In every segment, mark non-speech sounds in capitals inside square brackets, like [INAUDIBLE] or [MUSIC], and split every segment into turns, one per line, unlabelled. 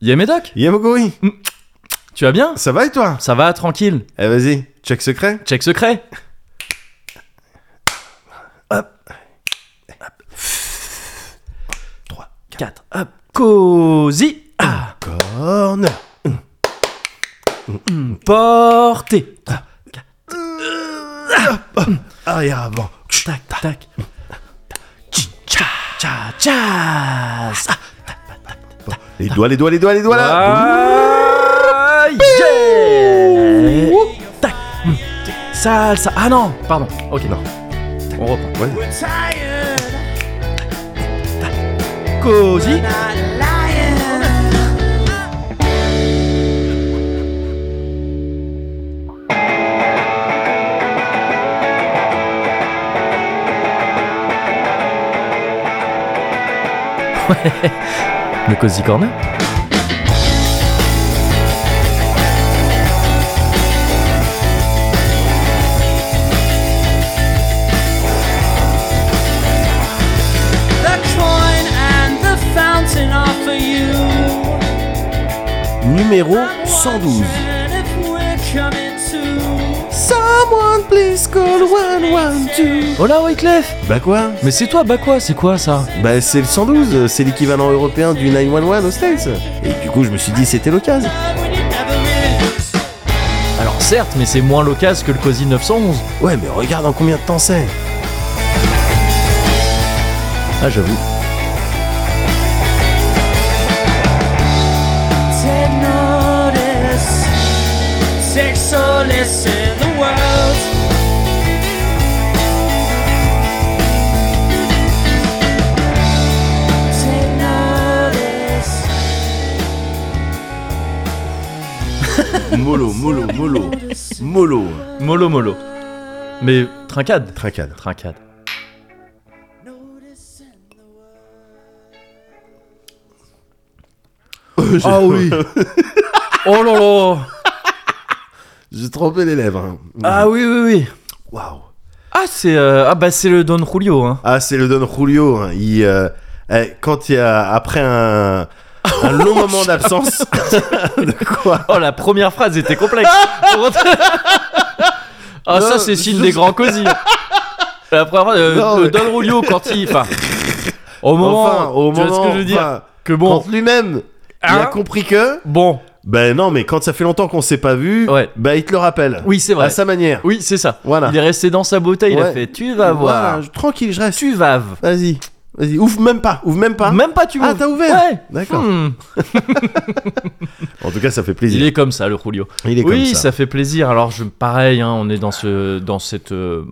Yé Médoc,
Yamoguri,
tu vas bien
ça va et toi
Ça va, tranquille.
Eh vas-y, check secret.
Check secret. Hop. 3, 4, hop. Cosy. Ah.
Corne.
Portée.
Arrière avant.
Tac, tac. Cha, cha, cha. Ah.
Les doigts, les doigts, les doigts, les
Euh,
doigts là.
Ah, yeah. Tac. Mm. Salsa. Ah non, pardon. Ok.
Non.
On reprend.
Ouais.
We're tired,
Cosy.
not lying.
Le Cosy Corner.
The coin and the fountain are for you.
Oh,
Numéro
I'm
112.
watching if we're coming to.
Someone please call 112.
Oh là, Wyclef.
Bah quoi
Mais c'est toi, bah quoi C'est quoi ça
Bah c'est le 112, c'est l'équivalent européen du 911 aux States. Et du coup je me suis dit c'était l'occasion.
Love when you never miss.
Alors certes, mais c'est moins l'occasion que le Cosy 911.
Ouais mais regarde en combien de temps c'est. Ah j'avoue.
Take notice. Take solace in the world. Take notice.
Molo, molo, [LAUGHS] molo. Molo.
Molo mollo. Mais trincade.
Trincade.
Trincade. Ah oui. Oh là là
[LAUGHS] J'ai trempé les lèvres. hein.
Ah oui, oui, oui.
Waouh.
Ah, c'est euh, ah, bah, c'est le Don Julio. Hein.
Ah, c'est le Don Julio. hein. Il, euh, eh, quand il y a, après
[LAUGHS]
un, un long moment d'absence, de quoi
Oh, la première phrase était
[LAUGHS]
complexe. ah,
Non,
ça, c'est signe des
je-
grands cosy. La première phrase, euh,
Non,
le
mais-
Don Julio, quand il. Enfin, au moment.
[LAUGHS] Enfin, au
tu vois
moment,
ce que je veux dire
enfin,
Que bon.
quand lui-même il a
Hein
compris que,
Bon,
ben non, mais quand ça fait longtemps qu'on s'est pas vu,
Ouais.
ben il te le rappelle.
oui, c'est vrai.
À sa manière.
Oui, c'est ça.
Ah, Voilà.
Il est resté dans sa beauté, il a
Ouais.
fait Tu vas voir.
Voilà, je- tranquille, je reste.
Tu vas. v-
Vas-y, vas-y, ouvre même pas, ouvre même pas.
Même pas, tu
Ah,
m'ouvres.
t'as ouvert
Ouais.
D'accord.
Hmm.
En tout cas, ça fait
Il
plaisir.
est comme ça, le Julio.
Il est,
oui,
comme
ça. fait plaisir. Alors, je, pareil, hein, on est dans, ce, dans cette euh,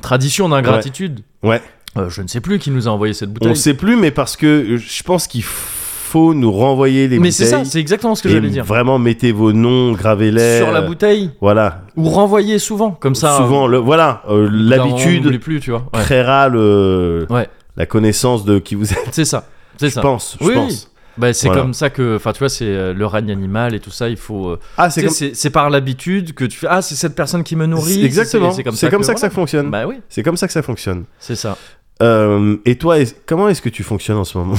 tradition d'ingratitude.
Ouais.
Euh, je ne sais plus qui nous a envoyé cette
On
bouteille.
sait plus, mais parce que euh, je pense qu'il faut nous renvoyer les
Mais c'est
bouteilles.
ça, c'est exactement ce que
Et
j'allais dire.
Vraiment, mettez vos noms, gravez-les.
Sur la
euh,
bouteille,
Voilà.
ou renvoyer souvent, comme ça. euh,
Souvent, le, voilà,
d'un moment,
euh,
on n'oublie
l'habitude
plus, tu vois. Ouais.
créera le,
Ouais.
la connaissance de qui vous êtes.
C'est ça. C'est
Je
ça.
pense, je
Oui,
pense.
Bah, c'est
Voilà.
comme ça que. Enfin, tu vois, c'est euh, le règne animal et tout ça. Il faut. euh,
Ah,
tu
c'est
sais,
comme
C'est c'est par l'habitude que tu fais. Ah, c'est cette personne qui me nourrit.
c'est-
c'est-
Exactement.
C'est comme
C'est
ça
comme
que,
ça que ça fonctionne.
Bah oui,
C'est comme ça que ça fonctionne.
c'est ça.
Euh, et toi, est- comment est-ce que tu fonctionnes en ce moment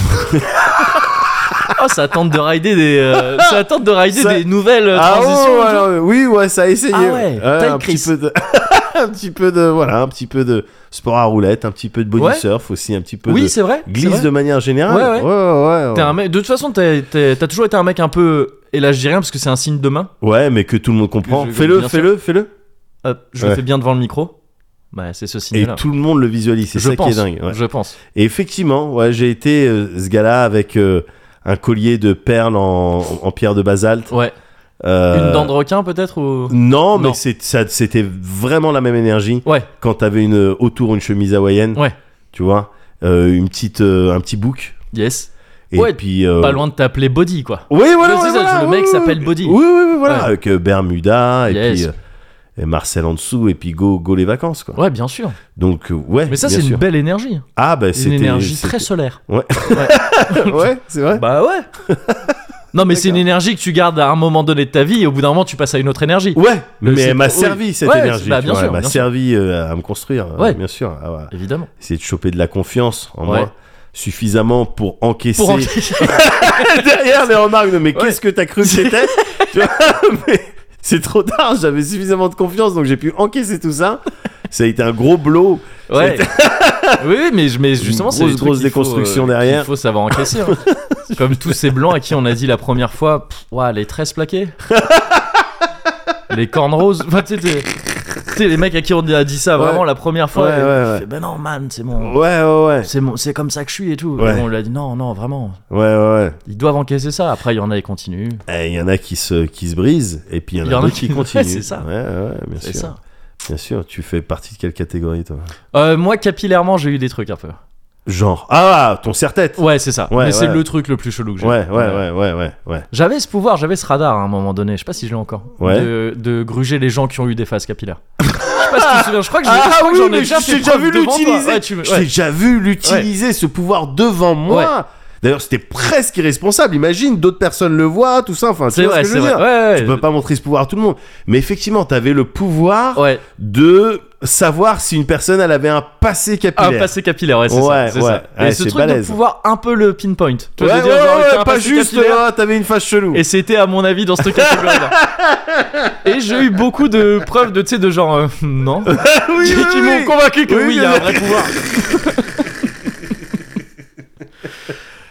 Oh, ça tente de rider des,
[LAUGHS]
euh, ça tente de rider
Ça-
des nouvelles euh,
Ah
transitions.
oh,
tu vois.
alors, oui, ouais, ça a essayé.
Ah ouais, tel
un petit
Chris.
peu de, [LAUGHS] un petit peu de, voilà, un petit peu de sport à roulette, un petit peu de body
Ouais.
surf aussi, un petit peu
oui,
de
c'est vrai. c'est
glisse
vrai.
de manière générale.
Ouais, ouais.
ouais, ouais.
T'es un mec- De toute façon, t'es- t'es- t'as toujours été un mec un peu. Et là, je dis rien parce que c'est un signe de main.
Ouais, mais que tout le monde comprend.
Je-
Fais-le,
bien sûr.
fais-le, fais-le.
Hop, je
Ouais.
le fais bien devant le micro. Bah, c'est ce
Et
signe-là.
tout le monde le visualise. C'est
Je
ça
pense.
qui est dingue. ouais.
Je pense.
Et effectivement, ouais, j'ai été euh, ce gars-là avec euh, un collier de perles en, en pierre de basalte.
Ouais.
Euh,
Une dent de requin, peut-être ou...
Non, mais
Non.
c'est- ça- c'était vraiment la même énergie
Ouais.
quand t'avais une, autour une chemise hawaïenne.
Ouais.
Tu vois euh, une petite, euh, Un petit bouc.
Yes.
Et
Ouais,
puis. euh,
Pas loin de t'appeler Body, quoi.
Oui, voilà.
Ouais, c'est
ouais,
ça,
voilà,
le
oui,
mec
oui,
s'appelle
oui.
Body.
Oui, oui, oui, voilà.
Ouais.
Avec euh, Bermuda et
Yes.
puis. euh, et Marcel en dessous, et puis go, go les vacances, quoi.
Ouais, bien sûr.
Donc, euh, ouais.
Mais ça,
bien
c'est une
sûr.
belle énergie.
Ah, bah,
Une
c'était.
énergie
c'était- [LAUGHS]
très solaire.
ouais, c'est vrai.
Bah
[LAUGHS]
ouais. non, mais c'est une
D'accord.
énergie que tu gardes à un moment donné de ta vie et au bout d'un moment, tu passes à une autre énergie.
Ouais,
Le-
mais
c'est-
elle m'a
oui.
servi cette
Ouais,
énergie.
c'est- bah,
tu
bien
vois,
sûr,
elle m'a
bien sûr.
servi euh, à me construire, euh,
Ouais.
bien sûr. à- à
Évidemment.
essayer de choper de la confiance en
Ouais.
moi. suffisamment pour encaisser
Pour encaisser.
[LAUGHS] derrière les remarques de mais
Ouais.
qu'est-ce que t'as cru que c'était
[LAUGHS]
Tu vois, [LAUGHS] mais c'est trop tard j'avais suffisamment de confiance donc j'ai pu encaisser tout ça ça a été un gros blow
Ouais. oui, oui, mais, je- mais justement, c'est
grosse,
des trucs
grosse
qu'il faut,
déconstruction
euh,
derrière.
Il faut savoir encaisser.
[LAUGHS]
hein. Comme tous ces blancs à qui on a dit la première fois, pff, ouah, les tresses
[LAUGHS]
plaquées. les cornes roses. Enfin, tu sais, t'es- tu sais, les mecs à qui on a dit ça
Ouais.
vraiment la première fois.
Ouais,
et
ouais,
tu
ouais.
fais, ben non, man, c'est
ouais
mon.
ouais ouais
C'est, mon- c'est comme ça que je suis et tout.
Ouais.
Et on lui a dit non, non, vraiment.
ouais ouais
Ils doivent encaisser ça. Après, il y en a, ils continuent.
Eh, il y en a qui se qui se brisent et puis il y en a,
[LAUGHS]
d'autres qui continuent
c'est ça.
ouais ouais bien
C'est
sûr
ça.
bien sûr tu fais partie de quelle catégorie toi
Euh, moi, capillairement, j'ai eu des trucs un peu.
genre ah ton serre-tête
Ouais, c'est ça.
Ouais,
Mais c'est
ouais.
le truc le plus chelou que j'ai.
ouais ouais ouais ouais ouais ouais
J'avais ce pouvoir, j'avais ce radar à un moment donné, je sais pas si je l'ai encore,
Ouais.
de, de gruger les gens qui ont eu des phases capillaires. je sais pas si
[LAUGHS]
tu te souviens, je crois que, je-
Ah
je crois que
oui,
j'en
mais
ai déjà
je
fait
t'ai déjà
preuve
vu
devant toi.
l'utiliser.
Ouais, tu me-
J'ai
ouais.
déjà vu l'utiliser, ce pouvoir devant moi. D'ailleurs, c'était presque irresponsable. Imagine, d'autres personnes le voient, tout ça. Enfin, tu
C'est
vois
vrai,
ce que je
c'est
veux
vrai.
dire.
Ouais,
Tu
ouais,
peux pas montrer ce pouvoir à tout le monde. Mais effectivement, t'avais le pouvoir
ouais.
de savoir si une personne, elle avait un passé
Ah,
capillaire.
passé capillaire, ouais, c'est
Ouais,
ça. c'est
ouais.
ça. Et
Ouais,
ce
c'est
truc
balèze.
de pouvoir un peu le pinpoint. Tu
Ouais,
vois, je veux dire,
ouais,
genre,
ouais,
t'as un
pas
passé
juste,
capillaire,
ah, t'avais une face chelou.
Et c'était à mon avis dans cette catégorie-là.
[LAUGHS]
Et j'ai eu beaucoup de preuves de, tu sais, de genre, euh, non.
oui,
qui
oui,
qui
oui.
m'ont convaincu que
Oui,
oui, hein. il y a
mais-
un vrai pouvoir. Ah,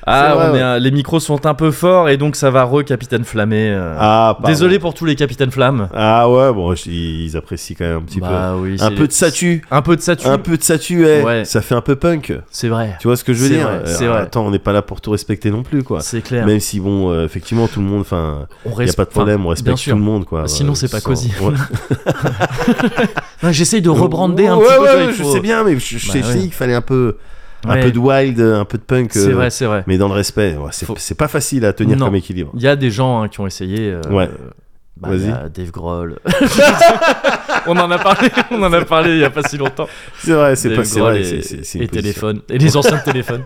C'est vrai,
on est
ouais.
un- les micros sont un peu forts et donc ça va re-Capitaine Flammé. euh.
Ah, pardon.
Désolé pour tous les Capitaines Flammes.
Ah ouais, bon, je- ils apprécient quand même un petit
Bah oui,
peu. Un
c'est-
peu de statue.
Un peu de satu,
Un peu de statue, eh.
Ouais.
ça fait un peu punk.
c'est vrai.
Tu vois ce que je veux
C'est
dire
vrai,
Euh,
c'est vrai.
Attends, on n'est pas là pour tout respecter non plus, quoi.
C'est clair.
Même si bon, euh, effectivement, tout le monde, enfin,
on
il y a
reste-
pas de problème, on
enfin,
respecte
bien sûr. Bah,
tout le monde, quoi.
Sinon,
Euh,
c'est pas
sans-
cosy. [LAUGHS]
Ouais.
Non, J'essaye de rebrander un
Euh, Ouais,
petit peu.
ouais,
toi, il
ouais, je
faut-
sais bien, mais je, je
Bah
sais je
ouais.
sais qu'il fallait un peu, un
Ouais.
peu de wild, un peu de punk. euh,
C'est vrai, c'est vrai.
Mais dans le respect, ouais, c'est
Faut-
c'est pas facile à tenir
Non.
comme équilibre.
Il y a des gens hein, qui ont essayé. euh,
Ouais.
bah,
Vas-y.
il y a Dave Grohl. [LAUGHS] on en a parlé. On en a parlé il y a pas si longtemps.
C'est vrai, c'est
Dave
pas c'est
Grohl
vrai,
et-
c'est- c'est- c'est une
et
position.
téléphone et les anciens téléphones.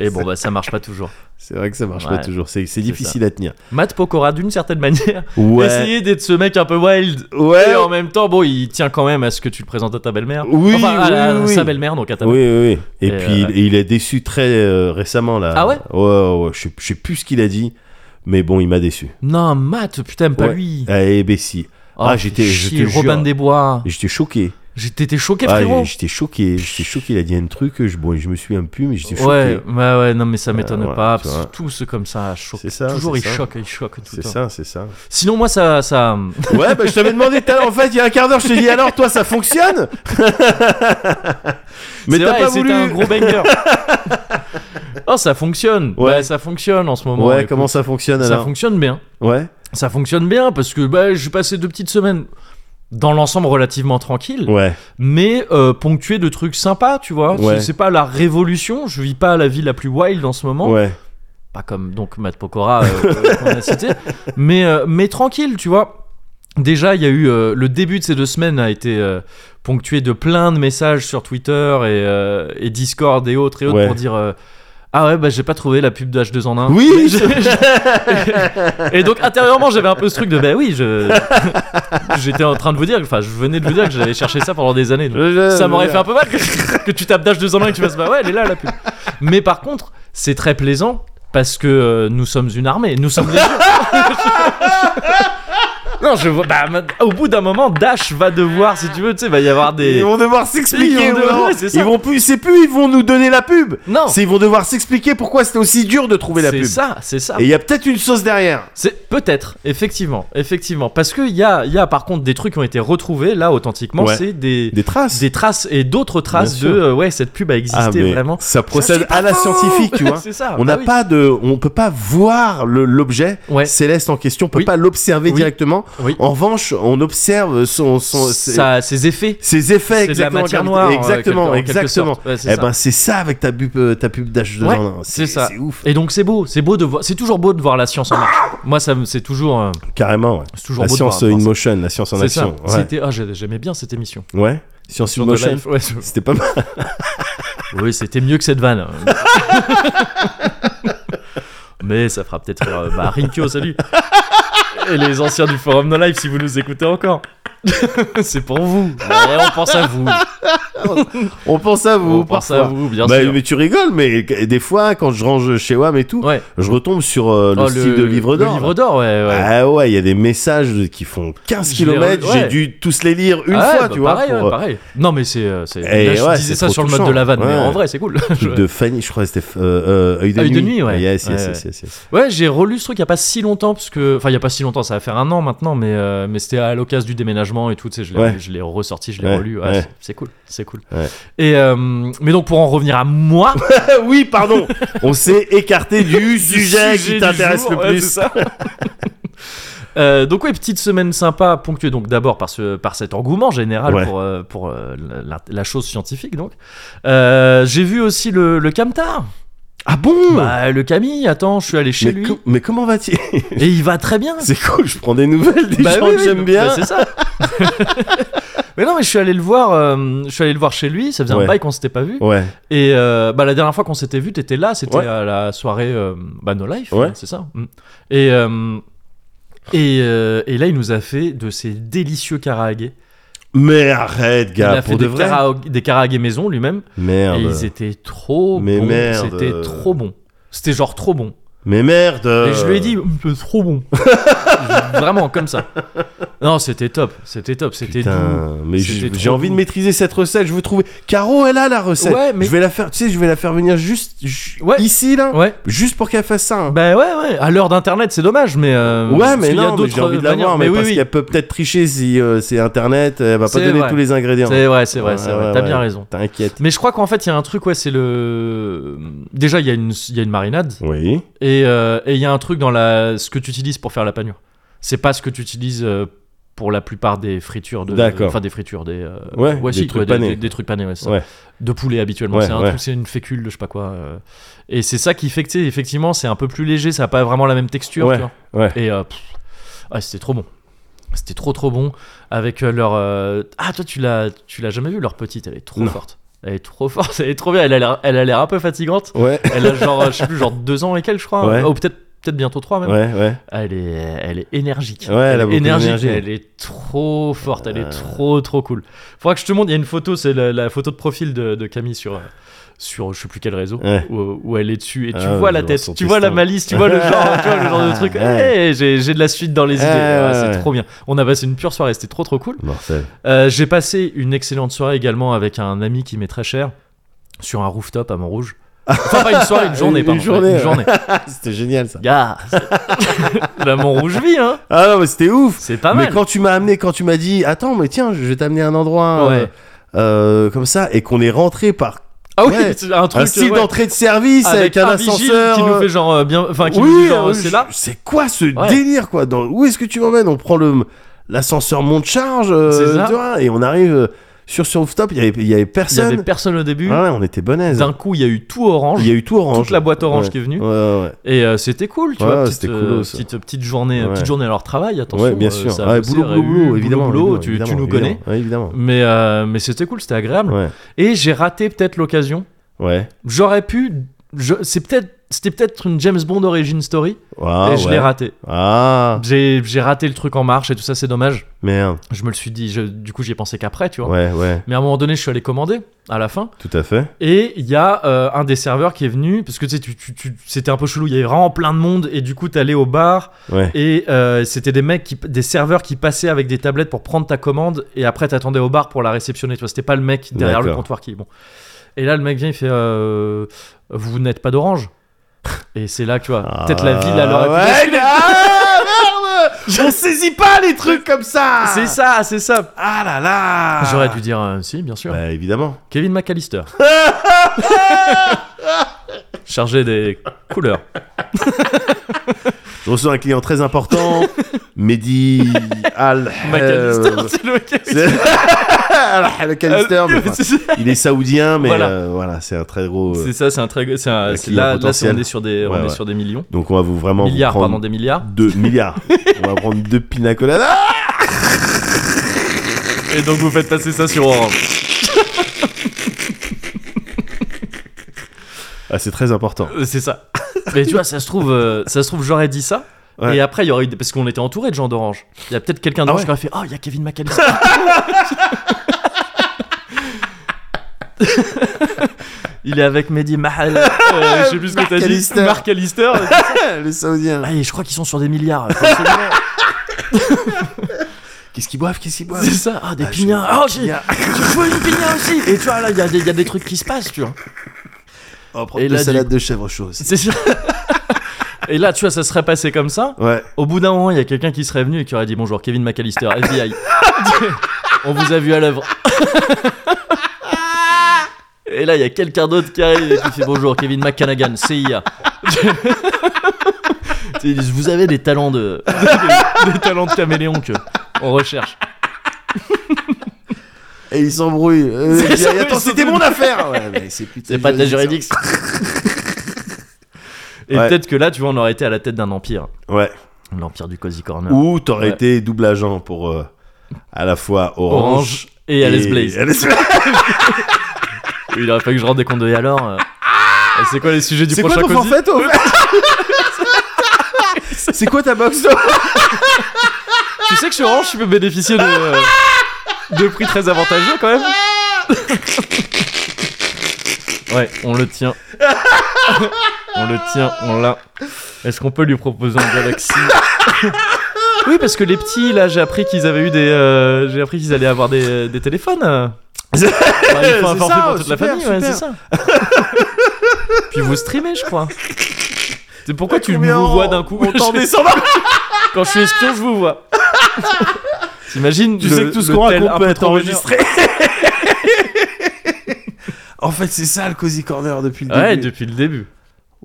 Et bon bah ça marche pas toujours.
C'est vrai que ça marche pas
Ouais.
toujours, c'est c'est
ça.
difficile à tenir.
Matt Pokora d'une certaine manière
Ouais. Eh
essayait d'être ce mec un peu wild.
Ouais.
Et en même temps, bon, il tient quand même à ce que tu le présentes à ta belle-mère.
Oui,
enfin, ah, à, la-
oui, oui.
sa belle-mère, donc à ta
Oui,
mère.
oui, oui. Et,
Et,
puis
euh, ouais.
il, il est déçu très euh, récemment là.
Ah ouais
Ouais, ouais, ouais, Je, sais- je sais plus ce qu'il a dit, mais bon, il m'a déçu.
Non, Matt, putain, pas
Ouais.
lui.
Eh ben si.
Oh,
ah, j'étais-
fais
je te
chier, Robin
jure.
des Bois.
Et J'étais choqué.
J'étais t'étais choqué,
Ah,
frérot.
j'étais choqué. J'étais choqué. Il a dit un truc. Je, bon, je me souviens plus, mais j'étais choqué.
Ouais, ouais, ouais, non, mais ça m'étonne
voilà,
pas.
tu
parce
vois.
que Tous ceux comme ça choquent.
C'est ça,
Toujours,
c'est
ils
ça.
choquent, ils choquent tout le
C'est
temps.
ça, c'est ça.
Sinon, moi, ça. ça...
Ouais, bah, je t'avais demandé tout à l'heure. En fait, il y a un quart d'heure, je t'ai dit alors, toi,
[LAUGHS]
ça fonctionne Mais
C'est
t'as
vrai,
pas
c'était
voulu.
un gros
[LAUGHS]
banger. oh, ça fonctionne.
Ouais.
Bah, ça fonctionne en ce moment.
Ouais,
écoute.
comment ça fonctionne
Ça
alors
fonctionne bien.
Ouais.
Ça fonctionne bien parce que bah, j'ai passé deux petites semaines dans l'ensemble relativement tranquille,
Ouais.
mais euh, ponctué de trucs sympas, tu vois.
Ouais.
C'est- C'est pas la révolution, je vis pas la vie la plus wild en ce moment,
Ouais.
pas comme donc Matt Pokora euh, [LAUGHS] qu'on a cité, mais, euh, mais tranquille, tu vois. Déjà, il y a eu euh, le début de ces deux semaines a été euh, ponctué de plein de messages sur Twitter et, euh, et Discord et autres et autres
Ouais.
pour dire. euh, ah ouais, bah j'ai pas trouvé la pub de H2 en 1.
Oui,
Mais je- [LAUGHS] Et donc intérieurement, j'avais un peu ce truc de bah oui, je [LAUGHS] j'étais en train de vous dire, enfin je venais de vous dire que j'avais cherché ça pendant des années. donc ça
Euh,
m'aurait fait un peu mal que, que tu tapes d'âge 2 en 1 et que tu fasses bah ouais, elle est là la pub. Mais par contre, c'est très plaisant parce que euh, nous sommes une armée, nous sommes légion. [LAUGHS] Non, je vois. Bah, ma- au bout d'un moment, Dash va devoir, si tu veux, tu sais, va y avoir des.
Ils vont devoir s'expliquer.
Ils vont
ouais,
devoir-
non.
ouais, c'est ça.
Ils vont plus. C'est plus. Ils vont nous donner la pub.
Non,
C'est ils vont devoir s'expliquer pourquoi c'était aussi dur de trouver la
c'est
pub.
ça, c'est ça.
Et il y a peut-être une sauce derrière.
C'est peut-être, effectivement, effectivement, parce que il y a, il y a par contre des trucs qui ont été retrouvés là authentiquement,
Ouais.
c'est des,
Des traces.
des traces et d'autres traces
Bien
de
sûr.
euh, ouais cette pub a existé vraiment.
Ça procède
suis
à la scientifique, tu [LAUGHS]
[LAUGHS]
vois.
c'est ça.
On
bah
n'a
oui.
pas de, on peut pas voir le- l'objet
Ouais.
céleste en question, on peut
Oui.
pas l'observer
Oui.
directement.
Oui.
En revanche, on observe son, son- ses-
Ça, ses effets.
ses effets
C'est de la
exactement
matière
gravité-
noire. euh,
exactement,
quelque- en quelque
exactement.
sorte. Ouais, c'est
Eh
ça.
ben c'est ça avec ta pub, euh, ta pub d'âge de
Ouais,
non, non,
c'est ça.
C'est ouf,
Et donc c'est beau, c'est beau de voir, c'est toujours beau de voir la science en marche. Moi ça me- c'est toujours, euh,
carrément. ouais.
c'est toujours
La
beau
science
de
in
voir. voir
motion, la science en
ça. C'est ça.
action. Ouais.
C'était, ah, j'ai- j'aimais bien cette émission.
Ouais. Science in
Sur [LAUGHS] The
motion.
Life, ouais, je-
C'était pas mal.
Oui, c'était mieux que cette vanne. [LAUGHS] Mais ça fera peut-être rire, euh, bah, Rinkyo, salut. Et les anciens du forum No Life, si vous nous écoutez encore. [LAUGHS] c'est pour vous. Ouais, on pense à vous.
On pense à vous.
on pense à
parfois.
vous, bien
Bah,
sûr.
mais tu rigoles, mais des fois, quand je range chez WAM et tout,
Ouais.
je retombe sur euh, le
Oh,
style de livre
Le
d'or.
livre d'or, ouais. ouais.
Ah ouais, il y a des messages de- qui font 15
Je les
km,
re-
j'ai
ouais.
dû tous les lire une
Ah ouais,
fois,
bah,
tu vois.
Pareil,
pour, euh,
ouais, pareil. Non, mais c'est. euh, c'est-
Eh
Là, je
ouais,
disais
c'est
ça
trop
sur le mode de
touchant.
la vanne, mais
Ouais.
en vrai, c'est
[LAUGHS]
cool.
euh, de Fanny, je crois que c'était euh, euh, Œil de,
Ah, Œil de
nuit.
nuit, ouais.
Yes, yes,
Ouais,
yes,
[LAUGHS]
yes, yes.
Ouais, j'ai relu ce truc il y a pas si longtemps, parce que. Enfin, il y a pas si longtemps, ça va faire un an maintenant, mais, euh, mais c'était à l'occasion du déménagement et tout, tu sais, je l'ai
Ouais.
je l'ai ressorti, je l'ai
Ouais,
relu. Ouais,
ouais.
c'est- C'est cool, c'est cool.
Ouais.
Et, euh, mais donc, pour en revenir à moi,
Ah oui, pardon, on s'est écarté
[LAUGHS]
du
du
sujet,
du
qui t'intéresse
jour,
le
ouais, c'est
plus.
[LAUGHS] ça. Euh, donc oui, petite semaine sympa, ponctuée donc d'abord par, ce, par cet engouement général
Ouais.
pour, euh, pour euh, la, la chose scientifique. donc Euh, J'ai vu aussi le, le Camtar.
ah bon
Bah, le Camille, attends, je suis allé chez
mais,
lui
co- mais comment va-t-il
et il va très bien.
[LAUGHS] C'est cool, je prends des nouvelles des
Bah
gens
oui,
que
oui,
j'aime
bah
bien.
c'est ça. [LAUGHS] mais non, mais je suis allé le voir. euh, je suis allé le voir chez lui. Ça faisait
Ouais.
un bail qu'on s'était pas vu.
ouais,
Et euh, bah, la dernière fois qu'on s'était vu, t'étais là, c'était
Ouais.
à la soirée euh, bah, No Life,
Ouais.
hein, c'est ça. Mm. Et, euh, et, euh, et là, il nous a fait de ces délicieux karaagés.
mais arrête,
il
gars,
a fait
pour de
des,
vrai.
karaog- des karaagés maison lui-même. Et
Merde,
ils étaient trop
Mais
bons.
merde.
C'était trop bon. C'était genre trop bon.
mais merde.
Et je lui
Euh.
ai dit, c'est trop bon. [LAUGHS] Vraiment, comme ça. Non, c'était top. C'était top. C'était doux.
Putain, mais
C'était
j'ai
trop
j'ai envie de
doux.
maîtriser cette recette. Je veux trouver. Caro, elle a la recette.
Ouais, mais-
Je vais la faire. Tu sais, je vais la faire venir juste ju-
Ouais.
ici là,
Ouais.
juste pour qu'elle fasse ça. hein.
Bah ouais, ouais. À l'heure d'internet, c'est dommage, mais. euh,
ouais,
parce
mais
qu'il y a
non, mais
d'autres euh,
j'ai envie de la
manières.
voir, mais,
oui,
parce
oui.
qu'elle peut peut-être tricher si euh, c'est internet. Elle va pas
C'est
donner
vrai.
tous les ingrédients.
C'est vrai, c'est vrai,
Ouais,
c'est vrai.
ouais,
T'as
ouais.
bien raison.
T'inquiète.
Mais je crois qu'en fait, il y a un truc, ouais, c'est le. Déjà, il y, a une- il y a une marinade
Oui.
et euh, et il y a un truc dans la... ce que tu utilises pour faire la panure. C'est pas ce que tu utilises euh, pour la plupart des fritures. De...
D'accord.
Enfin, des fritures, des. euh,
Ouais, des
si,
trucs
des,
panés.
des- des trucs panés, ouais, c'est ça.
Ouais.
De poulet habituellement.
Ouais,
c'est un
ouais.
truc, c'est une fécule, de je sais pas quoi. euh. Et c'est ça qui fait que, tu sais, effectivement, c'est un peu plus léger, ça a pas vraiment la même texture,
Ouais,
tu vois.
ouais.
Et euh, pff, ouais, c'était trop bon. C'était trop trop bon avec euh, leur euh, ah toi tu l'as tu l'as jamais vu leur petite elle est trop
Non.
forte elle est trop forte [LAUGHS] elle est trop bien elle a l'air elle a l'air un peu fatigante
Ouais.
elle a genre euh, je sais plus genre deux ans et quelques je crois
Ouais.
ou peut-être peut-être bientôt trois même Ah,
Ouais, ouais.
elle est elle est énergique
Ouais, elle a beaucoup
est énergique
d'énergie.
elle est trop forte elle
Euh.
est trop trop cool faudra que je te montre il y a une photo c'est la, la photo de profil de, de Camille sur euh, sur je sais plus quel réseau
Ouais.
où, où elle est dessus et tu
Ah,
vois
je
la
vois
tête
son
tu vois la
piston.
malice tu vois le genre tu vois le genre de truc
[LAUGHS] Ouais.
Eh, j'ai j'ai de la suite dans les
Ouais,
idées Ah,
ouais, ouais.
c'est trop bien on a passé une pure soirée c'était trop trop cool [LAUGHS]
Marcel.
euh, j'ai passé une excellente soirée également avec un ami qui m'est très cher sur un rooftop à Montrouge. Enfin, pas une soirée,
[LAUGHS]
une journée,
Une
pardon.
journée, ouais.
Une
[LAUGHS]
journée.
Ah, c'était génial ça.
Gars, c'est- la Montrouge vit, hein.
Ah non, mais c'était ouf.
C'est pas
Mais
mal.
quand tu m'as amené, quand tu m'as dit, attends, mais tiens, je vais t'amener à un endroit euh,
Ouais.
euh, comme ça, et qu'on est rentré par
Ah oui,
ouais.
c'est un truc.
un style
ouais,
d'entrée de service avec, un,
vigile
ascenseur.
qui nous
euh,
fait genre euh, bien. Enfin, qui
oui,
nous dit genre,
euh,
c'est
je-
là.
C'est quoi ce
Ouais.
délire quoi Dans, Où est-ce que tu m'emmènes On prend le l'ascenseur monte charge, euh,
C'est ça.
tu vois, et on arrive euh, sur sur rooftop. Il y avait il y avait
Il y
personne.
avait personne au début.
Ah ouais, on était bonnes.
D'un coup, il y a eu tout orange.
Il y a eu tout orange.
Toute la boîte orange
Ouais.
qui est venue.
Ouais, ouais,
Et euh, c'était cool, tu
Ouais,
vois.
ouais,
Petite,
c'était
euh,
cool, ça.
petite, petite journée, euh,
Ouais.
petite journée à leur travail,
ouais.
attention.
ouais, bien
euh,
sûr.
ça a
Ouais,
bossé,
boulot, boulot,
il y a eu
boulot, évidemment.
boulot,
évidemment,
tu, tu
évidemment,
nous connais.
évidemment, ouais, évidemment.
Mais, euh, mais c'était cool, c'était agréable.
Ouais,
Et j'ai raté peut-être l'occasion.
ouais.
J'aurais pu. je- c'est peut-être. C'était peut-être une James Bond origin story
Ah,
et je
ouais.
l'ai raté.
Ah,
J'ai j'ai raté le truc en marche et tout ça, c'est dommage.
merde.
Je me le suis dit, je- du coup j'y ai pensé qu'après, tu vois.
Ouais, ouais,
Mais à un moment donné, je suis allé commander à la fin
tout à fait.
et il y a euh, un des serveurs qui est venu parce que tu sais, tu- tu- tu- c'était un peu chelou. Il y avait vraiment plein de monde et du coup t'allais au bar
Ouais.
et euh, c'était des mecs, qui, des serveurs qui passaient avec des tablettes pour prendre ta commande et après t'attendais au bar pour la réceptionner. Tu vois, c'était pas le mec derrière le
D'accord.
comptoir qui bon. Et là le mec vient, il fait euh, vous n'êtes pas d'orange. Et c'est là que tu vois, peut-être la ville à leur
Ah, ouais, mais-
[LAUGHS]
Ah, merde On saisit pas les trucs comme ça
C'est ça, c'est ça.
Ah là là
J'aurais dû dire euh, si, bien sûr.
Bah évidemment.
Kevin
[LAUGHS]
McAllister. Chargé des couleurs.
Je reçois un client
[LAUGHS]
très important, Mehdi Al.
McAllister, [LAUGHS]
euh,
c'est le Kevin.
[LAUGHS] c'est- Al Canister, mais enfin,
[LAUGHS] C'est ça.
il est saoudien, mais euh,
Voilà.
voilà, c'est un très gros. euh,
C'est ça, c'est un très. c'est un-
Un
c'est-
client
là, là, c'est-
potentiel.
on est sur des, on
Ouais,
est
ouais.
sur des millions.
Donc on va vous vraiment
milliards,
vous prendre
pardon, des milliards.
deux
[LAUGHS]
milliards. on va prendre deux Ah, pinacoladas.
Et donc vous faites passer ça sur Orange.
Ah, c'est très important. ah,
Ah
[LAUGHS]
Euh, C'est ça. Mais tu vois, ça se trouve, euh, ça se trouve, j'aurais dit ça.
Ouais. Ah
Et après, il y aurait eu. des- Parce qu'on était entouré de gens d'Orange. Il y a peut-être quelqu'un d'Orange
ouais.
qui aurait fait Oh, il y a Kevin McAllister. il est avec Mehdi
[LAUGHS]
Mahal. Euh, je sais plus ce que t'as dit.
McAllister.
Mark
[LAUGHS]
Allister.
les Saoudiens.
Ah, et je crois qu'ils sont sur des
[LAUGHS]
milliards. faut absolument.
Qu'est-ce qu'ils boivent Qu'est-ce qu'ils boivent
C'est ça. Ah, des
Ah, je-
pignards. Ah, [LAUGHS] j'ai-
Pignards.
je veux une pignard aussi. Et tu vois, là, il y, a des- il y a des trucs qui se passent,
[LAUGHS]
tu vois.
Oh,
Et
prendre de
là,
la
du
salade de chèvre chaud. aussi.
C'est ça. [LAUGHS] Et là, tu vois, ça serait passé comme ça.
Ouais.
Au bout d'un moment, il y a quelqu'un qui serait venu et qui aurait dit bonjour, Kevin McAllister, FBI. [LAUGHS] On vous a vu à l'œuvre. [LAUGHS] Et là, il y a quelqu'un d'autre qui arrive et qui fait bonjour, Kevin McCanagan, [LAUGHS] CIA. Ils disent, vous avez des talents de, [LAUGHS] des talents de caméléon que on recherche.
Et ils s'embrouillent. Euh,
C'est
il dit,
ça,
attends,
ils
c'était
sont-
mon affaire. Ouais, mais c'est plus
C'est pas de la juridiction. Et
Ouais.
peut-être que là, tu vois, on aurait été à la tête d'un empire,
Ouais.
l'empire du cozy corner,
Ou t'aurais
Ouais.
été double agent pour euh, à la fois Orange,
Orange et Alice Blaze.
[LAUGHS] Alice Blaze.
Oui, il aurait fallu que je rende des comptes de et alors. euh, euh, C'est quoi les sujets du
Ah C'est quoi
prochain
ton
cosy
forfait toi C'est quoi ta box toi
Tu sais que sur Orange, tu peux bénéficier de, euh, de prix très avantageux quand même. ouais, on le tient. on le tient, on l'a. Est-ce qu'on peut lui proposer un Galaxy Oui, parce que les petits, là, j'ai appris qu'ils avaient eu des. euh, j'ai appris qu'ils allaient avoir des, des téléphones. euh. Enfin, ils font un
C'est
forfait
ça,
pour toute la
super,
famille, ouais,
super.
c'est ça. Puis vous streamez, je crois. C'est pourquoi tu
Combien
me
on-
vois d'un coup [LAUGHS]
On t'en descend
quand je suis espion, je vous vois. T'imagines
Tu
le-
sais que tout ce
le
qu'on
tel
raconte
un
peut
peu
être
trop
enregistré. [LAUGHS] en fait, c'est ça le Cozy Corner depuis le
vénère. Ouais,
début.
depuis le début.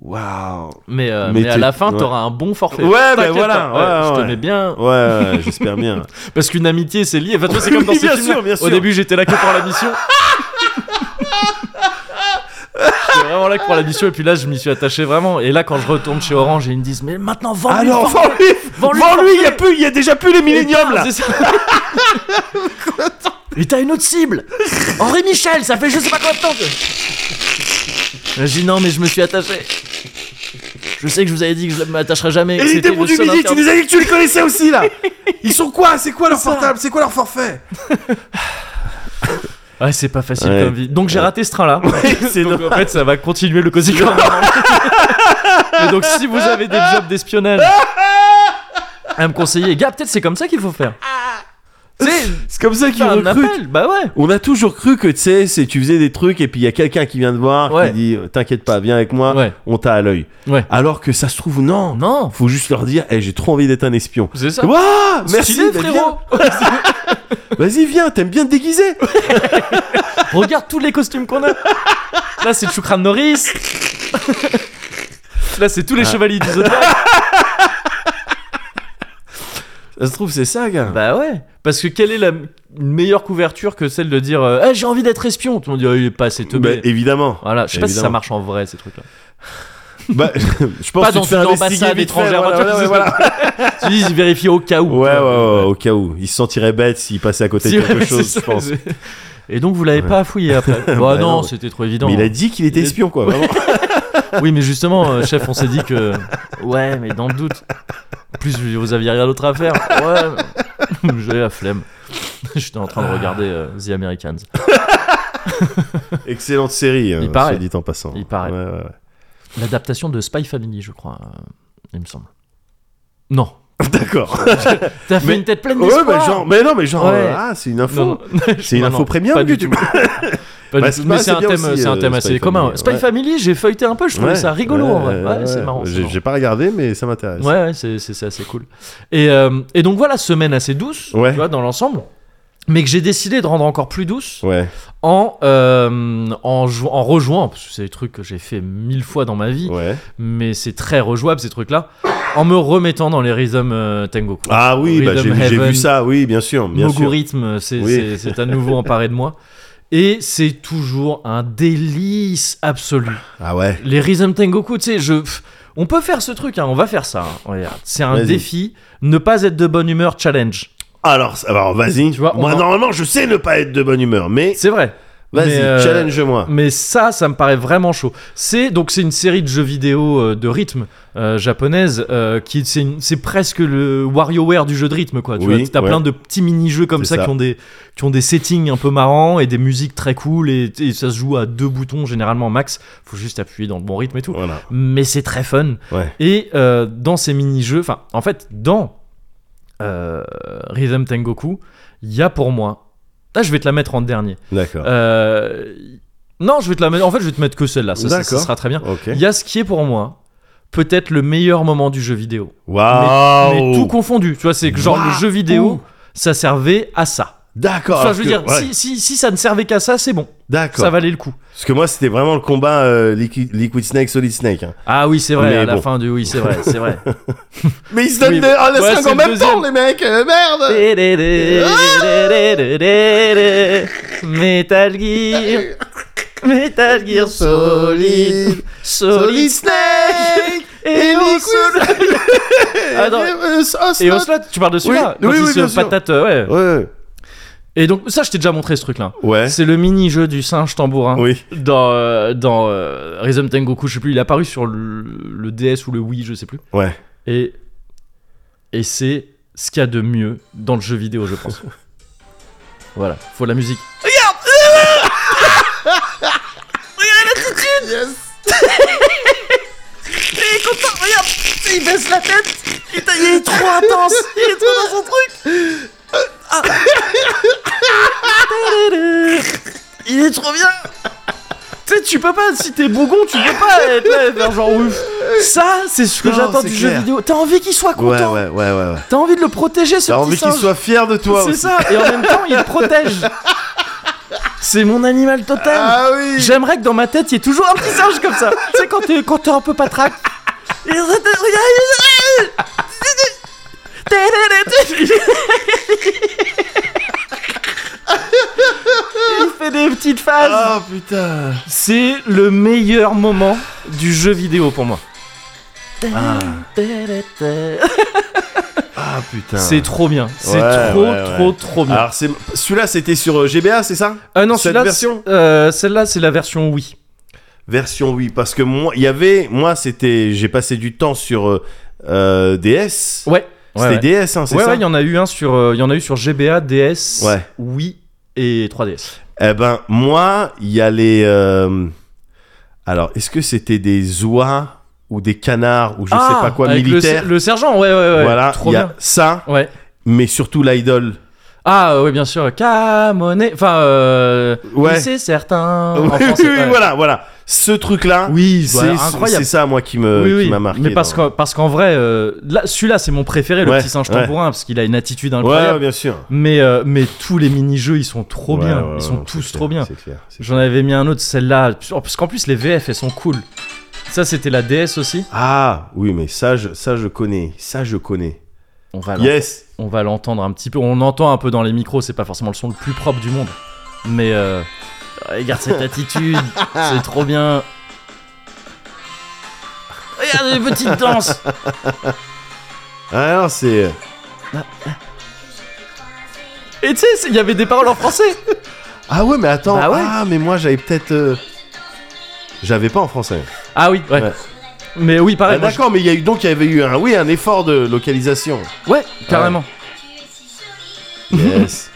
Waouh.
Mais, euh,
Mais
mais à
t'es-
la fin,
ouais.
t'auras un bon forfait.
Ouais, bah
T'inquiète
voilà,
pas, euh,
ouais,
je te
ouais.
mets bien.
Ouais, ouais, j'espère bien.
Parce qu'une amitié, c'est lié. Enfin, tu vois, c'est comme dans
Oui,
ces
bien
films.
sûr, bien
Au
sûr.
début, j'étais là que pour la
[LAUGHS]
mission. J'étais vraiment là que pour la mission. Et puis là, je m'y suis attaché vraiment. Et là, quand je retourne chez Orange, et ils me disent Mais maintenant, [LAUGHS] vends
Ah non, vends-lui
Vends-lui
Vends-lui, il y a plus, il y a déjà plus les milléniums
Ah,
là.
c'est [LAUGHS] ça. Et t'as une autre cible Henri Michel, ça fait je sais pas combien de temps que... J'ai dit non mais je me suis attaché. Je sais que je vous avais dit que je m'attacherais jamais. que
Et les
c'était
démons
le
du
seul
midi, tu
interdit.
nous as dit que tu les connaissais aussi là. [LAUGHS] Ils sont quoi C'est quoi leur portable C'est quoi leur forfait
Ouais c'est pas facile
Ouais.
comme vie. Donc j'ai raté ce train là. [LAUGHS]
C'est
Donc en fait ça va continuer le cosy [LAUGHS] corner. Et donc si vous avez des jobs d'espionnage à me conseiller, gars peut-être c'est comme ça qu'il faut faire. C'est
c'est comme ça qu'ils
un
recrutent.
appel, bah ouais.
On a toujours cru que tu sais, c'est- tu faisais des trucs et puis il y a quelqu'un qui vient te voir
Ouais.
qui dit euh, t'inquiète pas, viens avec moi,
Ouais.
on t'a à l'œil.
Ouais.
Alors que ça se trouve non,
Non,
faut juste leur dire, Eh, j'ai trop envie d'être un espion.
c'est ça.
Waouh, merci
Stylé,
bah,
frérot.
viens. Vas-y viens, t'aimes bien te déguiser.
Regarde tous les costumes qu'on a. Là, c'est Choukran Norris. Là, c'est
Ah.
tous les chevaliers du Zodiac.
ça se trouve c'est ça gars.
Bah ouais. Parce que quelle est la m- meilleure couverture que celle de dire euh, Eh, j'ai envie d'être espion Tout le monde dit Ah, il est pas assez
Bah,
teubé.
évidemment.
Voilà, je sais pas si
Évidemment.
ça marche en vrai ces trucs-là.
Bah, [LAUGHS] je pense
Pas
que
dans
tu te fais
une
investiguer
ambassade
vite fait,
étrangère.
voilà,
tu vois,
ouais, voilà.
Tu dis, ils vérifient au cas où.
Ouais, ouais, ouais, au cas où, il se sentirait bête s'il passait à côté
Si,
de
ouais,
quelque
c'est
chose,
ça,
je pense.
c'est- Et donc, vous l'avez pas fouillé après
[LAUGHS]
Bah,
Bah
non,
non.
c'était trop évident.
Mais il a dit qu'il était
Il est-
espion quoi. vraiment.
[LAUGHS] Oui, mais justement, euh, chef, on s'est dit que. Ouais, mais dans le doute. En plus, vous aviez rien d'autre à faire. Ouais, mais- j'avais la flemme. J'étais en train de regarder euh, The Americans.
Excellente série, euh,
paraît.
soit dit en passant.
Il paraît.
Ouais, ouais, [LAUGHS] ouais.
L'adaptation de Spy Family, je crois, euh, il me semble. Non.
D'accord.
T'as fait
Mais-
une tête pleine
Ouais,
d'espoir.
bah, genre, mais non, mais genre,
Ouais.
euh, ah, c'est une
[LAUGHS]
info.
Non, non.
C'est une
Non, non,
info premium
pas
que
du
tu [LAUGHS]
tout. Pas
Bah,
du
c'est
tout.
pas-
Mais c'est
c'est
un
bien
thème,
aussi,
c'est un
euh,
thème
Spy
assez
Family,
commun.
ouais.
Spy Family, j'ai feuilleté un peu, je trouvais
Ouais,
ça rigolo en vrai.
ouais,
Ouais,
ouais,
c'est
ouais.
marrant. c'est
J'ai
marrant.
j'ai pas regardé, mais ça m'intéresse.
Ouais, ouais, c'est c'est- c'est assez cool. Et, euh, et donc voilà, semaine assez douce,
Ouais.
tu vois, dans l'ensemble. Mais que j'ai décidé de rendre encore plus douce
Ouais.
en, euh, en, jou- en rejouant, parce que c'est des trucs que j'ai fait mille fois dans ma vie,
ouais.
mais c'est très rejouable ces trucs-là, en me remettant dans les rhythms euh, Tengoku.
Ah oui, bah, j'ai
Rhythm
vu- j'ai vu
Heaven,
ça, oui, bien sûr. Bien sûr.
Mogurithme, c'est
Oui.
c'est- c'est à nouveau emparé de moi. Et c'est toujours un délice absolu.
Ah ouais.
Les Rhythm Tengoku, tu sais, je. pff, on peut faire ce truc, hein, on va faire ça. hein, regarde. C'est un
Vas-y.
défi. Ne pas être de bonne humeur challenge.
Alors, ça- alors vas-y.
Tu vois, on
Moi,
en-
normalement, je sais ne pas être de bonne humeur, mais
C'est vrai.
Vas-y,
Mais, euh,
challenge-moi.
Mais ça, ça me paraît vraiment chaud. C'est donc c'est une série de jeux vidéo euh, de rythme euh, japonaise euh, qui c'est une- c'est presque le WarioWare du jeu de rythme quoi. Tu
Oui,
vois, t'as
ouais.
plein de petits mini-jeux comme ça,
C'est ça.
qui ont des qui ont des settings un peu marrants et des musiques très cool et, et ça se joue à deux boutons généralement max. Faut juste appuyer dans le bon rythme et tout.
Voilà.
Mais c'est très fun.
Ouais.
Et euh, dans ces mini-jeux, enfin, en fait, dans euh, Rhythm Tengoku, il y a pour moi. Là, je vais te la mettre en dernier.
D'accord.
Euh, Non, je vais te la mettre. En fait, je vais te mettre que celle-là. Ça, ça- ça
D'accord.
sera très bien.
ok.
Il y a ce qui est pour moi peut-être le meilleur moment du jeu vidéo.
Waouh.
Mais tout confondu. Tu vois, c'est que genre le jeu vidéo, ça servait à ça.
D'accord.
Enfin, je veux
que-
dire,
ouais,
si, si, si ça ne servait qu'à ça, c'est bon.
D'accord.
Ça valait le coup.
Parce que moi, c'était vraiment le combat euh, Liqui- Liquid Snake, Solid Snake. hein.
Ah oui, c'est vrai,
Mais
à la
bon.
fin du. Oui, c'est vrai, c'est vrai.
Mais ils se donnent
Oui. bah,
des- ah, les
Ouais,
seringues
c'est
en
le
même temps,
deuxième.
les mecs. euh, merde.
Ah. Metal Gear Metal Gear Solid
Solid
Solid
Snake.
et
Liquid-
Ocelot [LAUGHS] Attends.
euh, Ocelot.
Et Ocelot, tu parles de celui-là
Oui,
quand
oui,
il
oui,
se
bien sûr.
patate, euh, ouais.
Ouais.
Et donc ça je t'ai déjà montré ce truc là
Ouais.
C'est le mini-jeu du singe tambourin
Oui.
Dans, euh, dans euh, Rhythm Tengoku Je sais plus, il est apparu sur le, le DS ou le Wii Je sais plus
Ouais.
Et, et c'est ce qu'il y a de mieux dans le jeu vidéo, je
[LAUGHS]
pense. voilà, faut la musique.
Yes.
Il baisse la tête
Il est trop intense
[LAUGHS]
Il est trop dans son truc Il est trop bien [LAUGHS] Tu sais, tu peux pas, si t'es bougon, tu peux pas être là et faire genre ouf. Ça, c'est ce que
Non,
j'attends
c'est
du jeu
clair.
vidéo. T'as envie qu'il soit
Ouais, ouais,
content
ouais, ouais. ouais.
T'as envie de le protéger, ce
T'as
petit
envie qu'il
singe.
soit fier de toi
C'est
aussi.
ça, et en même temps, il le
[LAUGHS]
protège C'est mon animal totem
Ah oui.
J'aimerais que dans ma tête, il y ait toujours un petit singe comme ça. tu sais, quand t'es, quand t'es un peu patraque. Il fait des petites phases.
Oh putain.
C'est le meilleur moment du jeu vidéo pour moi.
Ah putain.
C'est trop bien. C'est
Ouais,
trop,
ouais, ouais.
trop, trop bien.
Alors c'est celui-là c'était sur euh, GBA c'est ça
Ah non,
cette
celui-là,
version
c'est- euh, celle-là, c'est la version oui.
Version oui parce que moi il y avait moi c'était j'ai passé du temps sur euh, euh, DS.
Ouais.
C'était DS hein, c'est
Ouais,
ça
ouais, il y en a eu un sur, euh, il y en a eu sur GBA, DS,
Ouais.
Wii et 3DS.
Eh ben moi il y a les euh, alors est-ce que c'était des oies ou des canards ou je sais pas quoi
Ah, avec le
militaires
ser- Le, sergent, ouais, ouais, ouais.
Voilà,
trop
il y a
bien.
ça
Ouais.
mais surtout l'idol.
Ah, ouais, bien sûr. Camonet. Enfin, euh,
Ouais.
oui, c'est certain.
[LAUGHS] Oui,
Ah, en
oui,
français,
oui,
ouais.
voilà voilà ce truc là
Oui,
c'est
voilà, incroyable.
c'est ça moi qui me
oui,
qui
oui.
m'a marqué
mais parce
dans-
qu'en, parce qu'en vrai, euh, là, celui-là, c'est mon préféré, le
Ouais,
petit singe
ouais.
tambourin, parce qu'il a une attitude
Ouais,
incroyable.
ouais, bien sûr.
Mais, euh, mais tous les mini-jeux, ils sont trop
Ouais,
bien.
ouais,
Ils sont
ouais,
tous
c'est
trop
clair,
bien.
C'est clair. c'est-
J'en avais mis un autre, celle-là. Parce qu'en plus, les VF, elles sont cool. Ça, c'était la DS aussi.
Ah oui, mais ça je, ça je connais, ça je connais.
On va
Yes.
on va l'entendre un petit peu. On entend un peu dans les micros, c'est pas forcément le son le plus propre du monde. Mais euh, regarde cette
[LAUGHS]
attitude, c'est trop bien. Regarde les petites danses.
Ah non, c'est
Et tu sais, c'est- il y avait des paroles en français.
Ah ouais, mais attends.
Bah ouais.
Ah mais moi j'avais peut-être euh, j'avais pas en français.
Ah oui, ouais.
Ouais.
Mais oui,
Ah,
pareil. moi,
d'accord, mais il y a eu donc il y avait eu un oui, un effort de
[LAUGHS]
localisation.
je- Ouais,
Ah
carrément.
Yes.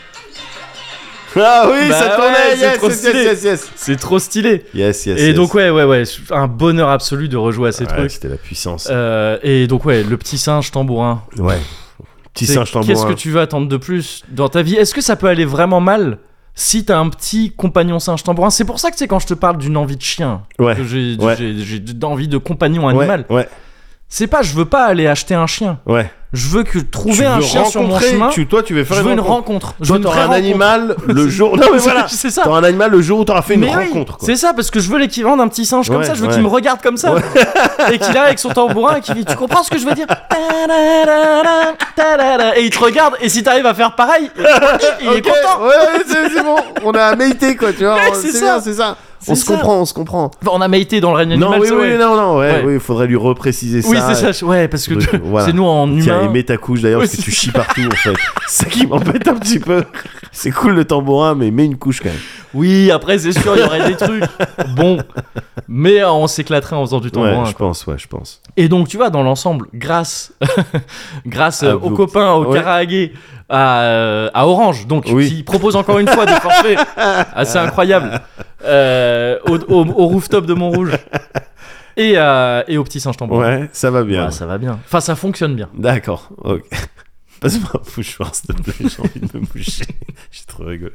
ah oui,
Bah
ça tournait.
ouais, c'est
yes,
trop
yes,
stylé.
yes, yes, yes.
C'est trop stylé.
Yes, yes.
Et donc ouais, ouais, ouais, un bonheur absolu de rejouer à ces trucs.
c'était la puissance.
Euh, et donc ouais, le petit singe tambourin.
Ouais. Petit
C'est-
singe tambourin.
Qu'est-ce que tu veux attendre de plus dans ta vie Est-ce que ça peut aller vraiment mal si t'as un petit compagnon singe tambourin C'est pour ça que c'est quand je te parle d'une envie de chien
Ouais.
que j'ai
Ouais.
j'ai- j'ai d- envie de compagnon
Ouais,
animal.
Ouais.
C'est pas je veux pas aller acheter un chien.
Ouais.
Je veux que trouver
Tu
un
veux
chien sur mon
rencontrer,
chemin.
tu- toi tu veux
Je
faire
veux une
rencontre.
rencontre. Je
Toi
veux une
t'auras
vraie
un
rencontre.
animal
[LAUGHS]
le jour. Non [LAUGHS] mais voilà.
c'est ça.
T'auras un animal le jour où t'auras fait une
Mais oui,
rencontre. Quoi.
C'est ça, parce que je veux l'équivalent d'un petit singe comme
Ouais,
ça, je veux
ouais.
qu'il me regarde comme ça. Et qu'il arrive avec son tambourin et qu'il dit Tu comprends ce que je veux dire Et il te regarde, et si t'arrives à faire pareil, il est
[LAUGHS] Ok,
content. [LAUGHS]
Ouais, ouais, c'est c'est bon. On a mérité quoi, tu vois.
Ouais,
on-
c'est
c'est
ça.
bien, c'est ça. on
C'est
se
ça.
comprend, on se comprend.
Enfin, on a maïté dans le règne
Non,
animal.
oui,
c'est
oui,
vrai.
non, non, ouais,
Ouais.
oui, il faudrait lui repréciser ça.
Oui, c'est ça. Ouais, parce que
Truc,
tu-
voilà.
c'est nous en
Tiens,
humain.
et mets ta couche d'ailleurs,
Oui,
parce que
c'est
tu chies partout en [LAUGHS] fait. C'est qui m'embête un petit peu. C'est cool le tambourin, mais mets une couche quand même.
Oui, après, c'est sûr, il y aurait des trucs. Bon. Mais euh, on s'éclaterait en faisant du temps
Ouais, je pense, ouais, je pense.
Et donc, tu vois, dans l'ensemble, grâce, [LAUGHS] grâce euh,
À
aux
vous.
copains, aux
Ouais.
Karahagé, à, euh, à Orange, donc,
Oui.
qui propose encore une fois des
[LAUGHS]
forfaits assez incroyables euh, au, au- au rooftop de Montrouge et, euh, et au petit singe tambour.
Ouais, ça va bien.
ça va bien. Enfin, ça fonctionne bien.
D'accord, ok. [LAUGHS] Passe-moi un mouchoir, s'il te plaît, j'ai envie de me moucher. [LAUGHS] J'ai trop rigolé.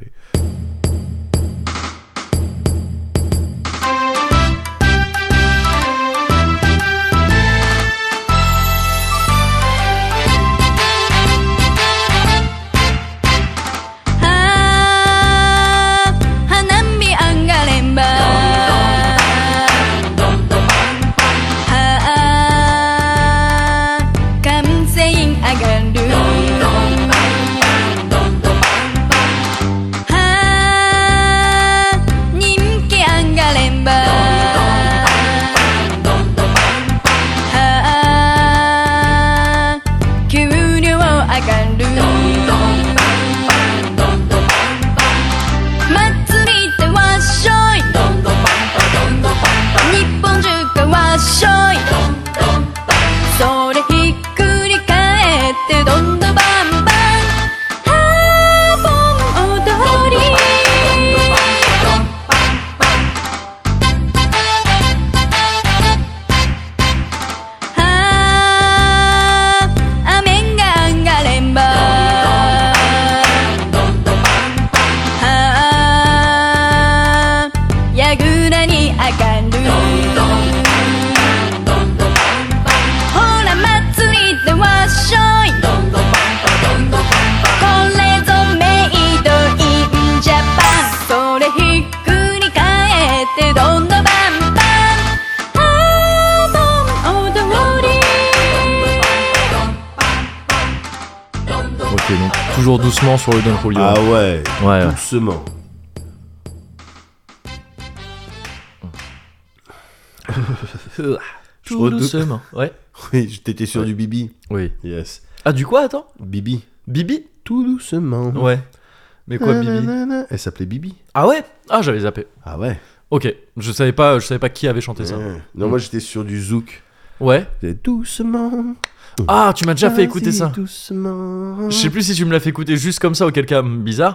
아, 하남미 안 가렘바. 아, 감세잉 아간루. 아, 님께 안 가렘바. 아, 교류 아간루. 祭りってわっしょい日本中がわっしょいそれひっくり返ってどんどバンバンハーボン踊りあー雨が上がれば 아, 야그라니 아간루 호라 마츠리 때 와쇼이 콜레조 메이도 인 자pan 소레 히쿠리 가에테 돈도 반반 아몬 오도리
Ok, donc, toujours doucement sur le Dunholio.
Ah ouais,
Ouais, ouais.
doucement. je
Tout
redoute.
doucement. Ouais.
Oui, t'étais sûr du bibi.
Oui.
Yes.
Ah, du quoi, attends
Bibi.
Bibi
Tout doucement.
Ouais. Mais quoi, Bibi
Nanana. Elle s'appelait Bibi.
Ah ouais Ah, j'avais zappé.
Ah ouais.
Ok, je savais pas, je savais pas qui avait chanté ça.
Ouais. Non, moi j'étais sûr du zouk.
Ouais.
C'était Doucement.
Ah, tu m'as déjà fait écouter
vas-y,
ça.
Doucement.
Je sais plus si tu me l'as fait écouter juste comme ça ou quelqu'un
[LAUGHS]
bizarre.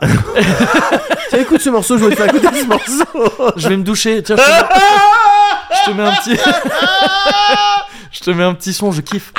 Tiens, écoute ce morceau, je vais te faire écouter ce morceau.
Je vais me doucher. Tiens, je te mets, je te mets un
[LAUGHS]
petit. je te mets un petit [LAUGHS] son, je kiffe.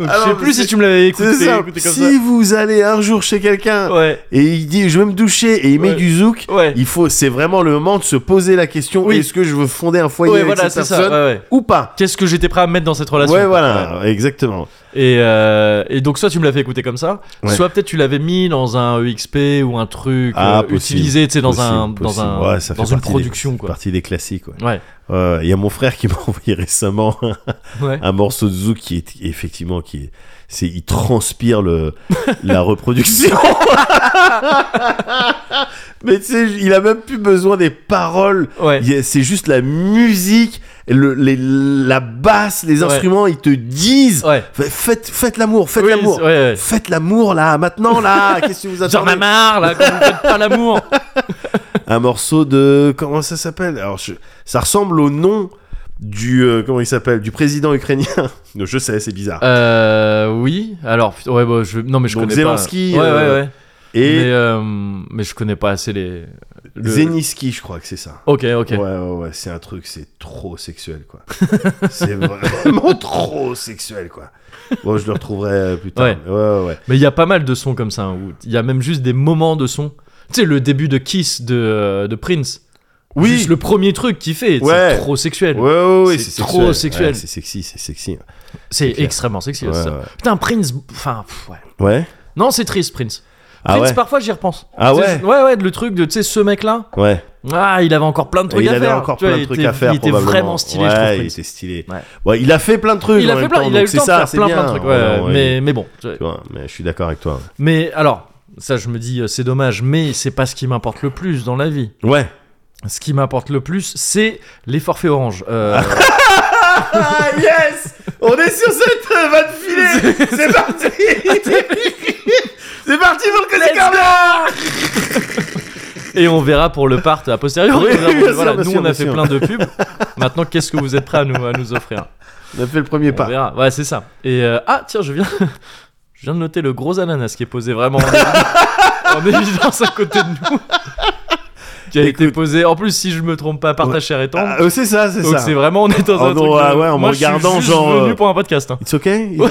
Donc,
Ah
je sais
non, mais
plus si
c'est-
tu me l'avais écouté,
[LAUGHS] C'est ça.
écouté comme
Si vous allez un jour chez quelqu'un
ça. Ouais,
et il dit je vais me doucher et il met
Ouais.
du zouk,
ouais.
il faut, c'est vraiment le moment de se poser la question
Oui.
est-ce que je veux fonder un foyer
Ouais,
avec
voilà, c'est
cette
ça.
personne
ouais, ouais.
ou pas
Qu'est-ce que j'étais prêt à mettre dans cette relation
Ouais, voilà, exactement.
Et, euh, et donc, soit tu me l'as fait écouter comme ça,
Ouais.
soit peut-être tu l'avais mis dans un EXP ou un truc
Ah,
euh,
possible,
utilisé, tu sais, dans un,
Possible,
dans un,
possible. Ouais, ça fait
dans une
partie des-
production, quoi.
Partie des classiques, ouais.
Ouais,
Euh, Il y a mon frère qui [LAUGHS] m'a envoyé récemment un,
ouais.
un morceau de zouk qui est effectivement qui est, c'est il
[LAUGHS]
transpire le la reproduction. [LAUGHS] Mais tu sais, il a même plus besoin des paroles. [LAUGHS]
ouais.
Il y a- C'est juste la musique, le- les- la basse, les
Ouais.
instruments, ils te disent
Ouais.
Fa- faites, faites l'amour, faites
Oui,
l'amour.
c'est- ouais,
Faites l'amour là,
[LAUGHS]
maintenant là, qu'est-ce que vous
ouais. J'en
attendez
ai marre là, quand vous faites pas l'amour.
Un morceau de comment ça s'appelle Alors je- ça ressemble au nom du euh, comment il s'appelle du président ukrainien. [LAUGHS] Non, je sais, c'est bizarre.
[LAUGHS] Euh, oui. Alors, putain, ouais, bah, je, non, mais je
Donc,
connais
Zelensky,
pas. Ouais,
euh,
ouais, ouais. Mais,
Et
euh, mais je connais pas assez les. le-
Zeniski, je crois que c'est ça.
Ok, ok.
Ouais, ouais, ouais, c'est un truc, c'est trop sexuel, quoi. [LAUGHS] c'est vraiment trop sexuel, quoi. Bon, je le retrouverai euh, plus tard.
Ouais.
ouais, ouais. ouais.
Mais il y a pas mal de sons comme ça. hein, où Il y a même juste des moments de sons. Tu sais, le début de Kiss de, euh, de Prince.
Oui.
Juste le premier truc qu'il fait.
Ouais.
C'est trop sexuel.
Ouais, ouais, ouais,
C'est trop sexuel.
Ouais, c'est sexy, c'est sexy.
C'est
clair.
extrêmement sexy.
Ouais,
c'est ça.
ouais.
Putain, Prince. Enfin, pff, ouais.
Ouais.
Non, c'est triste, Prince.
Ah
Prince,
ouais.
parfois, j'y repense.
Ah
Tu sais,
ouais.
je- Ouais, ouais, le truc de, tu sais, ce mec-là.
Ouais.
Ah, il avait encore plein de trucs
il
à
avait
faire.
encore
Tu vois,
plein de
il
trucs
était-
à faire.
Il était
probablement.
vraiment stylé,
ouais,
je trouve.
Il
Prince.
était stylé.
Ouais.
Ouais, il a fait plein de trucs.
Il
en
a fait
même
plein,
temps,
il a eu
donc
le
c'est
temps de
ça,
faire
c'est
plein,
bien.
plein de trucs. ouais,
Ouais, ouais,
mais, mais bon. tu vois.
Tu vois, mais je suis d'accord avec toi.
Mais alors, ça je me dis, euh, c'est dommage, mais c'est pas ce qui m'importe le plus dans la vie.
Ouais.
ce qui m'importe le plus, c'est les forfaits orange.
[LAUGHS]
Euh,
Ah yes On est sur cette euh, vanne
[LAUGHS]
filée C'est parti C'est parti pour le Cosy Corner
et on verra pour le part à posteriori.
Oui,
Voilà,
bien sûr,
voilà,
bien
nous,
sûr,
on a
bien
fait
sûr.
plein de pubs. Maintenant, qu'est-ce que vous êtes prêts à nous, à nous offrir
On a fait le premier
On
pas.
verra. Ouais, c'est ça. Et euh, ah, tiens, je viens, [LAUGHS] je viens de noter le gros ananas qui est posé vraiment en,
[LAUGHS]
en évidence à côté de nous. Qui a été posé, en plus, si je me trompe pas, partage cher et tendre.
Ah, euh, c'est ça, c'est
Donc
ça.
Oh, c'est vraiment, on est dans
En
un truc.
gros,
de-
ah ouais, en
Moi,
me
je suis
regardant,
juste
genre,
venu
euh,
pour un podcast. hein.
It's okay
Ouais.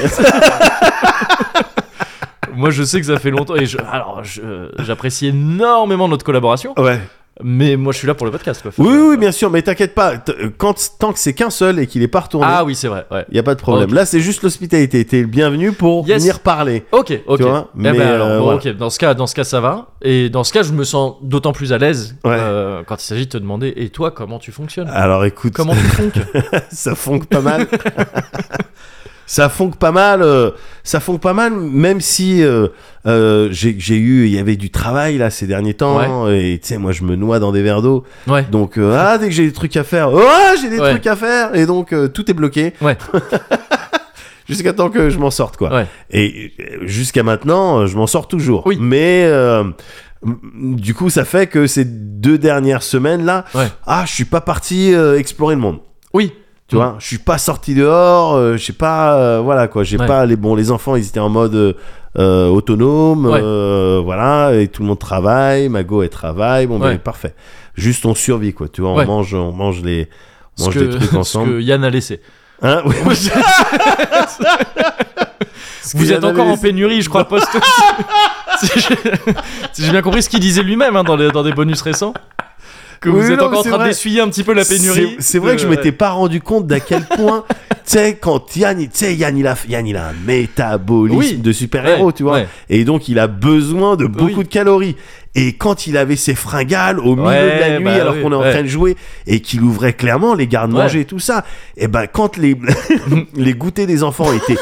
Moi, je sais que ça fait longtemps. Et je- alors, je- j'apprécie énormément notre collaboration.
[LAUGHS] Ouais.
Mais moi, je suis là pour le podcast. Quoi.
Oui, oui, bien sûr, mais t'inquiète pas. t- euh, Quand, tant que c'est qu'un seul et qu'il est pas retourné,
Ah oui, c'est vrai. Ouais.
il y a pas de problème.
Ok.
Là, c'est juste l'hospitalité. T'es le bienvenu pour
Yes.
venir parler.
Ok, ok.
Tu
Eh
vois, mais,
ben alors,
euh,
bon,
voilà.
ok. Dans ce cas, dans ce cas, ça va. Et dans ce cas, je me sens d'autant plus à l'aise
Ouais. Ah,
euh, quand il s'agit de te demander. Et toi, comment tu fonctionnes
Alors écoute,
Comment tu fonctionnes
[LAUGHS] ça fonque pas mal. [LAUGHS] ça fonque pas mal. euh, ça fonque pas mal, même si euh, euh, j'ai j'ai eu, il y avait du travail là ces derniers temps. hein, Et tu sais, moi, je me noie dans des verres d'eau.
Ouais.
Donc, euh, ah, dès que j'ai des trucs à faire, ah, j'ai des
Ouais.
trucs à faire. Et donc, euh, tout est bloqué.
Ouais.
[LAUGHS] Jusqu'à temps que je m'en sorte, quoi.
Ouais.
Et euh, jusqu'à maintenant, euh, je m'en sors toujours.
Oui.
Mais euh, m- du coup, ça fait que ces deux dernières semaines là,
Ouais.
ah, je suis pas parti euh, explorer le monde.
Oui.
Tu
Mm.
vois, je suis pas sorti dehors, euh, je sais pas, euh, voilà quoi, j'ai
Ouais.
pas les bons, les enfants ils étaient en mode euh, euh, autonome,
Ouais.
euh, voilà, et tout le monde travaille, Mago elle travaille, bon
Ouais.
ben parfait. Juste on survit quoi, tu vois, on
Ouais.
mange, on mange les, on
Ce
mange
que,
des
[LAUGHS]
trucs
ce
ensemble.
que Yann a laissé.
Hein Oui.
[LAUGHS]
[LAUGHS] Ce
Vous
qu'il
êtes
y en
encore
avait-
en pénurie, je crois, post. [LAUGHS] si j'ai si j'ai bien compris ce qu'il disait lui-même hein, dans, les- dans des bonus récents. Que
Oui,
vous êtes
non,
encore en
c'est
train
vrai.
d'essuyer un petit peu la pénurie. Euh,
C'est- C'est vrai que je
de-
m'étais pas rendu compte d'à
[LAUGHS]
quel point, tu sais, quand Yann, il- tu sais, Yann, il a, Yann, il a un métabolisme
Oui.
de super-héros,
Ouais,
tu vois.
ouais.
Et donc, il a besoin de beaucoup
Oui.
de calories. Et quand il avait ses fringales au milieu
Ouais,
de la nuit,
bah
alors
oui,
qu'on est en
ouais.
train de jouer, et qu'il ouvrait clairement les gardes-manger et tout ça, et ben, quand les, [LAUGHS] les goûters des enfants
[LAUGHS]
étaient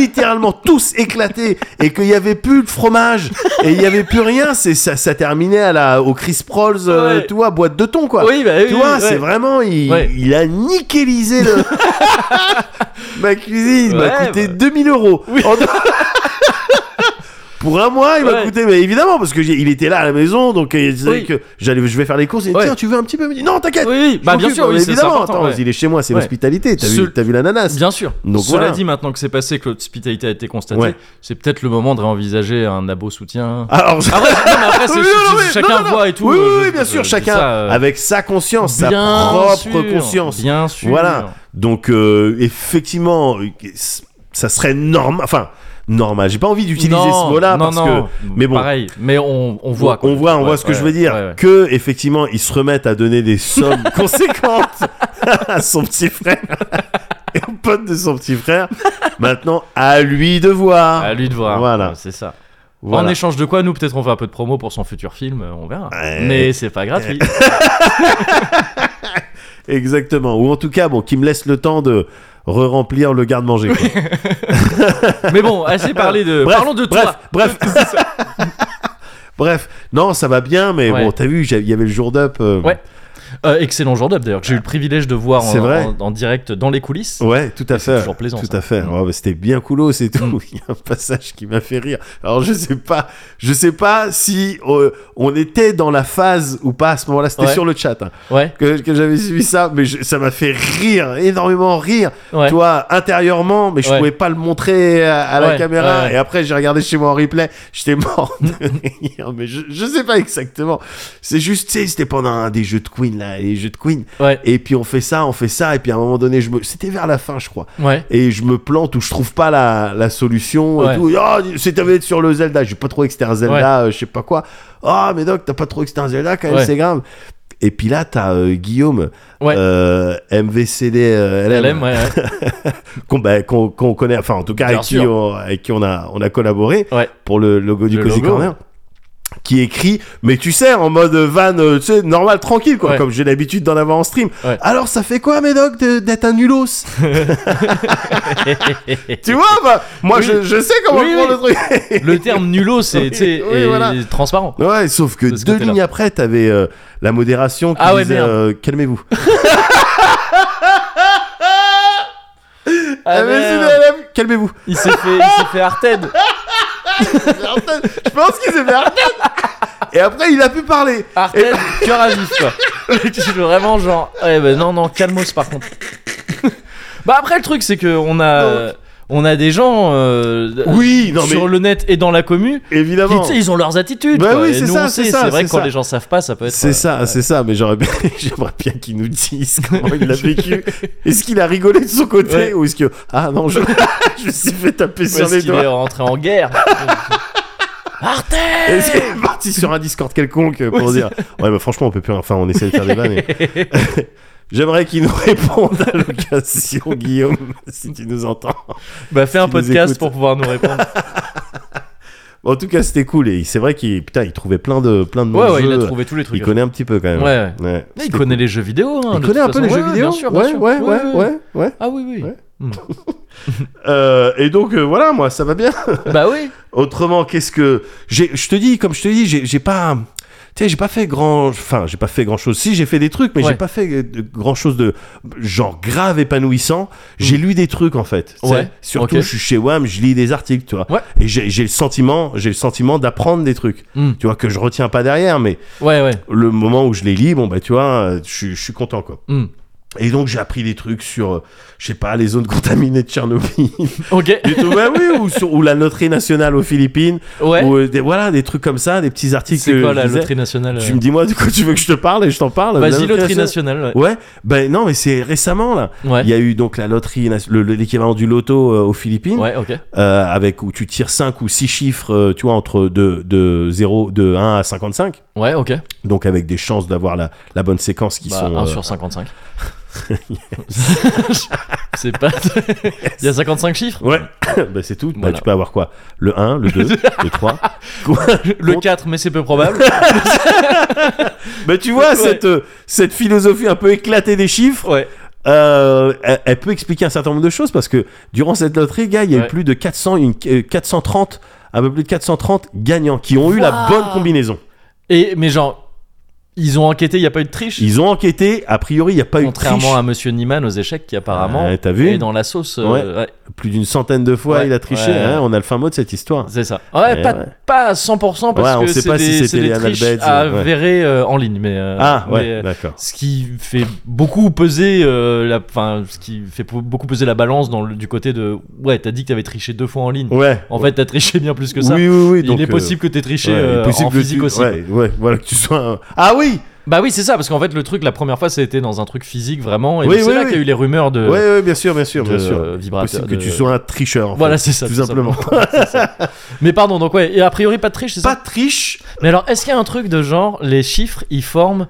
littéralement tous éclatés, et qu'il y avait plus de fromage, et il y avait plus rien, c'est, ça, ça terminait à la, au Chris Prolls, euh,
Ouais.
tu vois, boîte de thon, quoi.
Oui, bah, oui,
Tu vois,
oui,
c'est
ouais.
vraiment, il,
Ouais.
il a
[LAUGHS]
nickelisé le... ma cuisine. il m'a
Ouais,
coûté
bah.
2000 euros.
Oui.
En- [LAUGHS] Pour un mois, il m'a
Ouais.
coûté, mais évidemment, parce que j'ai- il était là à la maison, donc euh, il savait
Oui.
que j'allais, je vais faire les courses. Et
Ouais.
tiens, tu veux un petit peu Il me dit non, t'inquiète.
Oui, oui,
je
bah
m'en
bien
occupe.
sûr, oui,
Mais
c'est
évidemment.
important,
Attends,
ouais.
il est chez moi, c'est
Ouais.
l'hospitalité. T'as,
Ce-
vu, t'as vu l'ananas
Bien sûr.
Donc
Cela
voilà.
dit, maintenant que c'est passé, que l'hospitalité a été constatée,
Ouais.
c'est peut-être le moment de réenvisager un abo soutien.
Alors, je-
Après, non, mais après, Ah, c'est-
Ah [LAUGHS] Oui,
c'est-
non,
c'est-
oui,
chacun
non, non,
voit
non.
et tout.
Oui,
euh,
oui,
je-
bien
je-
sûr,
je-
chacun
ça, euh,
avec sa conscience, sa
bien
propre
sûr,
conscience.
Bien sûr.
Voilà. Donc euh, effectivement, ça serait normal. Enfin, normal. J'ai pas envie d'utiliser
Non,
ce mot-là
non,
parce
non,
que. Mais bon.
Pareil, mais on, on voit. quoi.
On voit, on
Ouais,
voit ce que
ouais,
je veux dire.
ouais, ouais.
Que effectivement, ils se remettent à donner
[LAUGHS]
des sommes conséquentes à son petit frère [LAUGHS] et au pote de son petit frère. Maintenant, à lui de voir.
À lui de voir.
Voilà.
C'est ça.
Voilà.
En échange de quoi, nous, peut-être on fait un peu de promo pour son futur film, euh, on verra.
Ouais.
Mais c'est pas
[LAUGHS]
gratuit.
Exactement. Ou en tout cas, bon, qui me laisse le temps de re-remplir le garde-manger. quoi.
[LAUGHS] Mais bon, assez parlé de.
Bref,
Parlons de
bref,
toi. [LAUGHS]
Bref, bref. Non, ça va bien, mais
Ouais.
bon, t'as vu, j'ai- il y avait le jour d'up. euh,
Ouais. Euh, excellent jour d'up d'ailleurs, que j'ai eu le privilège de voir en,
C'est vrai.
en- en direct dans les coulisses.
Ouais, tout à
Et c'est
fait.
toujours plaisant,
Tout
ça.
à fait.
Mm.
Ouais, bah, c'était bien cool, c'est tout. Il y a un passage qui m'a fait rire. Alors je sais pas, je sais pas si euh, on était dans la phase ou pas à ce moment-là. C'était
Ouais.
sur le chat hein,
Ouais,
que, que j'avais suivi ça, mais je- ça m'a fait rire, énormément rire.
ouais.
Toi, intérieurement, mais je
Ouais.
pouvais pas le montrer à, à la
Ouais,
caméra.
ouais, ouais.
Et après, j'ai regardé chez moi en replay. J'étais mort de rire, mais je, je sais pas exactement. C'est juste, tu sais, c'était pendant un des jeux de Queen là, les jeux de Queen.
ouais,
Et puis on fait ça, on fait ça, et puis à un moment donné, je me, c'était vers la fin, je crois.
ouais.
Et je me plante ou je trouve pas la, la solution
Ouais.
et tout. Et, Ah, c'est t'avais sur le Zelda, j'ai pas trouvé que c'était un Zelda, euh, je sais pas quoi. Ah, mais donc t'as pas trouvé que c'était un Zelda quand même,
Ouais.
c'est grave. Et puis là, t'as euh, Guillaume,
Ouais.
euh, MVCD euh, LM,
LM, ouais, ouais.
qu'on bah, qu'on- qu'on connaît, enfin en tout cas
Bien
avec qui,
sûr.
on, avec qui on a on a collaboré
Ouais.
pour le logo du
Le
Cozy
logo.
Corner, qui écrit, mais tu sais, en mode van, euh, tu sais, normal, tranquille, quoi,
Ouais.
comme j'ai l'habitude d'en avoir en stream.
Ouais.
Alors, ça fait quoi, Médoc, de- d'être un nulos [LAUGHS] Tu vois, bah, moi,
Oui.
je, je sais comment
Oui,
prendre
oui.
le truc.
Le terme nullo, c'est tu sais,
Oui,
est
voilà.
transparent.
[LAUGHS] Ouais, sauf que
De ce
deux
côté-là.
lignes après, t'avais euh, la modération qui
Ah ouais,
disait
merde.
euh, calmez-vous.
Ah,
Ah, mais c'est
merde.
la même- [LAUGHS] Calmez-vous.
Il s'est fait, il s'est fait
[LAUGHS]
Arted.
Je pense qu'ils étaient à la tête. Et après, il a pu parler.
Arted, cœur à vif,
[LAUGHS]
quoi. Le truc, Vraiment, genre. Ouais, bah non, non, calmos par
[LAUGHS]
contre. bah après, le truc, c'est que on a. On a des gens euh,
Oui, non, mais
sur le net et dans la commu qui,
évidemment.
tu sais, ils ont leurs attitudes.
Bah
quoi.
oui,
Et
c'est
nous,
ça,
on
c'est
sait,
ça,
C'est vrai
c'est
que quand
ça.
les gens savent pas, ça peut être.
C'est
euh,
ça, c'est ça, mais j'aurais bien, [LAUGHS] j'aimerais bien qu'ils nous disent comment il
[LAUGHS]
l'a vécu. Est-ce qu'il a rigolé de son côté
Ouais.
ou est-ce que ah non, je, [LAUGHS] je me suis fait taper
Parce
sur les
qu'il est
doigts.
rentré en guerre. [LAUGHS] Arte
Est-ce qu'il est parti sur un Discord quelconque pour
Ouais,
dire ouais, bah franchement, on peut plus. Enfin, on essaie de faire des vannes. et- J'aimerais qu'il nous [LAUGHS] réponde à l'occasion, Guillaume, si tu nous entends.
[LAUGHS] Bah fais un
S'il nous
podcast
écoute.
pour pouvoir nous répondre.
En tout cas, c'était cool et c'est vrai qu'il putain, il trouvait plein de plein de bons
Ouais, ouais, il a
jeux.
trouvé tous les trucs.
Il connaît un petit peu quand même.
Ouais,
Ouais.
Il connaît les jeux vidéo. hein,
Il
de
connaît
toute
un peu les
façon.
jeux
Ouais,
vidéo.
bien sûr, bien
ouais,
sûr.
ouais, ouais, ouais, ouais.
Ah oui, oui.
Ouais.
Hmm.
Euh, et donc euh, voilà, moi ça va bien.
bah oui.
Autrement, qu'est-ce que j'ai Je te dis, comme je te dis, j'ai j'ai pas, tu sais, j'ai pas fait grand, enfin, j'ai pas fait grand chose. Si j'ai fait des trucs, mais
Ouais.
j'ai pas fait grand chose de genre grave épanouissant. J'ai lu des trucs en fait. tu sais.
Hmm. Ouais.
Surtout,
Ok.
je suis chez Wam, je lis des articles, tu vois.
Ouais.
Et j'ai j'ai le sentiment, j'ai le sentiment d'apprendre des trucs.
Hmm.
Tu vois que je retiens pas derrière, mais
Ouais, ouais.
le moment où je les lis, bon bah tu vois, euh, je suis- je suis content quoi.
Hmm.
Et donc j'ai appris des trucs sur, euh, je sais pas, les zones contaminées de Tchernobyl, [LAUGHS]
Ok.
et tout, bah oui, ou, sur- ou la loterie nationale aux Philippines,
Ouais.
ou euh, des, voilà des trucs comme ça, des petits articles.
C'est
que
quoi
je
la
lisais.
loterie nationale
Tu
euh,
me dis moi, du coup, tu veux que je te parle et je t'en parle la
Vas-y, loterie nationale.
Ouais, ben non, mais c'est récemment là.
Ouais. Ouais.
Il y a eu donc la loterie, na- le- le- l'équivalent du loto euh, aux Philippines,
Ouais, ok.
euh, avec où tu tires 5 ou 6 chiffres, euh, tu vois, entre de, de 0, de 1 à 55.
Ouais, ok.
Donc avec des chances d'avoir la, la bonne séquence qui
Bah,
sont
1
euh,
sur
[LAUGHS]
55. [LAUGHS] c'est pas. [LAUGHS] Il y a 55 chiffres
Ouais, [LAUGHS] bah c'est tout. Bah,
Voilà.
tu peux avoir quoi Le 1, le
[LAUGHS]
2, le 3.
Le
Compte.
4, mais c'est peu probable.
Bah tu
[LAUGHS]
vois,
Ouais.
cette, euh, cette philosophie un peu éclatée des chiffres,
Ouais.
euh, elle, elle peut expliquer un certain nombre de choses parce que durant cette loterie, gars, il y a eu
Ouais.
plus de 400, une, euh, 430, un peu plus de 430 gagnants qui ont eu la
Waouh.
bonne combinaison.
Et, mais genre, ils ont enquêté, il n'y a pas eu de triche
Ils ont enquêté, a priori, il n'y a pas eu de
Contrairement
triche.
à Monsieur Niman aux échecs qui apparemment
Ouais, t'as vu
est dans la sauce. euh,
Ouais.
ouais,
Plus d'une centaine de fois,
Ouais,
il a triché.
ouais. Euh,
hein, on a le fin mot de cette histoire.
c'est ça. Ouais,
Eh
pas,
ouais.
pas à 100% parce
Ouais, on
que
sait
c'est
pas
des,
si c'était
c'est des
les
triches
analphabètes,
à
ouais.
verrer euh, en ligne. Mais, euh,
ah ouais,
mais, euh,
d'accord.
ce qui fait beaucoup peser euh, la, enfin, ce qui fait po- beaucoup peser la balance dans le, du côté de ouais, t'as dit que t'avais triché deux fois en ligne.
Ouais.
En fait, t'as triché bien plus que ça.
oui, oui, oui. donc,
il est
euh,
possible que t'aies triché
ouais, il est
euh,
possible
en
que tu-
physique aussi.
Ouais, ouais, voilà que tu sois. un- Ah oui,
Bah oui, c'est ça, parce qu'en fait, le truc, la première fois, c'était dans un truc physique vraiment. Et
Oui,
c'est
oui,
là
oui.
qu'il y a eu les rumeurs de,
Oui, ouais, bien sûr, bien sûr,
Euh, de,
bien sûr.
euh, vibrateur-
Possible que
de-
tu sois un tricheur. en
Voilà, c'est
fait,
ça.
Tout simplement.
C'est ça. Mais pardon, donc ouais, et a priori pas de triche, c'est
Pas
ça
de triche.
Mais alors, est-ce qu'il y a un truc de genre, les chiffres, ils forment,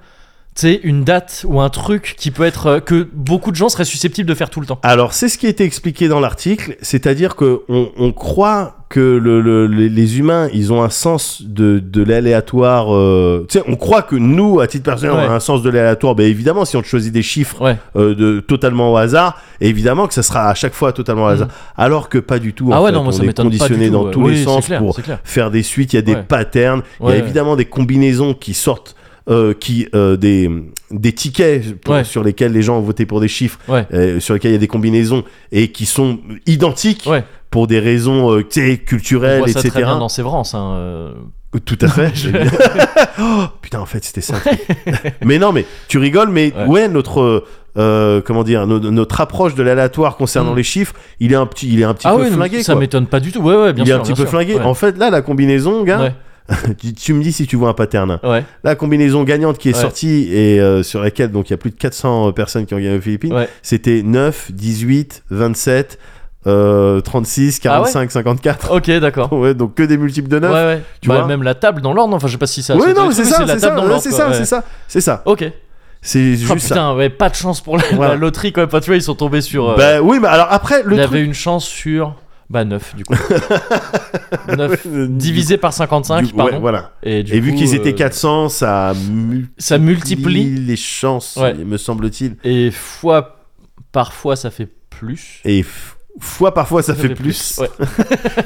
tu sais, une date ou un truc qui peut être euh, que beaucoup de gens seraient susceptibles de faire tout le temps
Alors, c'est ce qui a été expliqué dans l'article, c'est-à-dire que on, on croit que le- le- les, les humains, ils ont un sens de, de l'aléatoire. euh, Tu sais, on croit que nous, à titre personnel, on
Ouais.
a un sens de l'aléatoire. Ben évidemment, si on te choisit des chiffres
Ouais.
euh, de totalement au hasard, évidemment que ça sera à chaque fois totalement au hasard. Alors que pas du tout.
Mm. Ah
en
ouais,
fait.
non, moi
on
ça
est
m'étonne pas.
conditionné
du tout,
dans
euh,
tous
oui,
les
c'est
sens
clair,
pour
c'est clair.
faire des suites, il y a des
Ouais.
patterns, il y
Ouais.
a évidemment des combinaisons qui sortent, euh, qui euh, des, des tickets pour-
Ouais.
sur lesquels les gens ont voté pour des chiffres,
Ouais.
euh, sur lesquels il y a des combinaisons et qui sont identiques
Ouais.
pour des raisons euh, tu sais,
On
culturelles,
voit ça
etc.
très bien dans Sévrance. Hein. euh.
Tout
[LAUGHS]
à fait. [LAUGHS] Oh, putain, en fait, c'était ça. mais non, mais tu rigoles, mais ouais,
Ouais.
notre euh, comment dire, no- notre approche de l'aléatoire concernant
Mm.
les chiffres, il est un petit, il est un petit
Ah
peu
oui, non,
flingué.
ça
quoi.
m'étonne pas du tout. Ouais, ouais, bien
il est
sûr.
un petit
bien
peu
sûr.
flingué.
Ouais.
En fait, là, la combinaison, gars,
Ouais,
tu, tu me dis si tu vois un pattern.
ouais,
La combinaison gagnante qui est
Ouais.
sortie et euh, sur laquelle donc il y a plus de 400 personnes qui ont gagné aux Philippines,
ouais.
c'était 9, 18, 27, euh,
Ah
36, 45, 54.
Ok, d'accord.
[LAUGHS] Ouais, donc que des multiples de
Oh. Ouais,
9.
ouais.
tu
Bah,
vois.
même la table dans l'ordre, enfin, je sais pas si ça.
Ouais,
sauté
non,
le
mais c'est
truc,
ça,
mais
c'est
la table
ça,
dans
ouais,
l'ordre,
c'est
quoi,
ça,
ouais.
c'est ça, c'est ça,
Ok.
c'est
Oh,
juste ça.
putain, ouais, pas de chance pour la,
Voilà.
la loterie quand même. Enfin, tu vois, ils sont tombés sur. euh,
Bah oui, mais alors après,
il
le
avait
truc.
une chance sur. Bah 9
[LAUGHS]
du coup. 9 divisé par 55,
Du- ouais,
pardon.
voilà.
Et, du
Et vu
coup,
qu'ils étaient
euh,
400, ça, multiplie
ça multiplie
les chances,
Ouais.
me semble-t-il.
et fois parfois ça fait plus.
Et f- fois par fois, ça, fait, plus.
Ouais.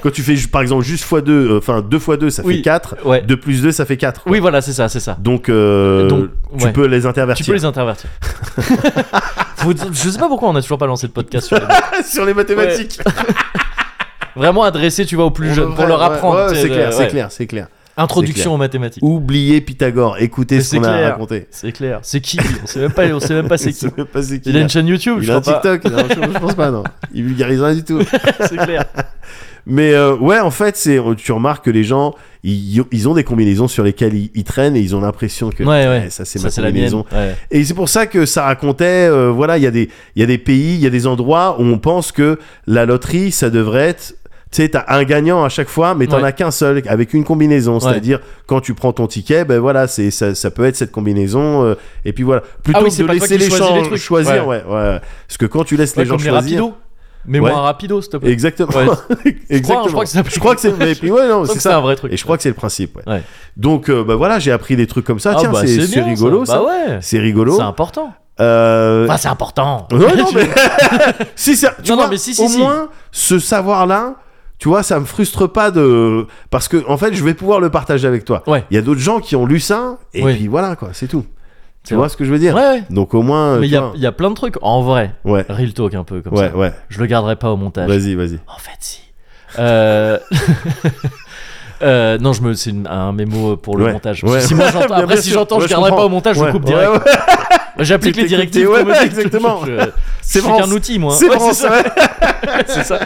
Quand tu fais ju- par exemple juste fois 2, enfin 2 fois 2, ça
Oui.
fait 4.
Ouais.
2 plus 2, ça fait 4.
Oui, voilà, c'est ça, c'est ça.
Donc, euh,
Donc,
tu
ouais.
peux les
Tu
intervertir.
peux les intervertir. [LAUGHS] Faut dire- je sais pas pourquoi on a toujours pas lancé le podcast sur les mecs.
[LAUGHS] Sur les mathématiques.
Vraiment adressé, tu vois, aux plus jeunes pour
Ouais,
leur
ouais,
apprendre.
ouais,
tu sais,
c'est
de-
clair, c'est
ouais.
clair, c'est clair.
Introduction
C'est clair.
aux mathématiques.
Oubliez Pythagore, écoutez
Mais
ce
c'est
qu'on a
clair.
raconté.
C'est clair. C'est qui lui On sait même pas, on sait même pas
[LAUGHS]
c'est qui.
Je sais pas c'est qui,
Il a
là.
une chaîne YouTube,
Il
je
a un
crois pas.
TikTok, non, je, je pense pas, non. Il vulgarise rien
[LAUGHS]
du tout.
C'est clair.
Mais euh, ouais, en fait, c'est tu remarques que les gens, ils, ils ont des combinaisons sur lesquelles ils, ils traînent et ils ont l'impression que
Ouais,
putain,
ouais.
ça c'est ma
Ça c'est la
combinaison.
mienne. Ouais.
Et c'est pour ça que ça racontait, euh, voilà, il y, a des- il y a des pays, il y a des endroits où on pense que la loterie, ça devrait être. Tu sais, t'as un gagnant à chaque fois, mais t'en
Ouais.
as qu'un seul avec une combinaison. C'est-à-dire, quand tu prends ton ticket, ben voilà, c'est ça, ça peut être cette combinaison. euh, et puis voilà. Plutôt
Ah oui,
que
c'est
de
pas toi
laisser
qui
les
choisis les
gens
trucs.
choisir, ouais. ouais. Parce que quand tu laisses
Ouais,
les gens
comme les
choisir.
rapidos. Mais
Ouais.
moins rapido, s'il te plaît.
[LAUGHS] Exactement.
Ouais.
[LAUGHS] Exactement.
je crois que ça s'appelle-
Je crois que c'est. mais puis ouais, non,
Je crois
c'est
que C'est un
ça.
vrai truc.
Et je crois que c'est le principe. ouais.
Ouais.
Donc, euh, bah voilà, j'ai appris des trucs comme ça. Tiens,
bah,
c'est c'est
bien,
rigolo, ça.
Bah ouais.
C'est rigolo.
C'est important.
Euh,
Enfin, c'est
[LAUGHS]
important.
non,
[LAUGHS]
non, mais [LAUGHS] si ça, tu
Non, non,
vois,
mais si, si,
au
si.
moins ce savoir-là, tu vois, ça me frustre pas de parce que en fait, je vais pouvoir le partager avec toi.
Ouais.
Il y a d'autres gens qui ont lu ça et
Oui.
puis voilà quoi, c'est tout. Tu
C'est
vois
vrai.
ce que je veux dire
Ouais, ouais.
Donc au moins,
Mais il
tu
y a,
vois.
il y a plein de trucs en vrai.
ouais,
Real talk un peu comme
ouais,
ça.
ouais.
Je le garderai pas au montage.
Vas-y, vas-y.
En fait, si. Euh... [LAUGHS] euh, non, je me, c'est une- un mémo pour le
Ouais,
montage.
ouais.
Si moi j'entends,
Bien,
après
bien
si
sûr.
j'entends,
Ouais,
je
je
garderai pas
comprends.
au montage, je
Ouais,
coupe
ouais,
direct. J'applique
C'est
les
technique,
directives.
ouais,
qu'on me dit.
exactement. [LAUGHS]
Je- je- je
C'est
suis
France.
qu'un outil, moi.
C'est
Ouais,
France,
ça. c'est ça.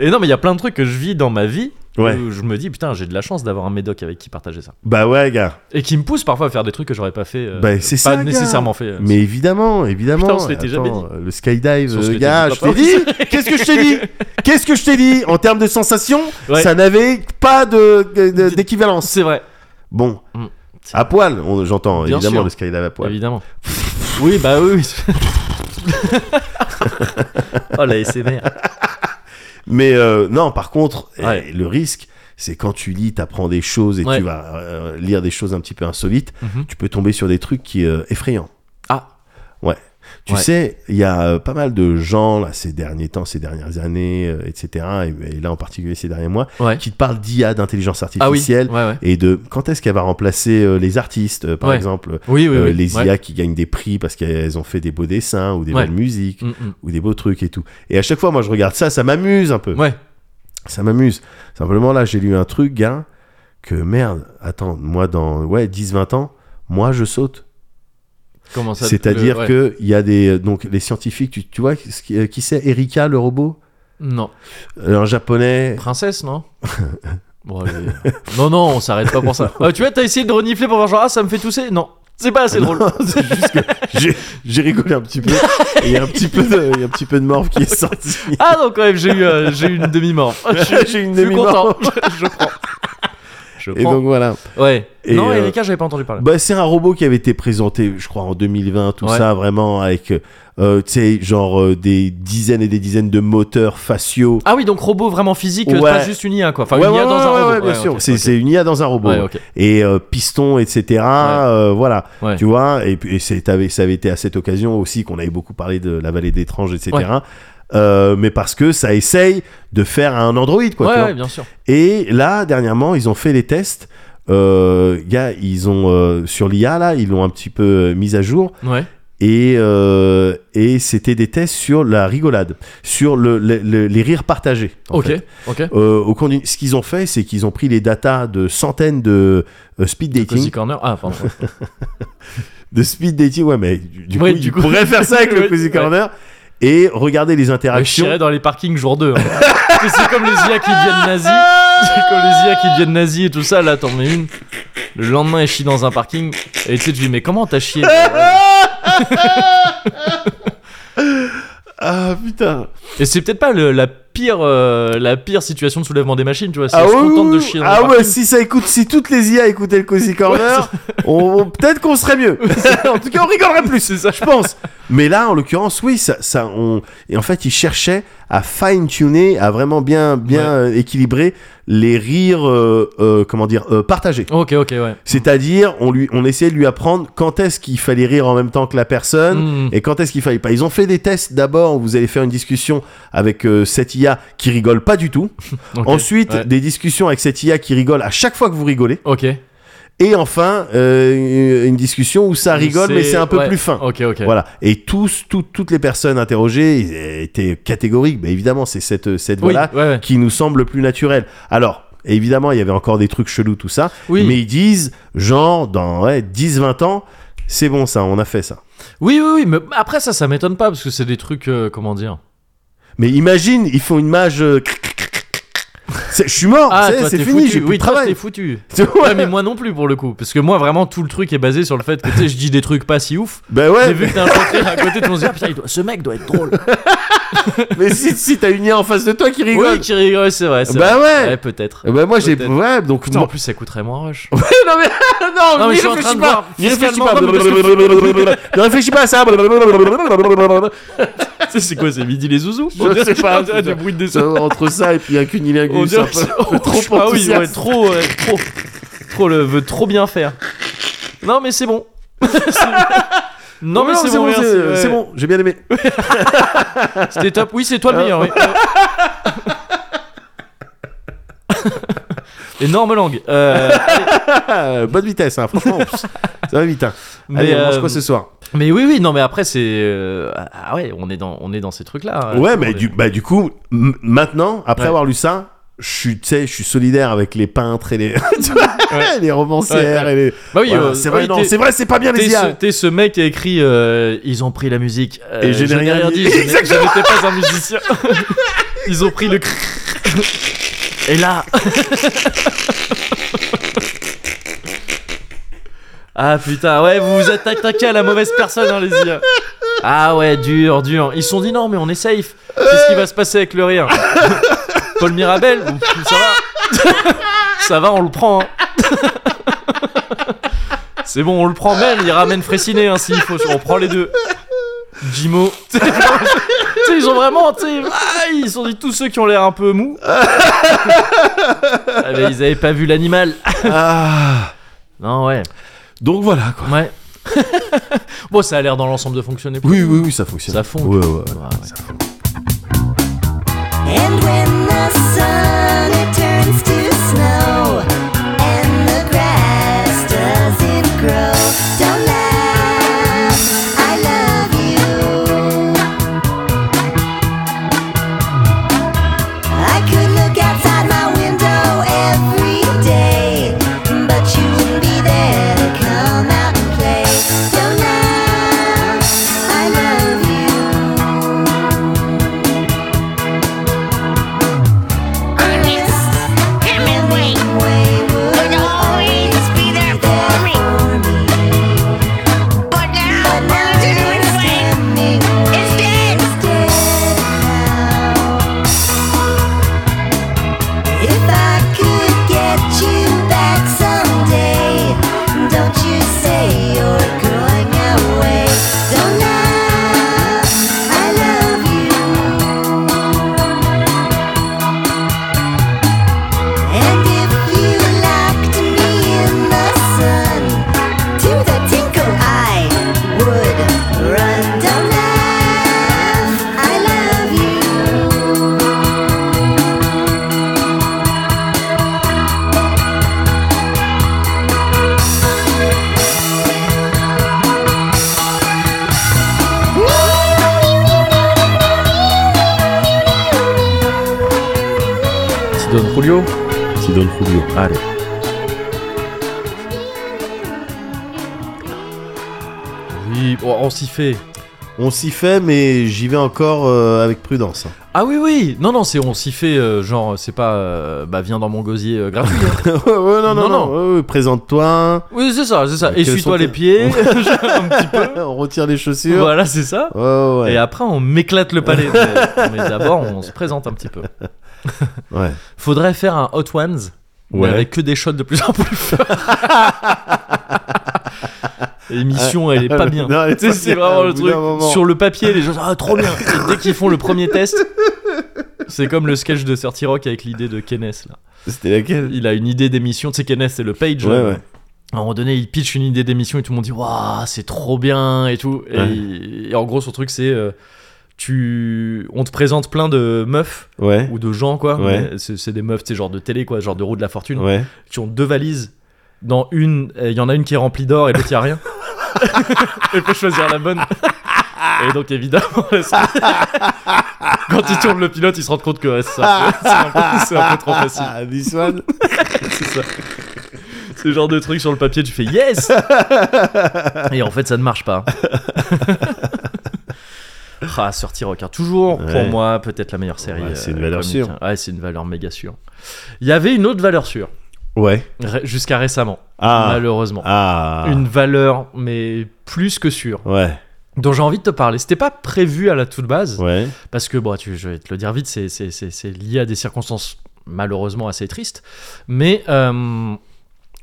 Et non, mais il y a plein de trucs que je vis dans ma vie
Ouais.
où je me dis putain, j'ai de la chance d'avoir un médoc avec qui partager ça
Bah ouais, gars.
et qui me pousse parfois à faire des trucs que j'aurais pas fait, euh,
Bah,
pas
c'est ça, gars.
nécessairement fait. euh,
Mais évidemment, évidemment.
Putain, on se l'était jamais
Attends, Le skydive,
On se
euh,
l'était
gars,
pas
je t'ai
dit.
dit. [LAUGHS] Qu'est-ce que je t'ai dit Qu'est-ce que je t'ai dit En termes de sensation,
Ouais.
ça n'avait pas de- de- d'équivalence.
C'est vrai,
Bon.
Mm.
À poil, on- j'entends
Bien
évidemment
sûr.
le skydive à poil.
évidemment. oui, bah oui.
[LAUGHS]
oui. oh la SMR.
Mais euh, non, par contre,
Ouais.
eh, le risque, c'est quand tu lis, t'apprends des choses et
Ouais.
tu vas euh, lire des choses un petit peu insolites,
Mhm.
tu peux tomber sur des trucs qui euh, effrayants.
Ah.
Ouais. Tu
Ouais.
sais, il y a euh, pas mal de gens là ces derniers temps, ces dernières années, euh, etc. Et, et là en particulier ces derniers mois,
Ouais.
qui te parlent d'IA, d'intelligence
Ah oui. Ouais,
artificielle.
ouais.
Et de quand est-ce qu'elle va remplacer euh, les artistes, euh, par
Ouais.
exemple,
Oui, oui,
Euh,
oui.
les
Ouais.
IA qui gagnent des prix parce qu'elles ont fait des beaux dessins ou des
Ouais.
belles musiques
Mm, mm.
ou des beaux trucs et tout. Et à chaque fois, moi, je regarde ça, ça m'amuse un peu.
Ouais.
Ça m'amuse. Simplement, là, j'ai lu un truc, gars, que merde, attends, moi, dans ouais, 10-20 ans, moi, je saute.
Comment ça
C'est-à-dire
le- euh, ouais.
que il y a des. euh, Donc, les scientifiques, tu, tu vois, ce qui, euh, qui c'est Erika, le robot
Non.
Euh,
[LAUGHS]
Un japonais.
Princesse, non Bon, allez. Non, non, on s'arrête pas pour ça. Euh, tu vois, t'as essayé de renifler pour voir genre, ah, ça me fait tousser Non. C'est pas assez drôle.
[LAUGHS] C'est juste que j'ai- j'ai rigolé un petit peu. et Il y a un petit peu de, il y a un petit peu de
[LAUGHS]
morve qui est sorti. [LAUGHS]
Ah, donc, quand même, j'ai eu, euh, j'ai eu une demi-mort. Ah, je suis-
J'ai [LAUGHS] une
je suis
demi-morve. [LAUGHS]
content. Je prends. Je
Et
prends.
donc voilà.
ouais.
et,
non,
euh,
Erika, j'avais pas entendu parler.
Bah, c'est un robot qui avait été présenté, je crois, en 2020, tout
Ouais.
ça, vraiment, avec, euh, tu sais, genre euh, des dizaines et des dizaines de moteurs faciaux.
Ah oui, donc robot vraiment physique,
Ouais.
pas juste une IA quoi. Enfin,
Ouais,
une IA
ouais,
dans
ouais,
un
ouais,
robot.
ouais, bien sûr.
ok,
c'est
ok.
c'est une IA dans un robot.
Ouais, ok.
Et euh, piston, etc. euh, voilà.
Ouais.
Tu vois, et, puis- et c'est- t'avais- ça avait été à cette occasion aussi qu'on avait beaucoup parlé de la vallée des tranches, etc.
Ouais.
Euh, mais parce que ça essaye de faire un Android, quoi. tu
Ouais,
vois.
ouais, bien sûr.
Et là, dernièrement, ils ont fait les tests. Euh, gars, ils ont euh, sur l'IA là, ils l'ont un petit peu euh, mise à jour
Ouais.
et, euh, et c'était des tests sur la rigolade, sur le, le- le- les rires partagés. en
Ok.
fait.
Ok.
Euh, au cours d'une- ce qu'ils ont fait, c'est qu'ils ont pris les datas de centaines de euh, speed
Cozy
dating.
Corner. Ah, pardon.
De speed dating, ouais, mais du, du
Ouais,
coup,
du
ils
coup.
pourraient faire ça avec le
[LAUGHS] Ouais,
Cozy
ouais.
Corner et regarder les
Ouais, Je
interactions.
tirais dans les parkings jour 2. hein. Parce que c'est comme les IA qui deviennent nazis.
Ah.
C'est comme les IA qui deviennent nazis et tout ça. Là, t'en mets une. Le lendemain, elle chie dans un parking. Et tu sais, tu dis, mais comment t'as chié
ah putain.
Et c'est peut-être pas le- la pire euh, la pire situation de soulèvement des machines, tu vois. Si
Ah
elle se
ouais,
contente
ouais,
de chier dans
ah
le
ouais,
parking.
si ça écoute, si toutes les
[LAUGHS]
IA écoutaient le Cozy Corner, on, on- peut-être qu'on serait mieux. en tout cas, on rigolerait plus, c'est ça, [LAUGHS] je pense. Mais là, en l'occurrence, oui, ça, ça, on... et en fait, ils cherchaient à fine-tuner, à vraiment bien, bien
Ouais.
euh, équilibrer les rires, euh, euh, comment dire, euh, partagés.
Ok, ok, ouais.
C'est-à-dire, on, lui, on essayait de lui apprendre quand est-ce qu'il fallait rire en même temps que la personne
Mm.
et quand est-ce qu'il fallait pas. Ils ont fait des tests d'abord où vous allez faire une discussion avec euh, cette IA qui rigole pas du tout.
Ok,
Ensuite,
ouais.
des discussions avec cette IA qui rigole à chaque fois que vous rigolez.
Ok.
Et enfin, euh, une discussion où ça rigole, mais c'est un peu
ouais.
plus fin.
Ok, ok.
Voilà. Et tous, tout- toutes les personnes interrogées ils étaient catégoriques. Mais évidemment, c'est cette, cette
Oui,
voie-là
ouais, ouais.
qui nous semble le plus naturelle. Alors, évidemment, il y avait encore des trucs chelous, tout ça.
Oui.
Mais ils disent, genre, dans ouais, 10-20 ans, c'est bon ça, on a fait ça.
oui, oui, oui, mais après ça, ça m'étonne pas parce que c'est des trucs, euh, comment dire.
Mais imagine, ils font une mage. euh, c'est- Je suis mort,
Ah,
c'est
toi,
c'est
t'es
fini,
foutu.
j'ai plus
oui,
de
toi,
travail.
t'es foutu.
Tu [LAUGHS] vois
Ouais, mais moi non plus pour le coup, parce que moi vraiment tout le truc est basé sur le fait que tu sais, je dis des trucs pas si ouf.
Ben
J'ai
ouais,
vu que t'as un chantier à côté de ton putain, il doit- ce mec doit être drôle.
mais si, si t'as une IA en face de toi qui rigole.
oui, qui rigole, ouais, c'est vrai. c'est
Bah
vrai.
ouais.
peut-être.
Eh Ben moi j'ai.
Peut-être.
Ouais, donc.
Putain, en
moi-
plus, ça coûterait moins rush.
non mais. non,
Non, mais
n'y
je suis en train
réfléchis
de
pas.
voir
N'y réfléchis
fiscalement,
pas.
non, mais parce [LAUGHS]
Ne réfléchis pas à ça.
Tu sais, c'est quoi, c'est midi les zouzous
Je sais pas,
On dirait
putain.
du bruit des
Ça, Entre ça et puis un cunilingus.
On dirait
un
que
peu-
c'est- oh,
trop
je sais pas, oui,
enthousiaste.
ouais, trop, ouais, trop, trop le veut trop bien faire. Non, mais c'est
[LAUGHS]
bon. C'est- non, mais c'est bon, merci, ouais.
c'est bon, j'ai bien aimé.
C'était top. Oui, c'est toi
Ah.
le
[LAUGHS]
meilleur. oui. Énorme langue. Euh,
Ah, bonne vitesse, hein,
[LAUGHS]
franchement. pff, ça va vite. Hein.
mais,
Allez, on mange
euh,
quoi ce soir
mais oui, oui, non, mais après c'est euh, ah ouais, on est dans on est dans ces hein, trucs là.
Ouais, mais du, bah, du coup, m- maintenant, après
Ouais.
avoir lu ça, je suis, tu sais, je suis solidaire avec les peintres et les, [LAUGHS] tu vois,
Ouais.
les romancières
Ouais, ouais.
et les.
Bah oui,
Voilà,
euh,
c'est vrai,
oui,
non,
t'es-
c'est vrai, c'est pas bien
T'es
les
ce,
IA.
t'es ce mec qui a écrit euh, Ils ont pris la musique. euh,
Et je n'ai rien dit.
je n'ai- je
Exactement.
n'étais pas un
[LAUGHS]
musicien. Ils ont pris le. cr- Et là. ah putain, ouais, vous vous atta- attaquez à la mauvaise personne, hein, les IA. Ah ouais, dur, dur. Ils se sont dit non, mais on est safe. Qu'est-ce qui va se passer avec le rire [LAUGHS] Paul Mirabel, ça va. [LAUGHS] ça va, on le prend. hein. [LAUGHS] C'est bon, on le prend même, il ramène Fressinet hein, s'il faut, on prend les deux. Jimo. [LAUGHS] tu sais, ils ont vraiment, tu sais, ah, ils ont dit tous ceux qui ont l'air un peu [LAUGHS] mous. Ah, mais ils avaient pas vu l'animal.
Ah,
Non, ouais.
donc voilà quoi.
Ouais. [LAUGHS] bon, ça a l'air dans l'ensemble de fonctionner.
Oui, oui, oui, ça fonctionne.
Ça fond.
Ouais, ouais.
Ah, ouais.
And when the sun it turns to snow and the grass doesn't grow, don't laugh. I love you. I could look outside my window every day, but you wouldn't be there to come out and play. Don't laugh. I love you. You're going away. Don't laugh. I love you. And if you locked me in the sun, to the tinkle I would run. Don't laugh, I love you.
Petit Don Julio.
Si Don Julio. Allez.
Oui, bon, on s'y fait.
On s'y fait, mais j'y vais encore euh,
[LAUGHS]
avec prudence. hein.
Ah oui, oui. Non, non, c'est on s'y fait, euh, genre, c'est pas, euh, bah, viens dans mon gosier euh, gratuit. hein.
Ouais, ouais, non, non, non.
Non, non.
Ouais, ouais, Présente-toi.
[LAUGHS]
[LAUGHS]
Oui, c'est ça, c'est ça.
Quels sont
Essuie-toi les [LAUGHS]
tes-
pieds, un petit peu.
on retire les chaussures.
Voilà, c'est ça.
Ouais, ouais.
Et après, on m'éclate le
[LAUGHS]
palais. mais mais d'abord, on se présente un petit peu.
ouais.
Faudrait faire un Hot Ones, mais
Ouais. [LAUGHS]
avec que des shots de plus en plus forts. l'émission elle est pas bien.
[LAUGHS] Non, elle est
Tu sais,
pas
[LAUGHS] c'est
bien,
vraiment
au
le
bout
truc.
d'un moment.
Sur le papier, les gens disent Ah, trop bien Et Dès qu'ils font le premier test, c'est comme le sketch de Certi Rock avec l'idée de Kenneth. Là.
C'était laquelle
Il a une idée d'émission, tu sais, Kenneth, c'est le page.
Ouais,
là.
ouais.
À un moment donné, il pitch une idée d'émission et tout le monde dit Waouh, c'est trop bien et tout. Et,
Ouais.
il- et en gros, son truc, c'est. euh, tu... On te présente plein de meufs
Ouais.
ou de gens, quoi.
Ouais.
mais C'est c'est des meufs, tu sais, genre de télé, quoi, genre de roue de la fortune
Ouais.
qui ont deux valises. Dans une, euh, il y en a une qui est remplie d'or et l'autre, il n'y a
[LAUGHS]
rien. Il faut choisir la bonne. Et donc, évidemment, [LAUGHS] quand ils tournent le pilote, ils se rendent compte que ouais, c'est un peu- c'est un, peu- c'est un peu trop facile.
Ah,
[LAUGHS]
this one.
C'est ça. [LAUGHS] Ce genre de truc sur le papier, tu fais
[LAUGHS]
yes Et en fait, ça ne marche pas. Ah, sortir requin. Toujours pour
Ouais.
moi, peut-être la meilleure série.
Ouais, c'est
euh,
une valeur
comique,
sûre.
hein. Ouais, c'est une valeur méga sûre. Il y avait une autre valeur sûre,
Ouais.
ré- jusqu'à récemment,
Ah.
malheureusement.
Ah.
Une valeur, mais plus que sûre,
Ouais.
dont j'ai envie de te parler. C'était pas prévu à la toute base,
Ouais.
parce que, bon, tu, je vais te le dire vite, c'est- c'est c'est- c'est lié à des circonstances malheureusement assez tristes. Mais euh,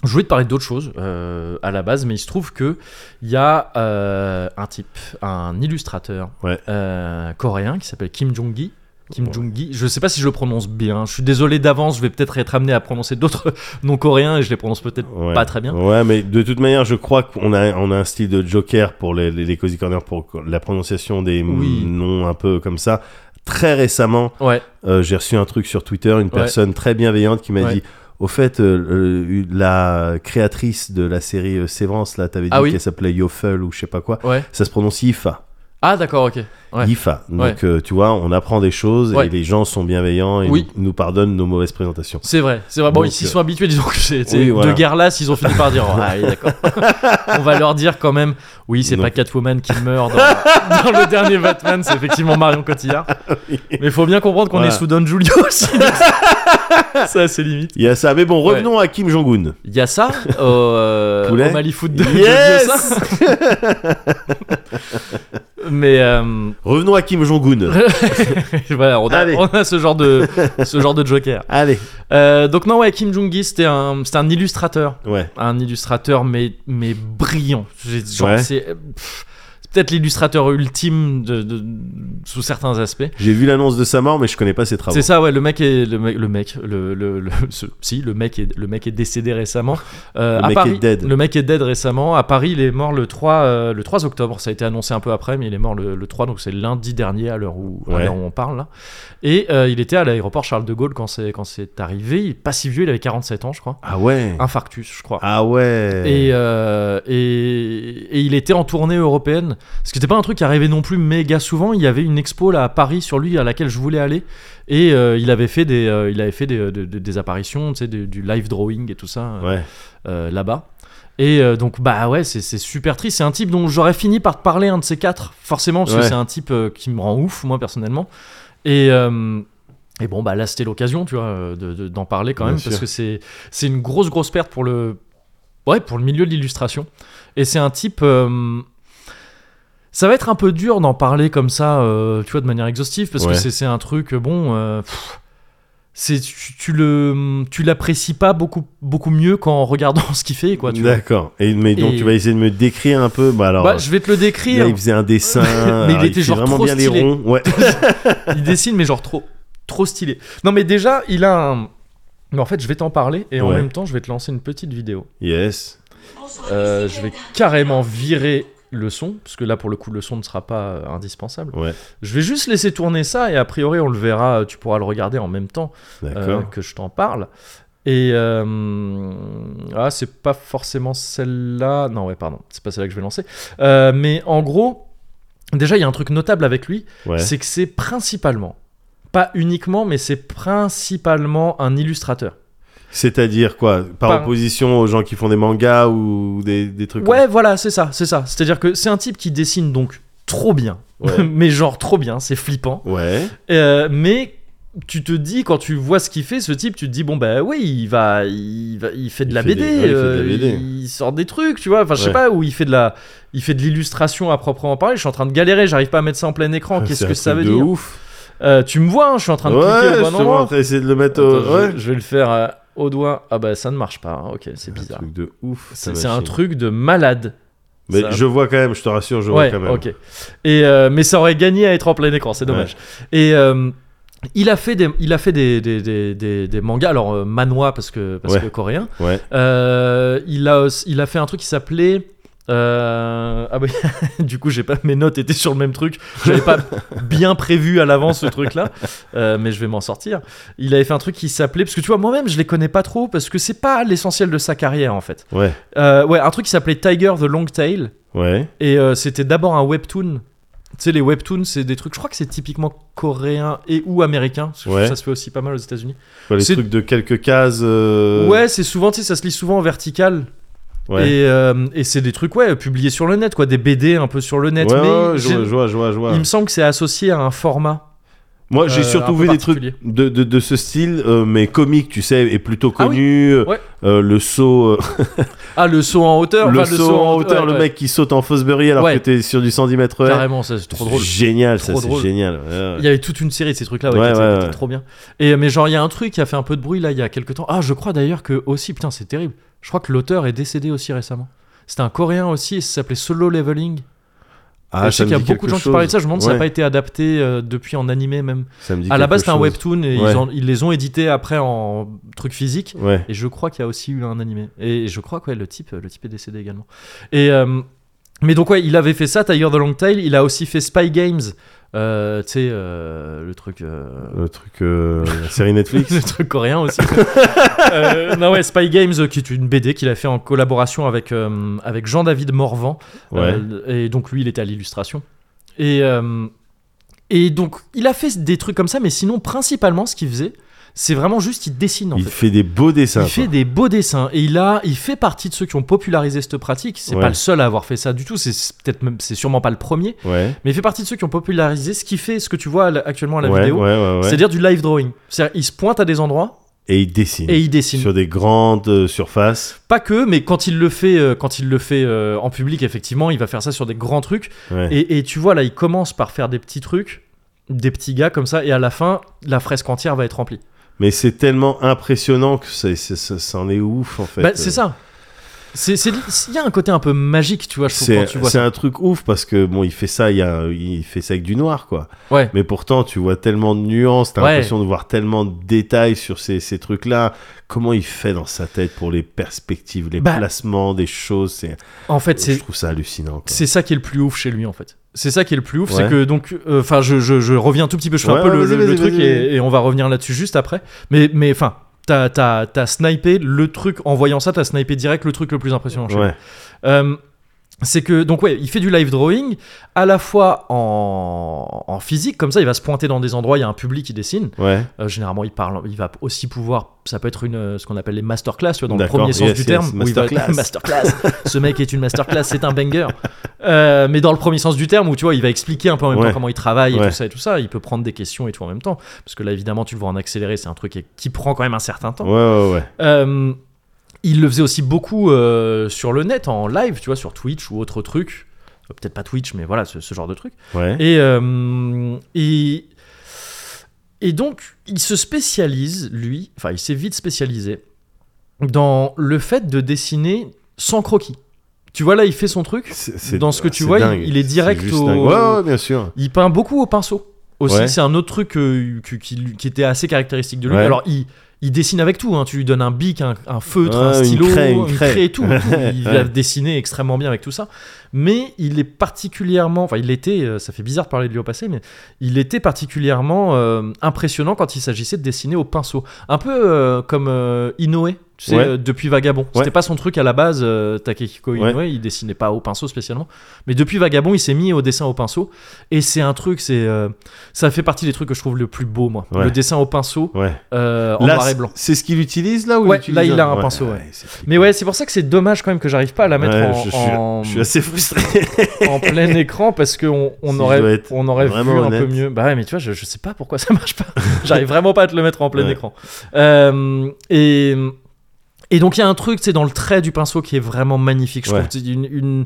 je voulais te parler d'autre chose euh, à la base, mais il se trouve que il y a euh, un type, un illustrateur
Ouais.
euh, coréen qui s'appelle Kim Jong-gi. Kim
Ouais.
Jong-gi, je sais pas si je le prononce bien, je suis désolé d'avance, je vais peut-être être amené à prononcer d'autres [LAUGHS] noms coréens et je les prononce peut-être
Ouais.
pas très bien.
Ouais, mais de toute manière, je crois qu'on a, on a un style de Joker pour les, les, les Cozy Corner, pour la prononciation des
Oui.
noms un peu comme ça. Très récemment,
Ouais.
euh, j'ai reçu un truc sur Twitter, une personne très bienveillante qui m'a
Ouais.
dit Au fait, euh, euh, la créatrice de la série euh, Sévrance, là, t'avais dit
Ah oui.
qu'elle s'appelait Yofel ou je sais pas quoi,
Ouais.
ça se prononce Yifa.
Ah d'accord, ok. Ouais.
Yifa. Donc,
Ouais.
euh, tu vois, on apprend des choses
Ouais.
et les gens sont bienveillants et
Oui.
nous, nous pardonnent nos mauvaises présentations.
C'est vrai, c'est vrai. Bon,
Donc,
ils s'y
euh,
sont habitués, disons que c'est c'est
oui, voilà.
de guerre là, ils ont fini par
[LAUGHS]
dire, ah, oui, d'accord. On va leur dire quand même, oui, c'est
Non.
pas Catwoman qui meurt dans, dans le dernier Batman, c'est effectivement Marion Cotillard. Mais faut bien comprendre qu'on
Voilà.
est sous Don Julio aussi. Ça, c'est limite.
Il y a ça. ah, Mais bon, revenons à Kim Jong-un.
Il y a ça au, euh,
Poulet.
au Mali Foot de de
Yes
Diossa. Mais euh, [LAUGHS]
Revenons à Kim Jong-un.
voilà, on a,
Allez.
on a ce genre de ce genre de joker.
Allez.
Euh, donc non, ouais, Kim Jong-gi, c'était un, c'était un illustrateur.
Ouais.
un illustrateur mais mais brillant J'ai- genre,
Ouais.
c'est euh, pff, c'est peut-être l'illustrateur ultime de, de- sous certains aspects
J'ai vu l'annonce de sa mort, mais je connais pas ses travaux.
c'est ça ouais le mec est le mec le mec le, le- le- [LAUGHS] ce- si le mec est le mec est décédé récemment Euh,
Le
à
mec est
Paris
dead.
le mec est dead récemment à Paris il est mort le 3 euh, le 3 octobre ça a été annoncé un peu après mais il est mort le, le 3 donc c'est lundi dernier à l'heure où, à
Ouais.
l'heure où on parle là et euh, il était à l'aéroport Charles de Gaulle quand c'est quand c'est arrivé il est pas si vieux il avait 47 ans je crois
Ah ouais.
infarctus je crois
Ah ouais.
et, euh, et, et il était en tournée européenne. Ce qui n'était pas un truc qui arrivait non plus méga souvent. Il y avait une expo là à Paris sur lui à laquelle je voulais aller. Et euh, il avait fait des, euh, il avait fait des, euh, de- de- des apparitions, tu sais, du, du live drawing et tout ça euh,
Ouais.
euh, là-bas. Et euh, donc, bah ouais, c'est c'est super triste. C'est un type dont j'aurais fini par te parler, un de ces quatre, forcément, parce
Ouais.
que c'est un type euh, qui me rend ouf, moi, personnellement. Et, euh, et bon, bah là, c'était l'occasion, tu vois, euh, de- de- d'en parler quand
Bien
même,
sûr.
parce que c'est c'est une grosse, grosse perte pour le, ouais, pour le milieu de l'illustration. Et c'est un type. euh, ça va être un peu dur d'en parler comme ça, euh, tu vois, de manière exhaustive, parce
Ouais.
que c'est- c'est un truc, euh, bon, euh, pff, c'est tu, tu le, tu l'apprécies pas beaucoup, beaucoup mieux qu'en [LAUGHS] regardant ce qu'il fait, quoi. Tu vois.
D'accord. Et mais donc
Et-
tu vas essayer de me décrire un peu. Bah alors.
Bah, je vais te le
Là,
décrire.
il faisait un dessin.
[LAUGHS] Mais il
alors,
était
fait
genre
vraiment
trop
bien les
stylé.
ronds. Ouais. [LAUGHS]
il dessine mais genre trop trop stylé non mais déjà il a un mais en fait je vais t'en parler et en
Ouais.
même temps je vais te lancer une petite vidéo
yes.
Euh, je vais carrément virer le son parce que là pour le coup le son ne sera pas euh, indispensable
Ouais.
je vais juste laisser tourner ça et a priori on le verra euh, tu pourras le regarder en même temps euh,
D'accord.
que je t'en parle et euh, ah c'est pas forcément celle-là non ouais pardon c'est pas celle-là que je vais lancer Euh, mais en gros déjà il y a un truc notable avec lui
ouais.
Euh, c'est que c'est principalement, pas uniquement, mais c'est principalement un illustrateur.
C'est-à-dire quoi Par
Par-
opposition aux gens qui font des mangas ou des, des trucs.
Ouais, voilà, c'est ça, c'est ça. C'est-à-dire que c'est un type qui dessine donc trop bien, [LAUGHS]
Ouais.
mais genre trop bien, c'est flippant.
Comme... Ouais.
Euh, mais tu te dis quand tu vois ce qu'il fait, ce type, tu te dis bon bah oui, il va, il, va- il fait de
Il
la
fait
BD,
des- ouais, il fait de la
euh,
BD.
il sort des trucs, tu vois. Enfin, je sais
Ouais.
pas où il fait de la, il fait de l'illustration à proprement parler. Je suis en train de galérer, j'arrive pas à mettre ça en plein écran.
Ah,
Qu'est-ce
c'est
que
un
ça
truc
veut
de
dire
Ouf.
Euh, Tu me vois, hein, je suis en train de cliquer
ouais.
au bon
Justement,
endroit.
on va essayer de le mettre.
Attends,
Au...
je-
ouais.
je, vais le faire euh, au doigt. Ah bah ça ne marche pas. hein. Ok, c'est
Un
bizarre.
truc de ouf. ta
C'est c'est un
machine.
truc de malade.
Mais
Ça-
je vois quand même, je te rassure, je vois
Ouais,
quand même.
ok. Et, euh, mais ça aurait gagné à être en plein écran, c'est dommage. Et euh, il a fait des, il a fait des, des, des, des- des mangas, alors euh, manhwa parce que, parce
Ouais.
que coréen.
Ouais.
Euh, il, a, aussi- il a fait un truc qui s'appelait. euh, ah bah, [LAUGHS] du coup j'ai pas mes notes étaient sur le même truc j'avais
[LAUGHS]
pas bien prévu à l'avance ce truc là mais je vais m'en sortir il avait fait un truc qui s'appelait parce que tu vois moi-même je les connais pas trop parce que c'est pas l'essentiel de sa carrière en fait
Ouais.
Euh, ouais un truc qui s'appelait Tiger the Long Tail
Ouais.
et euh, c'était d'abord un webtoon. Tu sais, les webtoons, c'est des trucs, je crois que c'est typiquement coréen et ou américain. parce que
Ouais.
Ça se fait aussi pas mal aux États-Unis.
Bah, les
C'est-
trucs de quelques cases. euh,
Ouais, c'est souvent, tu sais, ça se lit souvent en vertical.
Ouais.
Et, euh, et c'est des trucs, ouais, publiés sur le net, quoi. Des BD un peu sur le net.
Ouais,
mais
ouais, ouais, je
j'ai-
vois, je vois, je vois, je vois.
il me semble que c'est associé à un format.
Moi, j'ai
euh,
surtout
un peu
vu des trucs
particulier.
de, de, de ce style, euh, mais comique, tu sais, et plutôt
Ah oui.
connu. euh,
Ouais.
euh, le saut, euh,
Ah, le saut en hauteur.
le
enfin,
saut en hauteur,
ouais,
le
ouais.
mec qui saute en fausse berry alors
Ouais.
que t'es sur du 110 mètres. ouais.
Carrément, ça, c'est trop drôle.
Génial, ça,
Trop
c'est
drôle.
génial. ouais, ouais.
Il y avait toute une série de ces trucs-là, ouais,
Ouais,
qui
ouais,
étaient- qui étaient
ouais.
trop bien. Et euh, mais genre, il y a un truc qui a fait un peu de bruit là il y a quelques temps. Ah, je crois d'ailleurs que aussi, putain, c'est terrible. Je crois que l'auteur est décédé aussi récemment. C'était un Coréen aussi, et ça s'appelait Solo Leveling.
Ah,
Et je
ça
sais
me
qu'il y a
dit
beaucoup
quelque
de gens qui
chose.
parlaient de ça. Je me demande si ça n'a
Ouais,
pas été adapté euh, depuis en animé même.
ça me dit
À la
quelque
base, c'était un
chose.
webtoon et
Ouais.
ils, en- ils les ont édités après en truc physique.
Ouais.
Et je crois qu'il y a aussi eu un animé. Et je crois que ouais, le, type, le type est décédé également. Et, euh, mais donc, ouais, il avait fait ça, Tiger the Long Tail. Il a aussi fait Spy Games. Euh, tu sais, euh, le truc. euh,
Le truc,
[LAUGHS]
euh, la série Netflix.
le truc coréen aussi. [LAUGHS] Euh, non, ouais, Spy Games, euh, qui est une BD qu'il a fait en collaboration avec, euh, avec Jean-David Morvan.
Ouais.
Euh, et donc, lui, il était à l'illustration. Et, euh, et donc, il a fait des trucs comme ça, mais sinon, principalement, ce qu'il faisait, c'est vraiment juste, il dessine en
il
fait.
fait des beaux dessins.
Il fait des beaux dessins et il a, il fait partie de ceux qui ont popularisé cette pratique. C'est
Ouais.
pas le seul à avoir fait ça du tout. C'est c'est peut-être même, c'est sûrement pas le premier,
quoi. Ouais.
mais il fait partie de ceux qui ont popularisé ce qui fait ce que tu vois à la- actuellement à la
ouais,
vidéo.
ouais, ouais, ouais.
C'est-à-dire du live drawing. C'est-à-dire, il se pointe à des endroits
Et il dessine.
et il dessine.
Sur des grandes euh, surfaces.
Pas que, mais quand il le fait, euh, quand il le fait euh, en public, effectivement, il va faire ça sur des grands trucs.
Ouais.
Et, et tu vois, là, il commence par faire des petits trucs, des petits gars comme ça, et à la fin, la fresque entière va être remplie.
Mais c'est tellement impressionnant que c'est, c'est- ça, ça en est ouf en fait.
Bah, c'est ça. C'est, c'est- il y a un côté un peu magique, tu vois, je trouve,
C'est,
quand tu vois
c'est
ça.
un truc ouf parce que bon, il fait ça, il, y a, il fait ça avec du noir quoi.
Ouais.
Mais pourtant, tu vois tellement de nuances, t'as
Ouais.
l'impression de voir tellement de détails sur ces, ces trucs-là. Comment il fait dans sa tête pour les perspectives, les
Bah,
placements des choses, c'est,
En fait,
je
c'est,
trouve ça hallucinant. quoi.
c'est ça qui est le plus ouf chez lui, en fait. C'est ça qui est le plus ouf,
Ouais.
c'est que donc, enfin, je, je, je reviens un tout petit peu, je fais
Ouais,
un peu
ouais,
le,
vas-y,
le- le
vas-y,
truc
vas-y,
et, et on va revenir là-dessus juste après. Mais, mais enfin, t'as, t'as, t'as snipé le truc en voyant ça, t'as snipé direct le truc le plus impressionnant. chez lui.
Ouais.
Euh, c'est que donc ouais, il fait du live drawing à la fois en, en physique, comme ça il va se pointer dans des endroits, il y a un public qui dessine.
Ouais.
Euh, généralement il parle, il va aussi pouvoir, ça peut être une euh, ce qu'on appelle les masterclass, tu vois, dans le
D'accord,
premier sens
yes,
du
yes,
terme. où il va-
masterclass.
[LAUGHS] masterclass. Ce mec est une masterclass, c'est un banger. Euh, mais dans le premier sens du terme où tu vois, il va expliquer un peu en même
Ouais.
temps comment il travaille et
Ouais.
tout ça et tout ça. Il peut prendre des questions et tout en même temps, parce que là évidemment tu le vois en accéléré, c'est un truc qui- qui prend quand même un certain temps.
Ouais, ouais, ouais.
Euh, il le faisait aussi beaucoup euh, sur le net, en live, tu vois, sur Twitch ou autre truc. Euh, Peut-être pas Twitch, mais voilà, ce, ce genre de truc.
Ouais.
Et, euh, et, et donc, il se spécialise, lui, enfin, il s'est vite spécialisé dans le fait de dessiner sans croquis. Tu vois, là, il fait son truc.
C'est- c'est-
Dans ce que tu
c'est
vois, il-
dingue.
il est
C'est
direct
juste
au-
dingue. Ouais, ouais, bien sûr.
Il peint beaucoup au pinceau. Aussi,
Ouais.
c'est un autre truc euh, qui, qui lui- qui était assez caractéristique de lui.
Ouais.
Alors, il, il dessine avec tout. hein. Tu lui donnes un bic, un, un feutre,
Ouais,
un
une
stylo,
craie, une craie.
et
[LAUGHS]
tout. Il
Ouais.
a dessiné extrêmement bien avec tout ça. Mais il est particulièrement. Enfin, il était. euh, Ça fait bizarre de parler de lui au passé, mais il était particulièrement euh, impressionnant quand il s'agissait de dessiner au pinceau. Un peu euh, comme euh, Inoue. Tu sais,
Ouais.
euh, depuis Vagabond. C'était
Ouais.
pas son truc à la base, euh, Takehiko Inoue. Il dessinait pas au pinceau spécialement. Mais depuis Vagabond, il s'est mis au dessin au pinceau. Et c'est un truc, c'est euh, ça fait partie des trucs que je trouve le plus beau, moi.
Ouais.
Le dessin au pinceau
Ouais.
euh, en
Là,
noir et
c'est-
blanc.
C'est ce qu'il utilise là ou
Ouais,
utilise
là, il a un pinceau, ouais.
c'est flippant.
Mais ouais, c'est pour ça que c'est dommage quand même que j'arrive pas à la mettre
Ouais,
en,
je, je suis,
en,
je suis assez frustré. [LAUGHS]
en plein écran parce qu'on on
Si je dois
aurait,
être
on aurait vu
vraiment
un peu
honnête.
mieux. Bah ouais, mais tu vois, je, je sais pas pourquoi ça marche
[LAUGHS]
pas. J'arrive vraiment pas à te le mettre en plein
Ouais.
écran. Euh, et, et donc il y a un truc, c'est dans le trait du pinceau qui est vraiment magnifique. Je
Ouais.
trouve c'est une, une,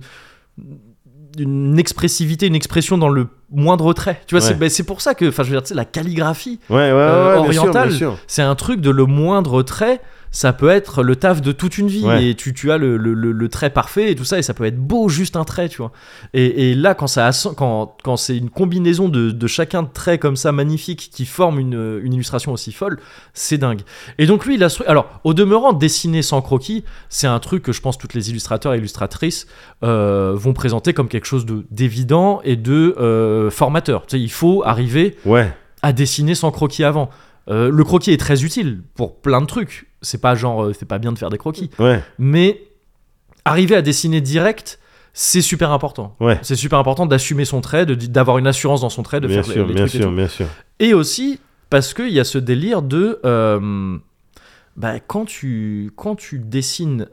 une expressivité, une expression dans le moindre trait. Tu vois, c'est
Ouais.
bah, c'est pour ça que, enfin, je veux dire, tu sais, la calligraphie,
Ouais, ouais, ouais,
Euh,
bien sûr,
oriental.
bien sûr.
c'est un truc de le moindre trait. ça peut être le taf de toute une vie.
Ouais.
Et tu, tu as le, le- le- le trait parfait et tout ça, et ça peut être beau, juste un trait, tu vois. Et, et là, quand, ça asso- quand, quand c'est une combinaison de, de chacun de traits comme ça, magnifique, qui forme une, une illustration aussi folle, c'est dingue. Et donc lui, il a ce truc- Alors, au demeurant, dessiner sans croquis, c'est un truc que je pense toutes les illustrateurs et illustratrices euh, vont présenter comme quelque chose de- d'évident et de euh, formateur. Tu sais, il faut arriver
Ouais.
à dessiner sans croquis avant. Euh, le croquis est très utile pour plein de trucs. C'est pas genre, euh, c'est pas bien de faire des croquis.
Ouais.
Mais arriver à dessiner direct, c'est super important.
Ouais.
C'est super important d'assumer son trait, de- d'avoir une assurance dans son trait, de
Bien
faire les-
sûr,
les
bien
trucs et
sûr,
tout.
bien sûr.
Et aussi parce qu'il y a ce délire de. euh, bah, quand, tu, quand tu dessines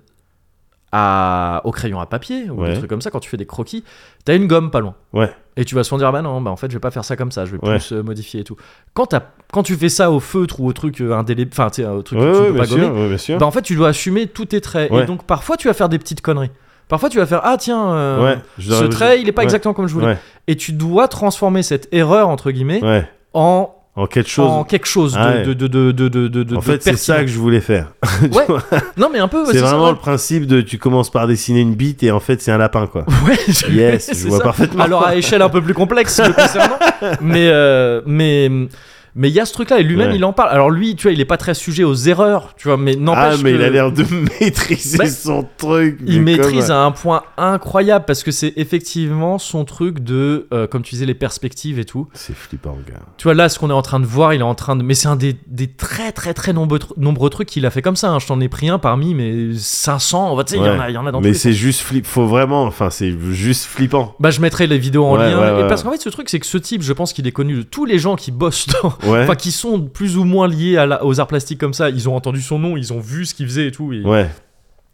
à, au crayon à papier, ou
Ouais.
des trucs comme ça, quand tu fais des croquis, t'as une gomme pas loin.
Ouais.
Et tu vas souvent dire, bah non, bah en fait, je vais pas faire ça comme ça, je vais
Ouais.
plus euh, modifier et tout. Quand, t'as- quand tu fais ça au feutre ou au truc euh, indélé- enfin, tu sais, au truc
Ouais,
que tu ne
ouais,
peux
bien
pas gommer,
sûr, ouais, bien sûr.
bah en fait, tu dois assumer tous tes traits.
Ouais.
Et donc, parfois, tu vas faire des petites conneries. Parfois, tu vas faire, ah tiens, euh,
Ouais, je
ce
dois-
trait, il est pas
ouais,
exactement comme je voulais.
Ouais,
Et tu dois transformer cette erreur, entre guillemets,
ouais.
en
En quelque chose.
en quelque chose de,
Ah ouais.
de, de, de, de, de- de- de
En fait, c'est ça
pertinent.
que je voulais faire. [LAUGHS] Tu
Ouais,
vois,
Non, mais un peu.
c'est vraiment
ça,
le principe de tu commences par dessiner une bite et en fait c'est un lapin quoi.
[LAUGHS] Ouais, je- [LAUGHS]
Yes,
c'est
je vois
ça.
parfaitement.
Alors à échelle un peu plus complexe le concernant,
[LAUGHS]
mais euh, mais mais il y a ce truc-là et lui-même
Ouais.
il en parle. Alors lui, tu vois, il est pas très sujet aux erreurs, tu vois, mais n'empêche
ah mais
que
il a l'air de [LAUGHS] maîtriser
Bah,
son truc. mais
il
comme-
maîtrise à un point incroyable parce que c'est effectivement son truc de euh, comme tu disais les perspectives et tout.
C'est flippant gars.
Tu vois là ce qu'on est en train de voir, il est en train de mais c'est un des, des très très très nombreux tru- nombreux trucs qu'il a fait comme ça. hein. Je t'en ai pris un parmi mais 500, tu sais, il y en a il y en a Ah, dans tous
Mais
les
c'est juste flip. Faut vraiment. Enfin c'est juste flippant.
Bah, je mettrai les vidéos en
Ouais,
lien.
ouais, ouais,
et parce
ouais.
qu'en fait, ce truc, c'est que ce type, je pense qu'il est connu de tous les gens qui bossent dans.
Ouais.
Enfin, qui sont plus ou moins liés à la- aux arts plastiques comme ça. Ils ont entendu son nom, ils ont vu ce qu'il faisait et tout. et-
Ouais.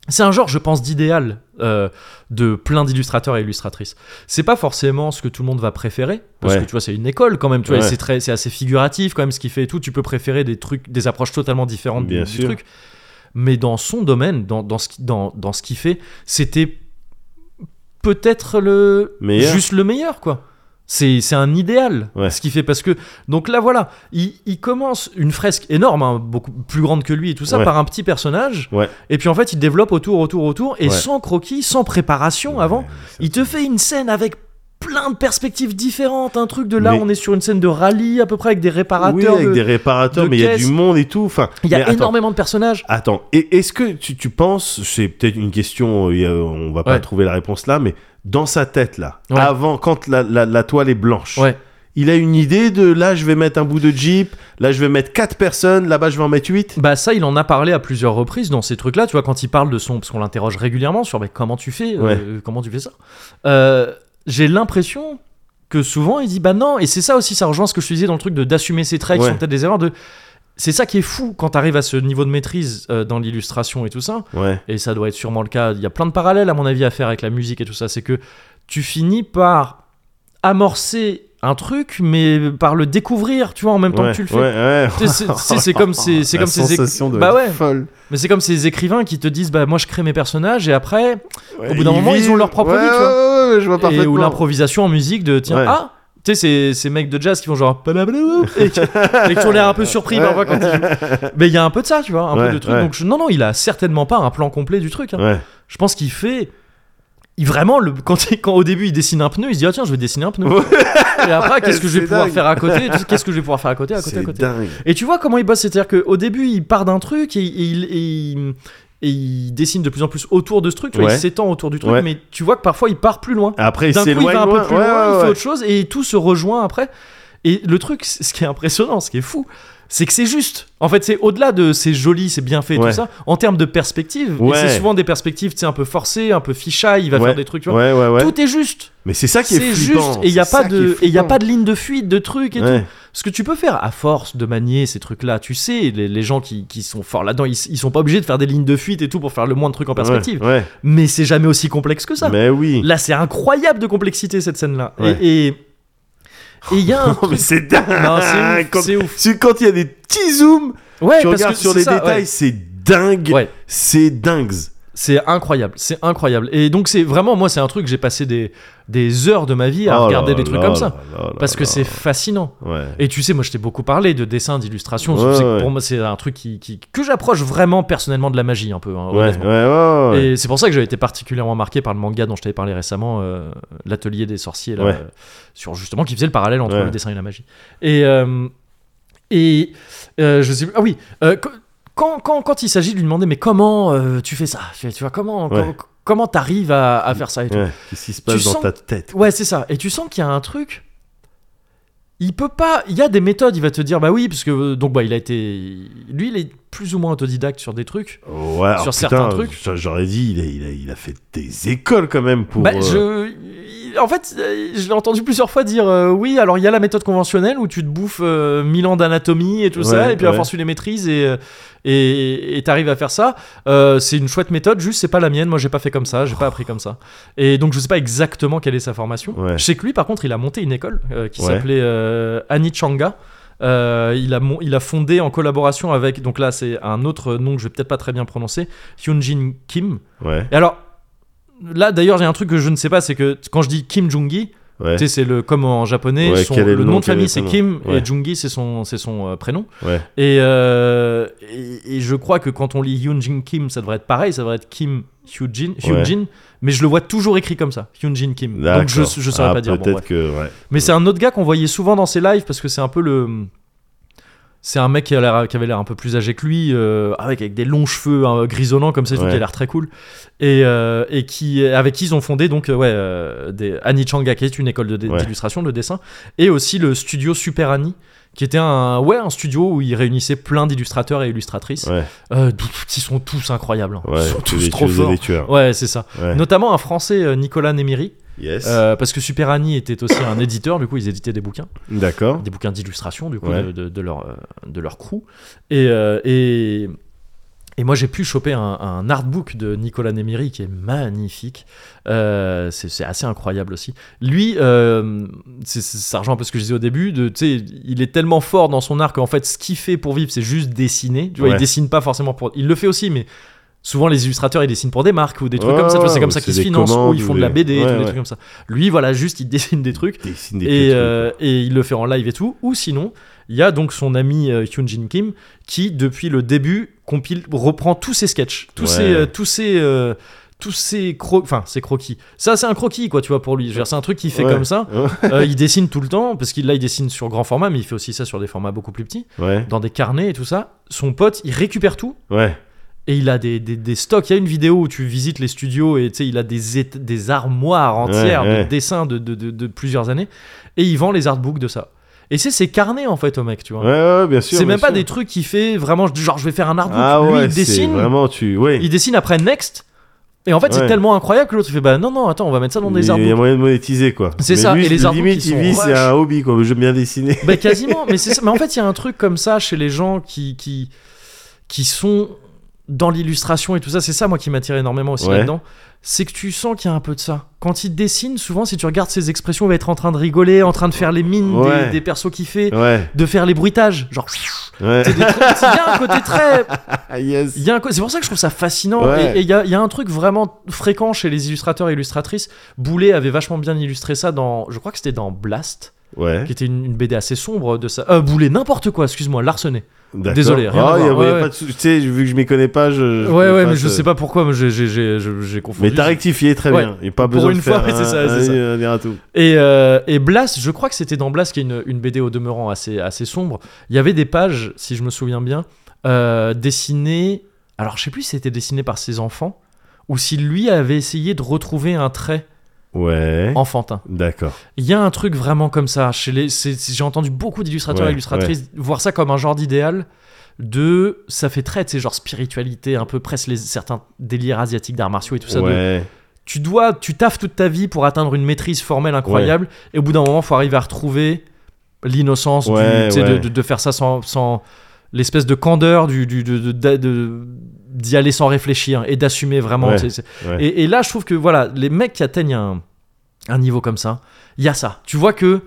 C'est un genre, je pense, d'idéal euh, de plein d'illustrateurs et illustratrices. C'est pas forcément ce que tout le monde va préférer, parce
Ouais.
que tu vois, c'est une école quand même. Tu vois, et
Ouais.
c'est très, c'est assez figuratif quand même ce qu'il fait et tout. Tu peux préférer des trucs, des approches totalement différentes du-
Bien
du,
sûr.
truc. Mais dans son domaine, dans, dans ce qui- dans, dans ce qu'il fait, c'était peut-être le
Meilleur.
juste le meilleur quoi. C'est c'est un idéal
Ouais.
ce qu'il fait parce que donc là voilà il, il commence une fresque énorme hein, beaucoup plus grande que lui et tout ça
Ouais.
par un petit personnage
Ouais.
et puis en fait il développe autour autour autour et
Ouais.
sans croquis sans préparation avant
Ouais, c'est-
il te fait une scène avec plein de perspectives différentes un truc de là
Mais-
on est sur une scène de rallye à peu près avec des réparateurs
Oui, avec
de-
des réparateurs,
de
mais il y a du
caisses.
monde et tout. Enfin,
il y
mais
a
attends,
énormément de personnages
Attends, et est-ce que tu, tu penses, c'est peut-être une question, euh, on va pas
Ouais.
trouver la réponse là, mais dans sa tête là,
Ouais.
avant, quand la, la- la toile est blanche,
ouais
il a une idée de là je vais mettre un bout de jeep, là je vais mettre 4 personnes, là-bas je vais en mettre 8
Bah ça, il en a parlé à plusieurs reprises dans ces trucs-là, tu vois, quand il parle de son... Parce qu'on l'interroge régulièrement sur mais comment tu fais, euh,
Ouais.
comment tu fais ça. Euh, J'ai l'impression que souvent, il dit, bah non, et c'est ça aussi, ça rejoint ce que je te disais dans le truc de d'assumer ses traits qui
Ouais.
sont peut-être des erreurs, de... C'est ça qui est fou quand t'arrives à ce niveau de maîtrise euh, dans l'illustration et tout ça,
Ouais,
et ça doit être sûrement le cas, il y a plein de parallèles à mon avis à faire avec la musique et tout ça, c'est que tu finis par amorcer un truc, mais par le découvrir, tu vois, en même temps
ouais,
que tu le fais.
ouais, ouais.
Tu sais, c'est- tu sais, c'est
[LAUGHS]
comme ces- c'est
La
comme ces éc-
sensation doit
Bah
être
ouais.
folle.
Mais c'est comme ces écrivains qui te disent bah moi je crée mes personnages et après
Ouais,
Au bout d'un moment, ils ont leur propre
ouais,
vie, tu vois.
ouais, ouais, je vois
et,
parfaitement.
ou l'improvisation en musique de tiens
Ouais.
ah tu sais ces, ces mecs de jazz qui font genre palabalou, et qui, et qui ont l'air un peu surpris parfois quand ils jouent. mais il y a un peu de ça tu vois un
Ouais,
peu de truc
ouais.
donc je- non non il a certainement pas un plan complet du truc hein.
Ouais,
je pense qu'il fait il vraiment le quand, il- quand au début il dessine un pneu il se dit ah tiens je vais dessiner un pneu
Ouais.
et après qu'est-ce que je vais
[LAUGHS] C'est
pouvoir
dingue.
faire à côté qu'est-ce que je vais pouvoir faire à côté à côté à
c'est
côté
dingue.
et tu vois comment il bosse, c'est-à-dire qu'au début, il part d'un truc et, et il, et il- et il dessine de plus en plus autour de ce truc, tu vois,
Ouais.
il s'étend autour du truc,
Ouais.
mais tu vois que parfois il part plus loin.
Après, il
D'un coup, il
s'éloigne
va un peu
loin.
plus
Ouais,
loin, il
ouais,
fait
ouais.
autre chose et tout se rejoint après. Et le truc, c- ce qui est impressionnant, ce qui est fou, c'est que c'est juste. En fait, c'est au-delà de c'est joli, c'est bien fait, et
Ouais.
tout ça. En termes de perspective,
Ouais.
et c'est souvent des perspectives, tu sais, un peu forcées, un peu fichaille, il va
Ouais,
faire des trucs, tu vois.
Ouais, ouais, ouais.
Tout est juste,
Mais c'est ça qui est
c'est
flippant.
juste, et il y a
c'est ça
pas
qui
de,
est
et il y a
flippant.
pas de ligne de fuite, de trucs et tout.
Ouais.
Ce que tu peux faire à force de manier ces trucs-là, tu sais, les, les gens qui, qui sont forts là-dedans, ils, ils sont pas obligés de faire des lignes de fuite et tout pour faire le moins de trucs en perspective.
Ouais, ouais.
Mais c'est jamais aussi complexe que ça.
Mais oui.
Là, c'est incroyable de complexité cette scène-là.
Ouais.
Et et- et il y a un.
[LAUGHS] Non, mais c'est dingue.
Non, c'est
[LAUGHS]
ouf,
Quand-
c'est ouf.
c'est quand il y a des petits zooms,
Ouais,
tu
parce
regardes
que
sur
c'est
les
ça,
détails,
ouais.
c'est dingue.
Ouais.
C'est dingue.
C'est incroyable, c'est incroyable. Et donc c'est vraiment, moi c'est un truc, j'ai passé des, des heures de ma vie à
Oh
regarder
là
des trucs
là
comme
là
ça.
là là
Parce que
là.
c'est fascinant.
Ouais.
Et tu sais, moi je t'ai beaucoup parlé de dessin, d'illustration.
Ouais,
c'est que
ouais.
Pour moi c'est un truc qui, qui- que j'approche vraiment personnellement de la magie un peu. hein,
Ouais, ouais,
honnêtement.
ouais, ouais.
Et c'est pour ça que j'avais été particulièrement marqué par le manga dont je t'avais parlé récemment, euh, l'atelier des sorciers, là,
Ouais.
euh, sur justement qui faisait le parallèle entre
Ouais.
le dessin et la magie. Et euh, et euh, je sais plus. Ah oui. euh, qu- quand, quand, quand il s'agit de lui demander mais comment euh, tu fais ça tu, tu vois comment
Ouais.
com- comment t'arrives à, à faire ça et tout.
Ouais. Qu'est-ce qui se passe
Tu
dans
sens-
ta tête
Ouais, c'est ça. Et tu sens qu'il y a un truc. Il peut pas. Il y a des méthodes. Il va te dire bah oui parce que euh, donc bah il a été. Lui il est plus ou moins autodidacte sur des trucs.
Ouais, alors,
Sur
putain,
certains trucs.
j'a- J'aurais dit, il a, il, a, il a fait des écoles quand même pour.
Bah,
euh,
je... il- En fait, euh, je l'ai entendu plusieurs fois dire euh, oui, alors il y a la méthode conventionnelle où tu te bouffes euh, mille ans d'anatomie et tout ça,
Ouais,
et puis à
ouais.
force tu les maîtrises et euh, et et t'arrives à faire ça. Euh, c'est une chouette méthode, juste c'est pas la mienne. Moi, j'ai pas fait comme ça, j'ai pas appris comme ça. Et donc je sais pas exactement quelle est sa formation.
Ouais.
Je sais que lui, par contre, il a monté une école euh, qui
Ouais.
s'appelait euh, Anichanga. Euh, il, a mon- il a fondé en collaboration avec, donc là c'est un autre nom que je vais peut-être pas très bien prononcer, Hyunjin Kim,
Ouais,
et alors, là d'ailleurs, j'ai un truc que je ne sais pas, c'est que quand je dis Kim Jungi,
ouais,
tu sais, c'est le comme en japonais,
Ouais,
son-
quel est
le,
le nom,
nom de
quel
famille
est le
c'est
nom
Kim
Ouais.
et Jungi c'est son, c'est son euh, prénom.
ouais.
Et, euh, et, et je crois que quand on lit Hyunjin Kim, ça devrait être pareil, ça devrait être Kim Hyunjin, Hyunjin mais je le vois toujours écrit comme ça, Hyunjin Kim.
D'accord.
Donc je, je saurais
Ah,
pas dire. bon,
Peut-être
bref.
que, ouais.
Mais c'est un autre gars qu'on voyait souvent dans ses lives parce que c'est un peu le. C'est un mec qui, a l'air- qui avait l'air un peu plus âgé que lui, euh, avec, avec des longs cheveux hein, grisonnants comme ça, et tout,
Ouais.
qui a l'air très cool. Et, euh, et qui, avec qui ils ont fondé donc, euh, ouais, euh, des, Annie Changa, qui est une école de dé-
Ouais.
d'illustration, de dessin, et aussi le studio Super Annie, qui était un, ouais, un studio où ils réunissaient plein d'illustrateurs et illustratrices.
Ouais,
Euh, d'où- ils sont tous incroyables, hein.
ouais.
ils sont
tu
tous
les
trop
tues et
forts.
les tueurs.
Ouais, c'est ça.
Ouais.
Notamment un Français, euh, Nicolas Néméry,
Yes.
euh, parce que Super Annie était aussi un éditeur, du coup ils éditaient des bouquins,
D'accord.
des bouquins d'illustration du coup
Ouais.
de, de- de leur, euh, de leur crew. Et, euh, et, et moi j'ai pu choper un, un artbook de Nicolas Néméry qui est magnifique, Euh, c'est c'est assez incroyable aussi. Lui, euh, c'est- c'est- ça rejoint un peu ce que je disais au début, de, tu sais, il est tellement fort dans son art qu'en fait ce qu'il fait pour vivre c'est juste dessiner, tu vois,
Ouais.
il dessine pas forcément pour... Il le fait aussi mais... Souvent, les illustrateurs, ils dessinent pour des marques ou des trucs comme ça. tu vois,
Ouais,
C'est comme
ou
ça qu'ils
c'est
se
des
financent, ou ils
commandes,
font
ou
de la
des-
BD, et tout,
Ouais,
des
ouais.
trucs comme ça. Lui, voilà, juste, il [LAUGHS] dessine des trucs
Dessine des
et,
petits
euh, et il le fait en live et tout. Ou sinon, il y a donc son ami euh, Hyunjin Kim qui, depuis le début, compile, reprend tous ses sketchs, tous
Ouais.
ses, euh, tous ses, euh, tous ses, cro- enfin, ses croquis. Ça, c'est un croquis, quoi, tu vois, pour lui. Je veux dire, C'est un truc qu'il fait
Ouais.
comme ça.
Ouais.
Euh, il dessine tout le temps, parce qu'il là, il dessine sur grand format, mais il fait aussi ça sur des formats beaucoup plus petits,
trucs. Ouais,
dans des carnets et tout ça. Son pote, il récupère tout.
ouais.
Et il a des, des, des stocks. Il y a une vidéo où tu visites les studios et tu sais, il a des, éta- des armoires entières
Ouais, ouais.
de dessins de, de, de, de plusieurs années. Et il vend les artbooks de ça. Et c'est ses carnets en fait au mec, tu vois.
Ouais, ouais, bien sûr.
c'est
bien
même pas
sûr.
des trucs qu'il fait vraiment genre je vais faire un artbook.
Ah
Lui
ouais,
il
c'est
dessine,
Vraiment, tu. Ouais.
il dessine après Next. Et en fait c'est
Ouais.
tellement incroyable que l'autre il fait bah non, non, attends, on va mettre ça dans
Il
des
y a- il y a
artbooks.
moyen de monétiser quoi.
C'est
Mais
ça,
lui,
et les artbooks,
limite,
ils
il
sont
vit, c'est
moches.
un hobby quoi. J'aime bien dessiner.
[LAUGHS] Bah quasiment, mais c'est ça. Mais en fait il y a un truc comme ça chez les gens qui, qui, qui sont dans l'illustration et tout ça, c'est ça moi qui m'attire énormément aussi
Ouais.
là-dedans, c'est que tu sens qu'il y a un peu de ça. Quand il dessine, souvent si tu regardes ses expressions, il va être en train de rigoler, en train de faire les mines des-
Ouais.
des, persos qu'il fait,
Ouais,
de faire les bruitages, genre.
ouais.
C'est des trucs- Il y a un côté très.
Ah, yes.
il y a un co- C'est pour ça que je trouve ça fascinant.
Ouais.
Et et il y, a, il y a un truc vraiment fréquent chez les illustrateurs et illustratrices. Boulet avait vachement bien illustré ça dans. Je crois que c'était dans Blast,
Ouais.
qui était une, une BD assez sombre de ça. Euh, Boulet, n'importe quoi, excuse-moi, Larcenet.
D'accord.
Désolé, rien
Ah,
à
il y a-
voir.
il y a
Ouais,
pas de sou- Tu sais, vu que je m'y connais pas, je. je
ouais,
peux
ouais,
pas
mais je
te-
sais pas pourquoi, mais j'ai- j'ai- j'ai j'ai- j'ai confondu.
Mais t'as rectifié très
Ouais.
bien. Il n'y a pas
Pour
besoin
une
de
fois, [LAUGHS]
faire
c'est
un-
ça, c'est
un-
ça.
un- un ratout.
Et, euh, et Blast, je crois que c'était dans Blast, qui est une, une BD au demeurant assez, assez sombre. Il y avait des pages, si je me souviens bien, euh, dessinées. Alors, je sais plus si c'était dessiné par ses enfants ou si lui avait essayé de retrouver un trait
Ouais.
enfantin.
D'accord.
Il y a un truc vraiment comme ça. Chez les, c'est- c'est- j'ai entendu beaucoup d'illustrateurs
Ouais,
et illustratrices voir ça comme un genre d'idéal de. Ça fait très, tu sais, genre spiritualité, un peu presque les, certains délires asiatiques d'arts martiaux et tout ça. de-
Ouais.
tu dois, tu taffes toute ta vie pour atteindre une maîtrise formelle incroyable, et au bout d'un moment, faut arriver à retrouver l'innocence du-
Ouais,
tu sais, de,
ouais.
de- de faire ça sans, sans l'espèce de candeur du, du- de, de- de- de- d'y aller sans réfléchir et d'assumer vraiment.
Ouais,
tu sais, c'est-
ouais.
Et, et là, je trouve que voilà, les mecs qui atteignent un, un niveau comme ça, il y a ça. Tu vois que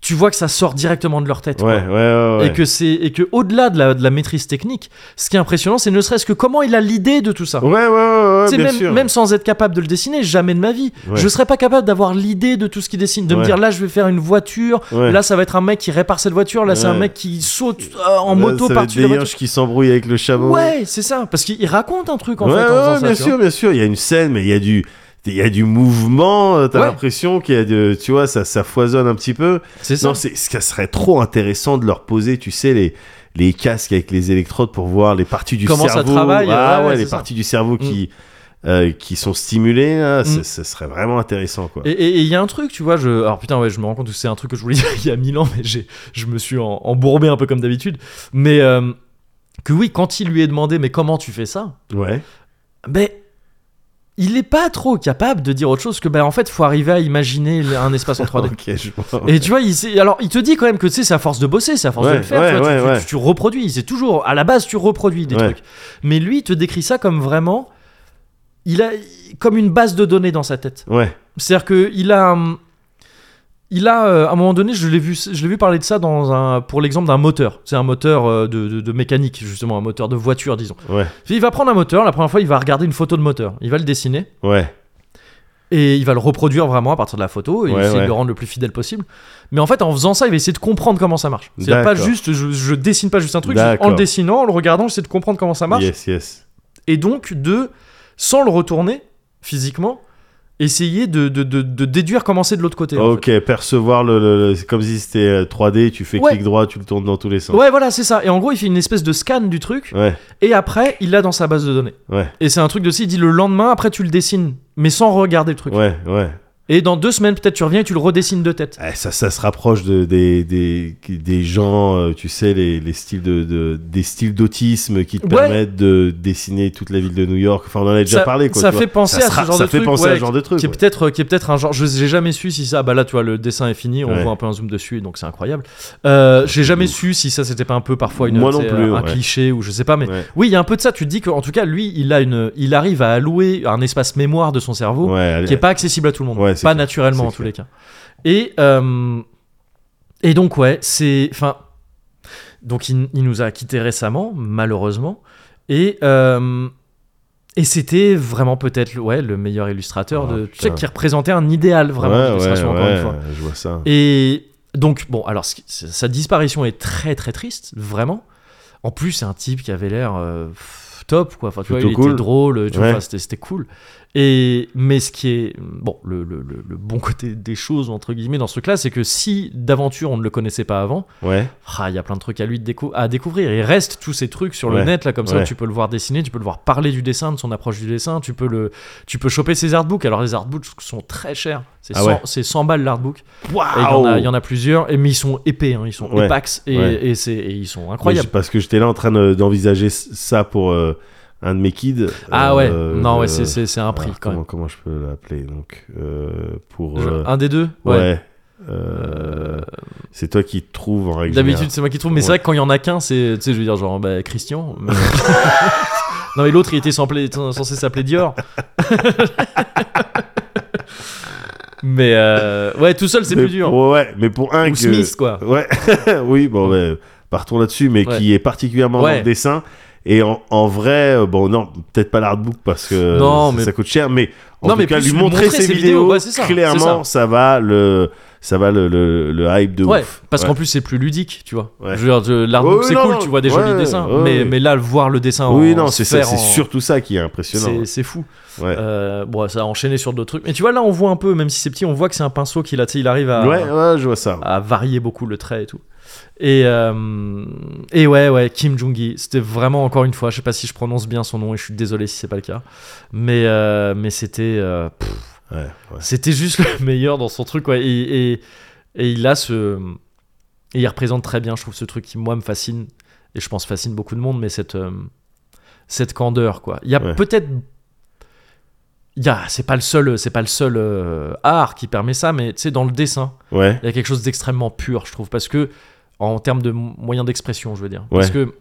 tu vois que ça sort directement de leur tête. quoi.
Ouais, ouais, ouais. ouais.
Et que c'est et que au-delà de la, de la maîtrise technique, ce qui est impressionnant, c'est ne serait-ce que comment il a l'idée de tout ça.
Ouais, ouais, ouais, ouais,
Tu sais,
Ah, bien
même,
sûr.
même sans être capable de le dessiner, jamais de ma vie.
Ouais.
Je serais pas capable d'avoir l'idée de tout ce qu'il dessine, de me
Ouais.
dire là je vais faire une voiture,
Ouais.
là ça va être un mec qui répare cette voiture, là c'est un
Ouais.
mec qui saute euh, en
Là,
moto
ça va être
par-dessus
des
la voiture.
Hirsch qui s'embrouille avec le chameau.
Ouais, c'est ça, parce qu'il il raconte un truc en
Ouais,
fait. en
ouais,
faisant ça,
bien
tu
sûr,
vois.
bien sûr. Il y a une scène, mais il y a du, il y a du mouvement. euh, T'as
Ouais.
l'impression qu'il y a de, tu vois, ça, ça foisonne un petit peu.
C'est ça.
Non, c'est, ça serait trop intéressant de leur poser, tu sais, les, les casques avec les électrodes pour voir les parties du
Comment ça
cerveau.
travaille,
Ah
ouais,
ouais,
ouais,
les
c'est Mm.
parties du cerveau qui, euh, qui sont stimulées. Là, ça, ça serait vraiment intéressant, quoi.
Et- Et et il y a un truc, tu vois, je... alors putain, ouais, je me rends compte que c'est un truc que je voulais [LAUGHS] dire il y a mille ans, mais j'ai... je me suis en- embourbé un peu comme d'habitude. Mais euh, que oui, quand il lui est demandé, mais comment tu fais ça
Ouais.
Ben, il est pas trop capable de dire autre chose que, ben en fait, faut arriver à imaginer un espace en 3D.
[LAUGHS] Ok,
[LAUGHS]
je vois.
Et tu vois, il sait- alors il te dit quand même que tu sais, c'est à force de bosser, c'est à force
Ouais,
de le faire,
ouais,
tu, vois, tu-
ouais,
tu-
ouais.
tu- tu reproduis. C'est toujours à la base, tu reproduis des
Ouais.
trucs. Mais lui, il te décrit ça comme vraiment, il a comme une base de données dans sa tête.
Ouais.
C'est-à-dire que il a, un- il a, euh, à un moment donné, je l'ai vu, je l'ai vu parler de ça dans un, pour l'exemple d'un moteur. C'est un moteur euh, de, de- de mécanique justement, un moteur de voiture, disons.
Ouais.
Il va prendre un moteur. La première fois, il va regarder une photo de moteur. Il va le dessiner.
Ouais.
Et il va le reproduire vraiment à partir de la photo et
Ouais,
essayer de
ouais.
le rendre le plus fidèle possible. Mais en fait, en faisant ça, il va essayer de comprendre comment ça marche. C'est pas
D'accord.
juste, je, je dessine pas juste un truc, je- en
D'accord.
le dessinant, en le regardant, j'essaie de comprendre comment ça marche.
Yes, yes.
Et donc, de, sans le retourner physiquement, essayer de, de, de- de déduire comment c'est de l'autre côté. en
Ok, percevoir le, le- le- c'est comme si c'était euh, 3D, tu fais
Ouais.
clic droit, tu le tournes dans tous les
fait.
sens.
Ouais, voilà, c'est ça. Et en gros, il fait une espèce de scan du truc,
Ouais,
et après, il l'a dans sa base de données.
ouais,
Et c'est un truc de si, il dit le lendemain, après tu le dessines, mais sans regarder le truc.
ouais, ouais.
Et dans deux semaines, peut-être tu reviens et tu le redessines de tête.
Eh, ça, ça se rapproche de, des, des, des gens, euh, tu sais, les, les styles de, de- des styles d'autisme qui te
Ouais.
permettent de dessiner toute la ville de New York. Enfin, on en a déjà
ça,
parlé. Quoi,
ça
tu vois.
fait penser
Ça
à
sera-
ce genre
ça
de
fait
truc.
penser
ouais,
à ce genre de truc.
Qui est
ouais.
peut-être, euh, qui est peut-être un genre. Je j'ai jamais su si ça. Bah là, tu vois, le dessin est fini. On
Ouais.
voit un peu un zoom dessus, donc c'est incroyable. Euh, j'ai jamais
ouf.
su si ça c'était pas un peu parfois une,
Moi
tu
non
sais,
plus,
un
ouais.
cliché ou je sais pas. Mais
Ouais.
oui, il y a un peu de ça. Tu te dis qu'en tout cas, lui, il a une, il arrive à allouer un espace mémoire de son cerveau
Ouais, allez.
qui est pas accessible à tout le monde,
Ouais, c'est
pas
clair,
naturellement
c'est
en tous les cas. Et euh, et donc ouais, c'est enfin donc il, il nous a quitté récemment malheureusement et euh, et c'était vraiment peut-être ouais le meilleur illustrateur
Ah,
de tu sais
putain.
qui représentait un idéal vraiment
Ouais, ouais,
d'illustration, encore
ouais,
une fois.
Je vois ça.
Et donc, bon, alors ce qui- sa disparition est très très triste, vraiment. En plus, c'est un type qui avait l'air euh, pff, top, quoi. Enfin, tu vois, il
Plutôt cool.
était drôle, tu vois,
Ouais.
enfin, c'était, c'était cool. Et, mais ce qui est, bon, le, le- le- le bon côté des choses, entre guillemets, dans ce cas c'est que si d'aventure on ne le connaissait pas avant,
Ouais,
ah, il y a plein de trucs à lui de décou- à découvrir. Il reste tous ces trucs sur le
Ouais,
net là comme ça.
ouais.
où Tu peux le voir dessiner, tu peux le voir parler du dessin, de son approche du dessin. Tu peux le, tu peux choper ses artbooks. Alors les artbooks sont très chers. C'est
Ah
100,
ouais.
c'est 100 balles l'artbook. Et il y en a- il y, en a plusieurs. Et mais ils sont épais, hein, ils sont
Ouais,
épax et,
ouais.
et c'est- et ils sont
Oui,
incroyables.
je- parce que j'étais là en train de- d'envisager ça pour euh, un de mes kids.
ah ouais,
Euh,
non ouais, c'est-
euh,
c'est c'est un prix
alors,
quand
comment,
même.
comment je peux l'appeler donc euh, pour
Je-
euh,
Un des deux.
ouais,
Ouais.
euh, c'est toi qui te trouves en règle
D'habitude
générale.
c'est moi qui trouve, mais c'est
Ouais.
vrai que quand il y en a qu'un, c'est tu sais je veux dire genre bah, Christian.
[LAUGHS]
mais- non mais l'autre il était semblé- censé s'appeler Dior. [LAUGHS] mais euh, ouais tout seul c'est
Mais
plus dur.
pour- ouais mais pour un
Ou
que-
Smith quoi.
ouais [LAUGHS] oui bon ben, partons là-dessus mais
Ouais.
qui est particulièrement
Ouais.
dans le dessin et en, en vrai euh, bon non peut-être pas l'artbook parce que
Non,
ça,
mais-
ça coûte cher mais en
Non,
tout
mais
cas
plus
lui
lui
montrer
montrer
ses
ses
vidéos,
vidéos, ouais, c'est ça,
clairement ça. va le ça va le, le, le hype de
Ouais,
ouf
parce
Ouais.
qu'en plus c'est plus ludique, tu vois.
Ouais.
Je veux dire, je- l'artbook
Ouais,
c'est
non,
cool,
non,
tu vois des
ouais,
jolis dessins,
ouais,
mais,
ouais.
mais là voir le dessin
oui
en
non c'est ça,
sphère,
c'est
en-
surtout ça qui est impressionnant
c'est c'est fou.
ouais.
Euh, bon, ça a enchaîné sur d'autres trucs. Mais tu vois, là, on voit un peu, même si c'est petit, on voit que c'est un pinceau qu'il a, tu sais, il arrive à,
ouais ouais je vois ça
à varier beaucoup le trait et tout. Et, euh, et ouais, ouais, Kim Jong-gi, c'était vraiment encore une fois, je sais pas si je prononce bien son nom et je suis désolé si c'est pas le cas, mais, euh, mais c'était euh, pff,
ouais, ouais.
c'était juste le [LAUGHS] meilleur dans son truc, ouais. Et, et, et il a ce. Et il représente très bien, je trouve, ce truc qui, moi, me fascine, et je pense fascine beaucoup de monde, mais cette, euh, cette candeur, quoi. Il y a
Ouais.
peut-être. il y a- C'est pas le seul, c'est pas le seul euh, art qui permet ça, mais tu sais, dans le dessin,
Ouais,
il y a quelque chose d'extrêmement pur, je trouve, parce que en termes de mo- moyens d'expression, je veux dire,
Ouais.
parce que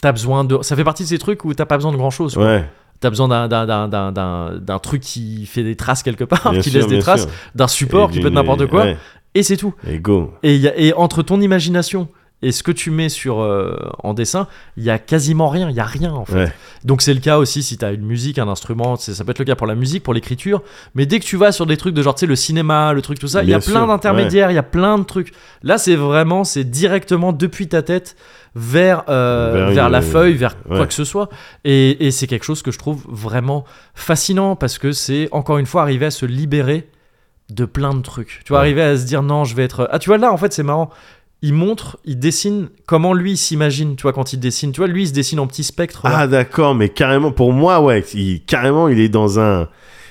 t'as besoin de, ça fait partie de ces trucs où t'as pas besoin de grand chose.
ouais,
T'as besoin d'un d'un- d'un- d'un- d'un- d'un truc qui fait des traces quelque part,
bien
qui
sûr,
laisse des
bien
traces,
sûr.
d'un support
Et
qui peut être
d'une-
n'importe quoi,
ouais.
et c'est tout.
Et go.
Et, il y a- et entre ton imagination et ce que tu mets sur euh, en dessin, il y a quasiment rien, il y a rien en fait.
Ouais.
Donc c'est le cas aussi si tu as une musique, un instrument, c'est- ça peut être le cas pour la musique, pour l'écriture, mais dès que tu vas sur des trucs de genre tu sais le cinéma, le truc tout ça, il y a
Bien
plein
sûr,
d'intermédiaires, il y a plein de trucs. Là c'est vraiment c'est directement depuis ta tête vers euh, vers,
Vers une-
la feuille, vers quoi
ouais.
que ce soit et, et c'est quelque chose que je trouve vraiment fascinant parce que c'est encore une fois arriver à se libérer de plein de trucs. Tu vois,
Ouais.
arriver à se dire non, je vais être. Ah, tu vois, là, en fait, c'est marrant. Il montre, il dessine comment lui il s'imagine, tu vois, quand il dessine. Tu vois, lui, il se dessine en petit spectre. là.
Ah d'accord, mais carrément pour moi ouais, il- carrément il est dans un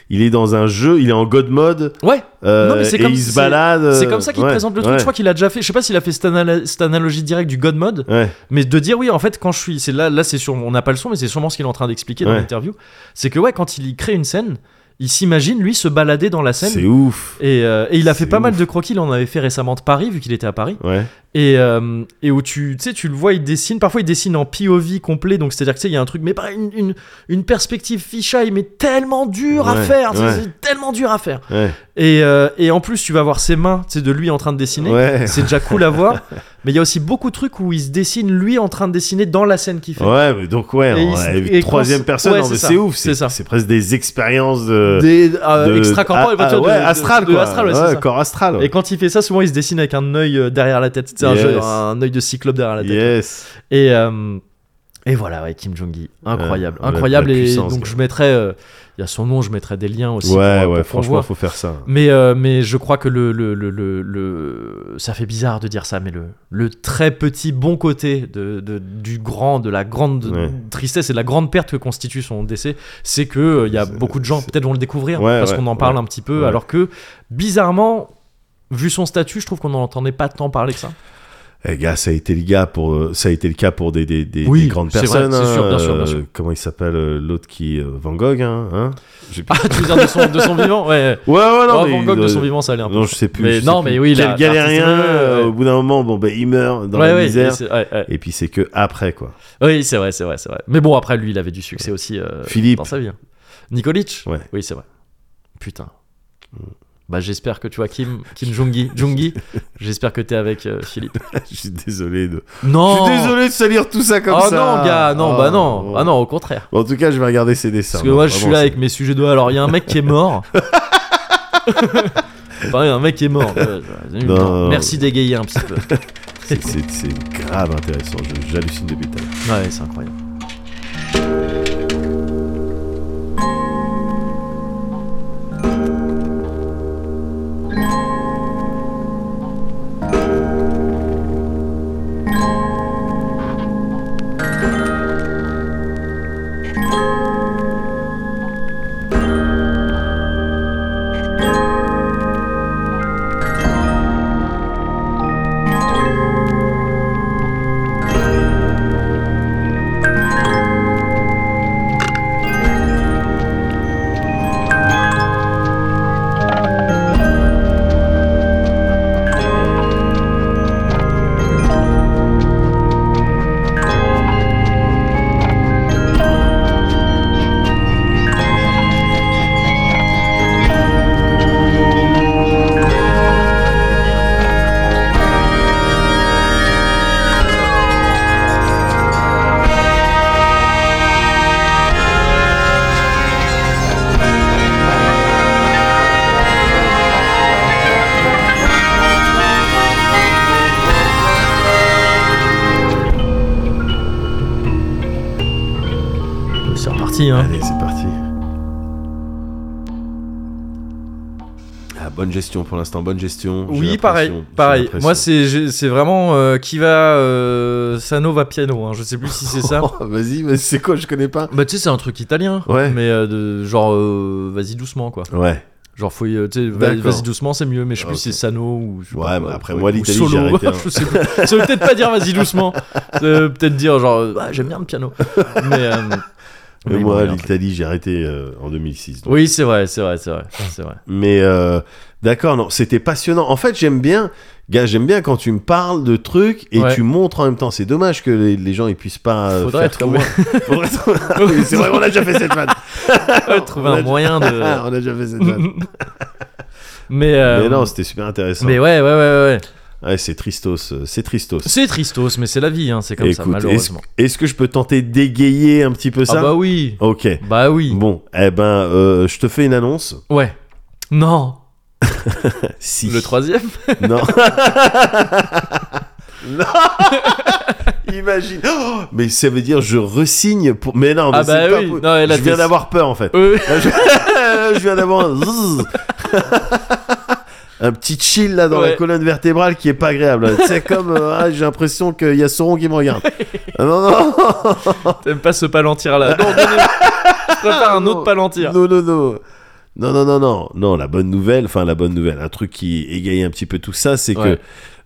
il est dans un jeu, il est en god mode
Ouais,
euh,
Non, mais c'est
et
comme-
il se
c'est-
balade. euh,
c'est comme ça qu'il te
ouais,
présente le truc.
ouais,
Je crois qu'il a déjà fait. Je sais pas s'il a fait cette, anal- cette analogie directe du God Mode,
Ouais,
mais de dire oui, en fait, quand je suis. c'est Là, là c'est sûr, on n'a pas le son, mais c'est sûrement ce qu'il est en train d'expliquer dans
Ouais.
l'interview. C'est que, ouais, quand il crée une scène, il s'imagine, lui, se balader dans la
c'est
scène.
ouf.
Et, euh, et il a fait
C'est
pas mal
ouf.
de croquis. Il en avait fait récemment de Paris, vu qu'il était à Paris.
Ouais.
et, euh, et où tu tu sais tu le vois il dessine parfois il dessine en POV complet donc c'est à dire que tu sais il y a un truc mais pas une, une, une perspective fisheye mais tellement dur à
Ouais,
faire tu sais,
ouais.
c'est tellement dur à faire
Ouais.
et, euh, et en plus tu vas voir ses mains tu sais de lui en train de dessiner
Ouais.
c'est déjà cool à
[LAUGHS]
voir mais il y a aussi beaucoup de trucs où il se dessine lui en train de dessiner dans la scène qu'il fait
Ouais, mais donc ouais,
Et
on-
il se-
ouais,
et
troisième
quand-
personne,
ouais,
non,
c'est
mais
ça,
c'est ouf,
c'est ça.
c'est presque des expériences de,
des euh,
de-
extracorporels,
ah, ah,
tu vois,
ouais,
de- de-
astral
de
quoi,
astral, ouais, c'est ça.
corps astral. ouais.
et quand il fait ça souvent il se dessine avec un œil euh, derrière la tête c'est un,
Yes.
jeu- un œil de cyclope derrière la tête
Yes.
Et, euh, et voilà, ouais, Kim Jong-il, incroyable,
Ouais, Euh, la-
incroyable.
la
et
puissance,
donc
quoi.
je mettrais, euh, il y a son nom, je mettrais des liens aussi.
ouais,
pour- pour
ouais,
qu'on
franchement,
voit.
faut faire ça.
Mais, euh, mais je crois que le, le, le, le, le- ça fait bizarre de dire ça, mais le, le très petit bon côté de, de- du grand, de la grande
Ouais.
tristesse et de la grande perte que constitue son décès, c'est que euh, il y a
C'est-
beaucoup de gens
c'est-
peut-être vont le découvrir
Ouais,
parce
ouais,
qu'on en parle
ouais.
un petit peu,
Ouais.
alors que bizarrement, vu son statut, je trouve qu'on n'en entendait pas tant parler que ça.
Eh gars, ça a été le gars pour, euh, ça a été le cas pour des, des, des,
Oui,
des grandes
c'est vrai,
personnes.
c'est sûr,
hein,
bien sûr, bien
euh,
sûr.
comment il s'appelle euh, l'autre qui, euh, Van Gogh, hein,
[LAUGHS]
hein J'ai plus-
Ah, tu veux dire de son, de son vivant, ouais. ouais.
Ouais, ouais, Ah non,
Oh,
mais
Van
il
Gogh de
doit-
son vivant, ça allait un peu.
Non, je sais plus.
Mais
je sais
non,
plus.
mais oui,
Quel
la-
galérien,
l'artiste, ouais,
euh,
ouais.
au bout d'un moment, bon, ben, il meurt dans
ouais,
la
ouais,
misère.
c'est- ouais, ouais.
Et puis c'est que après, quoi.
Oui, c'est vrai, c'est vrai, c'est vrai. Mais bon, après, lui, il avait du succès aussi euh,
Philippe.
dans sa vie. hein. Nikolic
Ouais. Mm.
Oui, c'est vrai. Putain. Bah, j'espère que tu vois Kim, Kim
[LAUGHS]
Jungi, Jungi. j'espère que t'es avec euh, Philippe.
[LAUGHS] je suis désolé de.
Non
Je suis désolé de salir tout ça comme
Oh
ça.
non, gars, non,
Oh,
bah non.
oh.
Ah non, au contraire.
Bon, en tout cas, je vais regarder ses dessins.
Parce que
Non,
moi, je suis
vraiment,
là
c'est-
avec mes sujets de. Alors, il y a un mec qui est
[LAUGHS]
mort. Enfin, il y a un mec qui est mort. Euh,
Non.
Merci d'égayer un petit peu.
c'est- C'est c'est grave intéressant. je- J'hallucine depuis tout à l'heure.
Ouais, c'est incroyable. C'est reparti, hein.
Allez, c'est parti. Ah, bonne gestion pour l'instant, bonne gestion. j'ai
Oui,
l'impression,
pareil,
j'ai
pareil.
l'impression.
Moi, c'est j'ai- c'est vraiment euh, qui va euh, Sano va piano. Hein. Je sais plus si c'est
[LAUGHS]
ça.
Oh, Vas-y, mais c'est quoi Je connais pas.
bah tu sais, c'est un truc italien.
Ouais.
Mais euh, de, genre, euh, vas-y doucement, quoi.
Ouais.
Genre, faut y- euh, tu sais, va-
D'accord.
vas-y doucement, c'est mieux. Mais je sais
Ah,
plus
ok.
si c'est Sano ou. je sais
Ouais,
pas,
mais après,
ou-
moi,
ou
l'Italie,
solo. [LAUGHS]
j'ai arrêté, hein.
je sais plus. Ça veut peut-être pas dire vas-y doucement. Ça veut peut-être dire genre, euh, Ah, j'aime bien le piano. Mais. euh,
Mais
mais
moi,
bon,
l'Italie, j'ai arrêté euh, en 2006. donc.
Oui, c'est vrai, c'est vrai, c'est vrai, c'est vrai.
Mais euh, d'accord, non, c'était passionnant. En fait, j'aime bien, gars, j'aime bien quand tu me parles de trucs et
Ouais.
tu montres en même temps. C'est dommage que les, les gens ils puissent pas euh,
Faudrait
faire comme
trouver-
moi. Faudrait trouver-
[LAUGHS]
Ah [LAUGHS] oui, C'est vrai, on a déjà fait cette vanne.
Ouais, trouver
[LAUGHS] On a
un
déjà-
moyen
Ah,
de.
on a déjà fait cette vanne.
[LAUGHS] Mais, euh,
Mais non, c'était super intéressant.
mais ouais, ouais, ouais, ouais. ouais.
Ouais, c'est tristos, euh, c'est tristos.
C'est tristos, mais c'est la vie, hein, c'est comme ça,
Écoute, est-ce
malheureusement.
est-ce que je peux tenter d'égayer un petit peu ça
Ah bah oui,
Ok.
bah oui.
Bon, eh ben, euh, je te fais une annonce.
Ouais. Non. [LAUGHS]
Si.
Le troisième
Non. non. [LAUGHS] Imagine. Oh, mais ça veut dire je resigne pour. Mais non, mais
Ah bah
c'est pas
oui.
po-
Non, et là,
je viens
t'es-
d'avoir peur
[LAUGHS]
en fait.
Oui.
Là, je... je [LAUGHS] viens d'avoir un zzzz. [LAUGHS] Un petit chill là dans la
Ouais.
colonne vertébrale qui est pas agréable. C'est comme euh, ah, j'ai l'impression qu'il y a Sauron qui me
[LAUGHS]
regarde. Ah, non non
T'aimes pas ce palantir là. Non, donnez- Je préfère un autre palantir.
non non non non non non non non la bonne nouvelle enfin la bonne nouvelle un truc qui égaye un petit peu tout ça c'est
Ouais.
que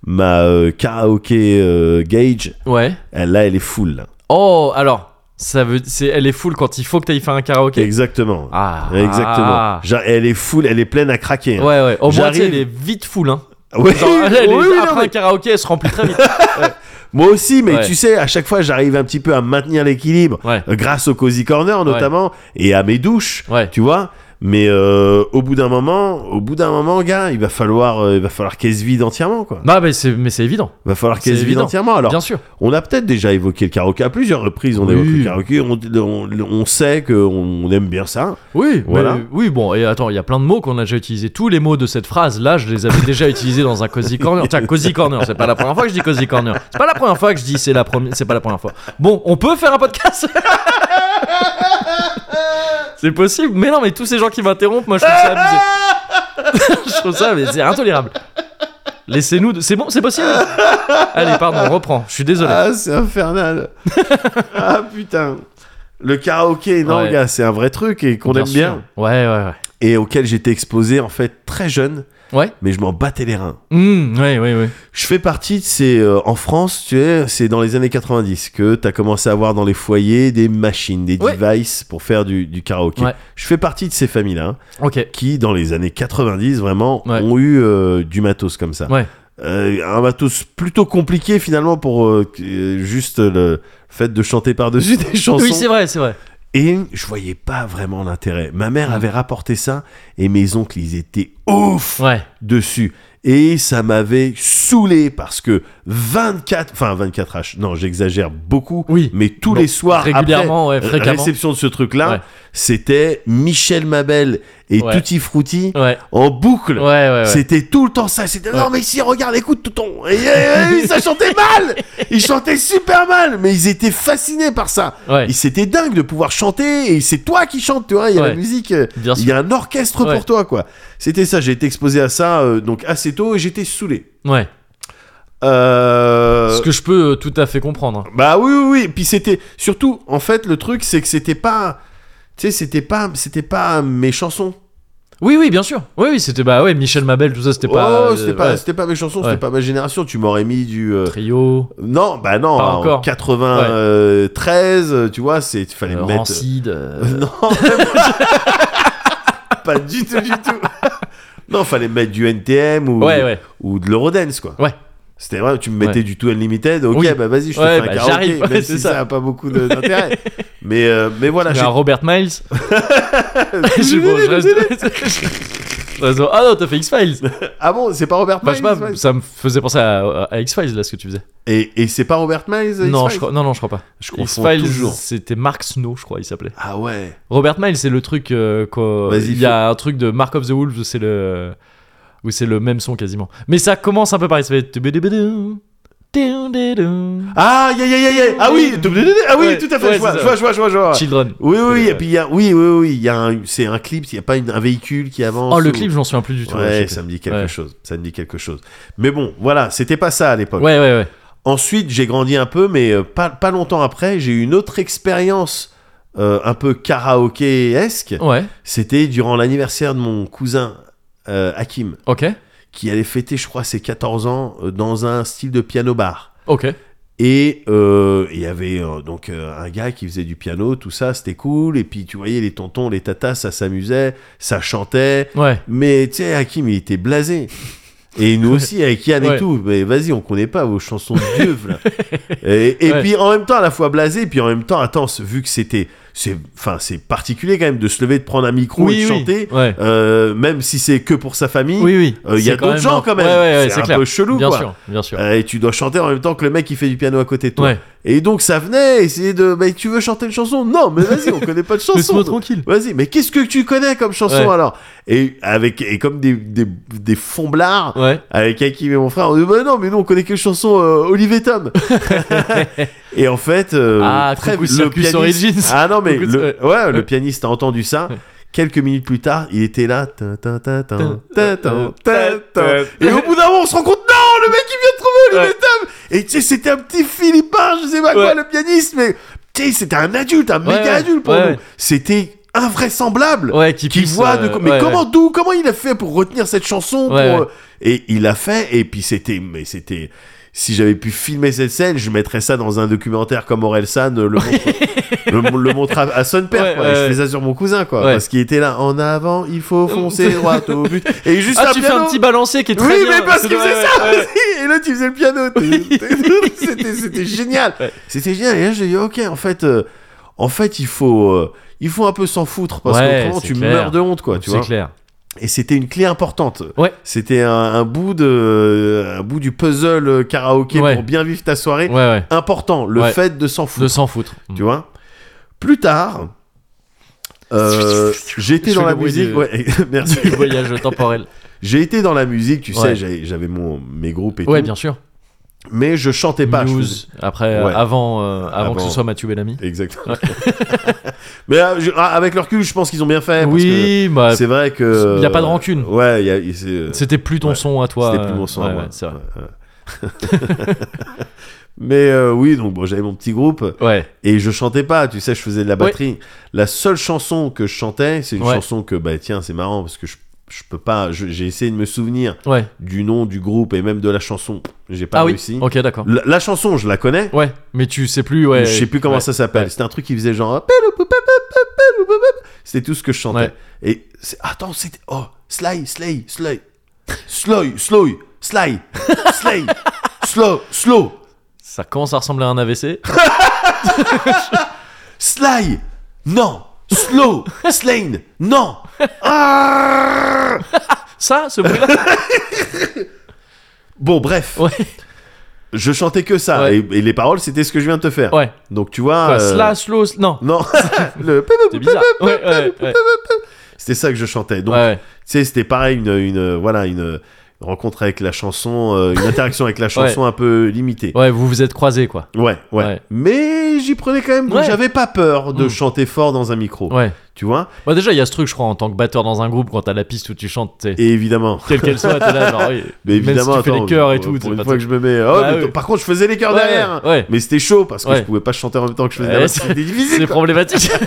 ma euh, karaoké euh, gauge
Ouais.
elle, là elle est full là.
Oh, alors, ça veut, c'est, elle est full quand il faut que t'ailles faire un karaoké.
exactement
Ah.
exactement
Ah.
Genre, elle est full elle est pleine à craquer hein.
Ouais, ouais. Au moins, tu sais,
J'arrive.
elle est vite full, hein.
Ouais.
[LAUGHS] Genre, elle, elle est-
Oui, non,
après
mais-
un karaoké, elle se remplit très
[LAUGHS]
vite.
Moi aussi, mais
Ouais.
tu sais, à chaque fois, j'arrive un petit peu à maintenir l'équilibre
Ouais.
euh, grâce au cozy corner notamment et à mes douches,
Ouais.
tu vois. Mais euh, au bout d'un moment, au bout d'un moment, gars, il va falloir, euh, il va falloir qu'elle se vide entièrement, quoi.
Non, Bah, mais c'est, mais c'est évident.
Il va falloir
C'est
qu'elle se vide
évident.
entièrement. Alors,
Bien sûr.
on a peut-être déjà évoqué le karaoké à plusieurs reprises. On
Oui.
évoque le karaoké, on, on, on sait qu'on aime bien ça.
Oui,
Voilà.
mais- oui, bon, et attends, il y a plein de mots qu'on a déjà utilisés. Tous les mots de cette phrase, là, je les avais déjà utilisés dans un Cozy Corner. Tiens, Cozy Corner, c'est pas la première fois que je dis Cozy Corner. C'est pas la première fois que je dis c'est la première, c'est pas la première fois. Bon, on peut faire un podcast [LAUGHS] C'est possible, mais non, mais tous ces gens qui m'interrompent, moi je trouve ça abusé. [LAUGHS] je trouve ça, mais c'est intolérable. Laissez-nous. de- C'est bon, c'est possible Allez, pardon, on reprend. Je suis désolé.
Ah,
[LAUGHS]
c'est infernal. ah putain. Le karaoké, non,
Ouais.
gars, c'est un vrai truc et qu'on aime
sûr.
bien.
Ouais, ouais, ouais.
Et auquel j'étais exposé, en fait, très jeune.
Ouais
mais je m'en battais les reins.
Mmh, Ouais, ouais, ouais.
Je fais partie de ces. euh, en France, tu sais, c'est dans les années 90 que tu as commencé à avoir dans les foyers des machines, des
Ouais.
devices pour faire du, du karaoké.
Ouais.
Je fais partie de ces familles-là hein,
Ok.
qui, dans les années 90, vraiment,
Ouais.
ont eu euh, du matos comme ça.
Ouais.
Euh, un matos plutôt compliqué finalement pour euh, euh, juste le fait de chanter par-dessus [LAUGHS] des chansons.
Oui, c'est vrai, c'est vrai.
Et je voyais pas vraiment l'intérêt. Ma mère avait rapporté ça et mes oncles, ils étaient ouf
Ouais.
dessus. Et ça m'avait saoulé parce que 24, enfin 24H, non, j'exagère beaucoup,
Oui.
mais tous
Non,
les soirs,
régulièrement,
après
ouais, fréquemment.
réception de ce truc-là,
Ouais.
c'était Michel Mabel et
Ouais.
Tutti Frutti
Ouais.
en boucle.
Ouais, ouais, ouais.
C'était tout le temps ça. C'était non, mais si, regarde, écoute, tout ton. Et, et- et- ça chantait mal Ils chantaient super mal, mais ils étaient fascinés par ça.
Ouais.
Et C'était dingue de pouvoir chanter, et c'est toi qui chantes, tu vois, il y a la
Ouais.
musique, euh,
Bien
il y a un orchestre
Ouais.
pour toi, quoi. C'était ça, j'ai été exposé à ça, euh, donc assez tôt, et j'étais saoulé.
Ouais.
Euh,
Ce que je peux euh, tout à fait comprendre.
Bah oui, oui, oui, et puis c'était, surtout, en fait, le truc, c'est que c'était pas, tu sais, c'était pas, c'était pas mes chansons.
Oui, oui, bien sûr. Oui, oui, c'était bah ouais, Michel Mabel, tout ça, c'était pas.
oh,
euh,
c'était pas,
ouais.
c'était pas mes chansons,
Ouais.
c'était pas ma génération, tu m'aurais mis du... euh,
Trio,
Non, bah non,
Pas
en
encore.
93, euh, tu vois, c'est, il fallait
euh,
mettre...
Rancid. euh,
[LAUGHS] Non, [LAUGHS] pas du tout, du tout. Non, fallait mettre du NTM ou,
euh, Ouais, ouais.
ou de l'Eurodance, quoi.
Ouais.
C'était vrai, tu me mettais
Ouais.
du tout unlimited, ok,
Oui.
bah vas-y, je te
Ouais,
fais un
bah,
karaoké,
j'arrive,
même
ouais,
si
c'est
ça
ça.
n'a pas beaucoup de- d'intérêt. mais, euh, mais
[LAUGHS]
voilà,
mais
j'ai-
un Robert Miles.
[LAUGHS]
je sais pas, je reste.
[LAUGHS]
Raison- Ah non, t'as fait X-Files!
Ah bon, c'est pas Robert
Bah, je
Miles
sais pas,
ouais.
ça me faisait penser à, à X-Files là ce que tu faisais.
Et, et c'est pas Robert Miles
Non,
X-Files
je crois, non, non, je crois pas.
Je confonds
X-Files,
toujours.
c'était Mark Snow, je crois, il s'appelait.
Ah ouais.
Robert Miles, c'est le truc. euh, quoi.
Vas-y,
Il y a un truc de Mark of the Wolves, c'est le. Où c'est le même son quasiment. Mais ça commence un peu pareil, ça fait.
Ah, ya, ya, ya, ya. Ah oui, ah oui,
Ouais,
tout à fait,
ouais,
je, vois,
c'est
je
ça.
vois, je vois, je vois, je vois.
Children.
Oui, oui, oui,
Ouais.
et puis il y a, oui, oui, oui, il y a un, c'est un clip, il n'y a pas une- un véhicule qui avance.
Oh, le
ou-
clip, je m'en souviens plus du tout.
Ouais,
je sais
ça me dit
plus.
quelque
Ouais.
chose. Ça me dit quelque chose. Mais bon, voilà, c'était pas ça à l'époque.
Ouais, ouais, ouais.
Ensuite, j'ai grandi un peu, mais euh, pas, pas longtemps après, j'ai eu une autre expérience euh, un peu karaoké-esque.
Ouais,
C'était durant l'anniversaire de mon cousin euh, Hakim,
ok.
qui allait fêter, je crois, ses 14 ans euh, dans un style de piano-bar.
Ok.
Et euh, il y avait euh, donc euh, un gars qui faisait du piano, tout ça, c'était cool. Et puis tu voyais les tontons, les tatas, ça s'amusait, ça chantait.
Ouais.
Mais tu sais, Hakim, il était blasé. Et
[LAUGHS]
nous aussi, avec Yann
Ouais.
et tout. Mais vas-y, on connaît pas vos chansons de vieux,
[LAUGHS]
là. Et, et
Ouais.
puis en même temps, à la fois blasé, puis en même temps, attends, c'est- vu que c'était. c'est- Enfin, c'est particulier quand même de se lever, de prendre un micro et de chanter.
Ouais.
euh, même si c'est que pour sa famille.
Oui, oui.
Euh, il y a
C'est
d'autres gens
un-
quand même.
Ouais, ouais, ouais,
c'est
c'est
un
clair.
peu chelou,
Bien
quoi.
sûr, bien sûr.
Euh, et tu dois chanter en même temps que le mec qui fait du piano à côté de toi.
Ouais.
Et donc ça venait essayer de. Mais tu veux chanter une chanson Non, mais vas-y, on connaît pas de chanson.
[LAUGHS] Laisse-moi
donc.
tranquille.
Vas-y, mais qu'est-ce que tu connais comme chanson
Ouais.
alors Et avec et comme des des, des fomblards.
Ouais.
[LAUGHS] Avec Hakim et mon frère, on dit bah non, mais nous on connaît que chanson euh, Olive et Tom. et en fait, euh,
Ah, coucou, Circus Origins.
Ah non, mais
Coucou,
le,
ouais.
ouais, le
Ouais.
pianiste a entendu ça.
Ouais.
Quelques minutes plus tard, il était là. Tin, tin, tin, tin, tin, tin, tin, tin.
Euh,
Et au bout d'un moment, on se rend compte, non, le mec il vient de trouver Olive et Tom. Et tu sais, c'était un petit Philippin, je sais pas quoi,
Ouais.
le pianiste, mais tu sais, c'était un adulte, un
Ouais,
méga
ouais,
adulte pour
ouais,
nous.
ouais.
C'était invraisemblable
Ouais, qui,
qui
puisse,
voit de
euh,
co- mais
ouais,
comment
ouais.
d'où comment il a fait pour retenir cette chanson pour,
Ouais, ouais.
euh, et il l'a fait et puis c'était mais c'était si j'avais pu filmer cette scène je mettrais ça dans un documentaire comme Aurel San euh, le montre, le,
[LAUGHS]
mon- le montre à, à son père
Ouais,
quoi.
ouais,
je fais
ouais.
ça sur mon cousin quoi
Ouais.
parce qu'il était là en avant
[LAUGHS]
il faut foncer droit au but et juste
Ah,
un
tu fais
piano.
un petit balancé qui est très
oui,
bien.
mais parce
C'est
qu'il
vrai,
faisait ça
ouais, ouais.
aussi. Et là, tu faisais
[LAUGHS]
le piano. [LAUGHS] c'était, c'était génial.
Ouais.
C'était génial. Et là, j'ai dit, ok, en fait, euh, en fait, il faut, euh, il faut un peu s'en foutre parce
Ouais,
qu'autrement,
c'est
tu
clair.
meurs de honte, quoi. [LAUGHS] Tu
C'est
vois.
clair.
Et c'était une clé importante.
Ouais.
C'était un, un bout de, un bout du puzzle euh, karaoké
Ouais.
pour bien vivre ta soirée.
Ouais, ouais.
Important, le
Ouais.
fait de s'en foutre.
De s'en foutre. Mm.
Tu vois Plus tard,
[LAUGHS]
euh, j'étais
Je
dans
fais
la
le bruit
musique.
du-
Ouais, [LAUGHS] merci.
[LAUGHS] Du voyage temporel.
J'ai été dans la musique, tu sais,
Ouais.
j'avais j'avais mon mes groupes et
Ouais,
tout,
bien sûr.
mais je chantais pas. je
News,
faisais-
après, euh,
Ouais.
avant, euh, avant, que
Avant.
ce soit Mathieu Bellamy.
Exactement. [LAUGHS] mais euh, je- ah, avec le recul, je pense qu'ils ont bien fait. parce
oui,
que
bah,
c'est vrai que
y a pas de rancune.
Ouais, y a- y- c'est euh,
c'était plus ton
ouais.
son à toi.
c'était plus
euh,
mon son. à
ouais,
moi.
ouais, c'est vrai.
Ouais, [LAUGHS] ouais. mais euh, oui, donc bon, j'avais mon petit groupe
Ouais,
et je chantais pas. Tu sais, je faisais de la
Ouais.
batterie. La seule chanson que je chantais, c'est une
Ouais.
chanson que bah tiens, c'est marrant parce que je je peux pas. je- J'ai essayé de me souvenir
ouais.
du nom du groupe et même de la chanson. J'ai pas
ah oui,
réussi.
ok, d'accord.
La, la chanson, je la connais.
Ouais, mais tu sais plus, ouais.
je sais plus comment
ouais.
ça s'appelle.
Ouais.
C'était un truc qui faisait genre. C'était tout ce que je chantais.
Ouais.
Et c'est- attends, c'était. Oh, Sly, Sly, Sly. Sloy, Sloy, Sly,
[LAUGHS]
Sly, Slow, Slow,
Ça commence à ressembler à un AVC.
Sly, non, Slow, Slain, non. Ah
[LAUGHS] Ça, ce bruit-là
[LAUGHS] bon, bref,
Ouais,
je chantais que ça.
Ouais.
Et, et les paroles, c'était ce que je viens de te faire.
ouais.
Donc tu vois.
Quoi,
euh,
Slash, slow, sl- non. [LAUGHS]
Non, le.
C'est bizarre. Ouais, ouais, ouais.
C'était ça que je chantais. Donc,
Ouais,
tu sais c'était pareil une, une voilà une rencontre avec la chanson euh, une
[LAUGHS]
interaction avec la chanson un peu limitée
ouais, vous vous êtes croisés, quoi.
ouais ouais,
Ouais.
mais j'y prenais quand même donc
Ouais.
j'avais pas peur de
Mm.
chanter fort dans un micro
Ouais.
tu vois
Bah, déjà, il y a ce truc, je crois, en tant que batteur dans un groupe, quand t'as la piste où tu chantes, tu sais,
et évidemment
quelle qu'elle soit, t'es là, genre, oui.
mais évidemment
Même si tu fais
attends,
les chœurs et
pour-
tout,
pour
c'est
une
pas
fois
tout.
que je me mets oh,
Bah
mais
oui.
par contre je faisais les chœurs
Ouais,
derrière
ouais,
[LAUGHS]
ouais.
mais c'était chaud parce que
Ouais.
je pouvais pas chanter en même temps que je faisais la
Ouais,
batterie, c'était difficile
[LAUGHS] C'est
quoi.
problématique.
[LAUGHS]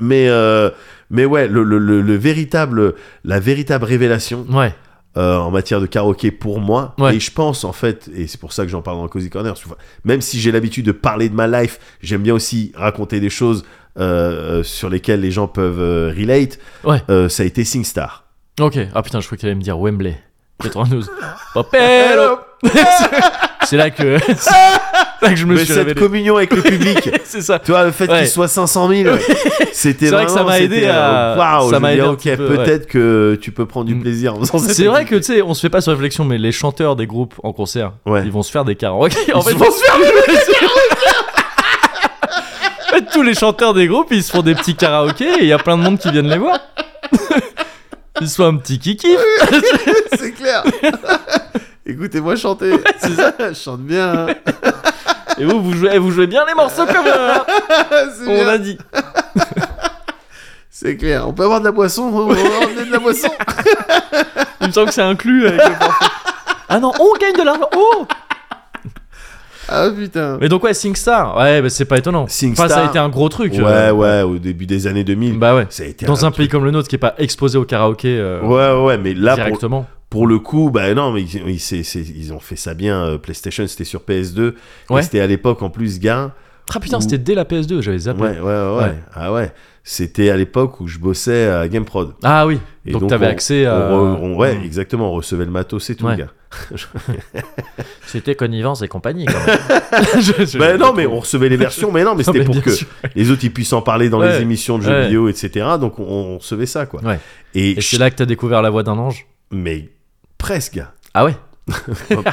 mais euh, mais ouais le, le- le- le véritable la véritable révélation
ouais,
euh, en matière de karaoké pour moi.
Ouais.
Et je pense en fait, et c'est pour ça que j'en parle dans le Cozy Corner, parce que, même si j'ai l'habitude de parler de ma life, j'aime bien aussi raconter des choses euh, euh, sur lesquelles les gens peuvent euh, relate.
Ouais.
Euh, ça a été SingStar.
ok. Ah putain, je crois qu'elle allait me dire Wembley. 92. Papello [LAUGHS] C'est là que. c'est là que je me
Mais
suis
cette
révélé.
communion avec le public.
[LAUGHS] C'est ça.
Tu vois, le fait
Ouais.
qu'il soit
[LAUGHS]
500 000, c'était
C'est vrai que ça
vraiment-
m'a aidé
c'était, euh,
à-
Waouh,
ça
je
m'a
me
aidé
dis,
un
ok,
petit peu, ouais.
peut-être que tu peux prendre du
Mm.
plaisir en faisant cette
C'est vrai
musique.
que tu sais, on se fait pas sur réflexion, mais les chanteurs des groupes en concert,
Ouais.
ils vont se faire des karaokés. En
Ils
fait,
vont se faire
[LAUGHS] en fait, tous les chanteurs des groupes, ils se font des petits karaokés et il y a plein de monde qui viennent les voir. [LAUGHS] Ils se font un petit kiki.
C'est [LAUGHS] clair.
[LAUGHS]
Écoutez-moi chanter. je [LAUGHS] chante bien. hein.
Et vous, vous jouez, vous jouez bien les morceaux comme euh,
Ah, C'est
on
bien.
l'a dit.
C'est clair. On peut avoir de la boisson. On va emmener de
[LAUGHS]
la boisson.
Il me semble que c'est inclus avec le forfait. Ah non, on gagne de l'argent. Oh
Ah putain.
Mais donc ouais, SingStar. Ouais, bah, c'est pas étonnant.
SingStar.
Enfin, ça a été un gros truc.
Ouais,
euh,
ouais, au début des années 2000.
Bah ouais.
ça a été
Dans un pays comme le nôtre qui est pas exposé au karaoké euh,
Ouais, ouais, mais là, pour,
directement.
pour le coup, bah non, mais ils, ils- c'est- c'est- ils ont fait ça bien. euh, PlayStation, c'était sur PS2. et
Ouais.
C'était à l'époque, en plus, gars,
Ah putain, c'était dès la PS2, j'avais zappé.
Ouais, ouais, ouais,
Ouais.
Ah ouais. C'était à l'époque où je bossais à GameProd.
Ah oui,
Et
donc,
donc,
t'avais
on-
accès
On
à. Hmm.
re- on- ouais, exactement. On recevait le matos, c'est tout,
Ouais.
le gars.
C'était connivence et compagnie quand même. [LAUGHS] Je- je-
Ben non, mais on recevait les versions, mais non, mais
[LAUGHS] Non,
c'était
mais
pour
bien
que
sûr.
les autres ils puissent en parler dans
Ouais.
les émissions de jeux
Ouais.
vidéo, etc. Donc on, on recevait ça, quoi.
Ouais.
Et,
Et c'est là que t'as découvert la voix d'un ange.
mais presque.
Ah ouais.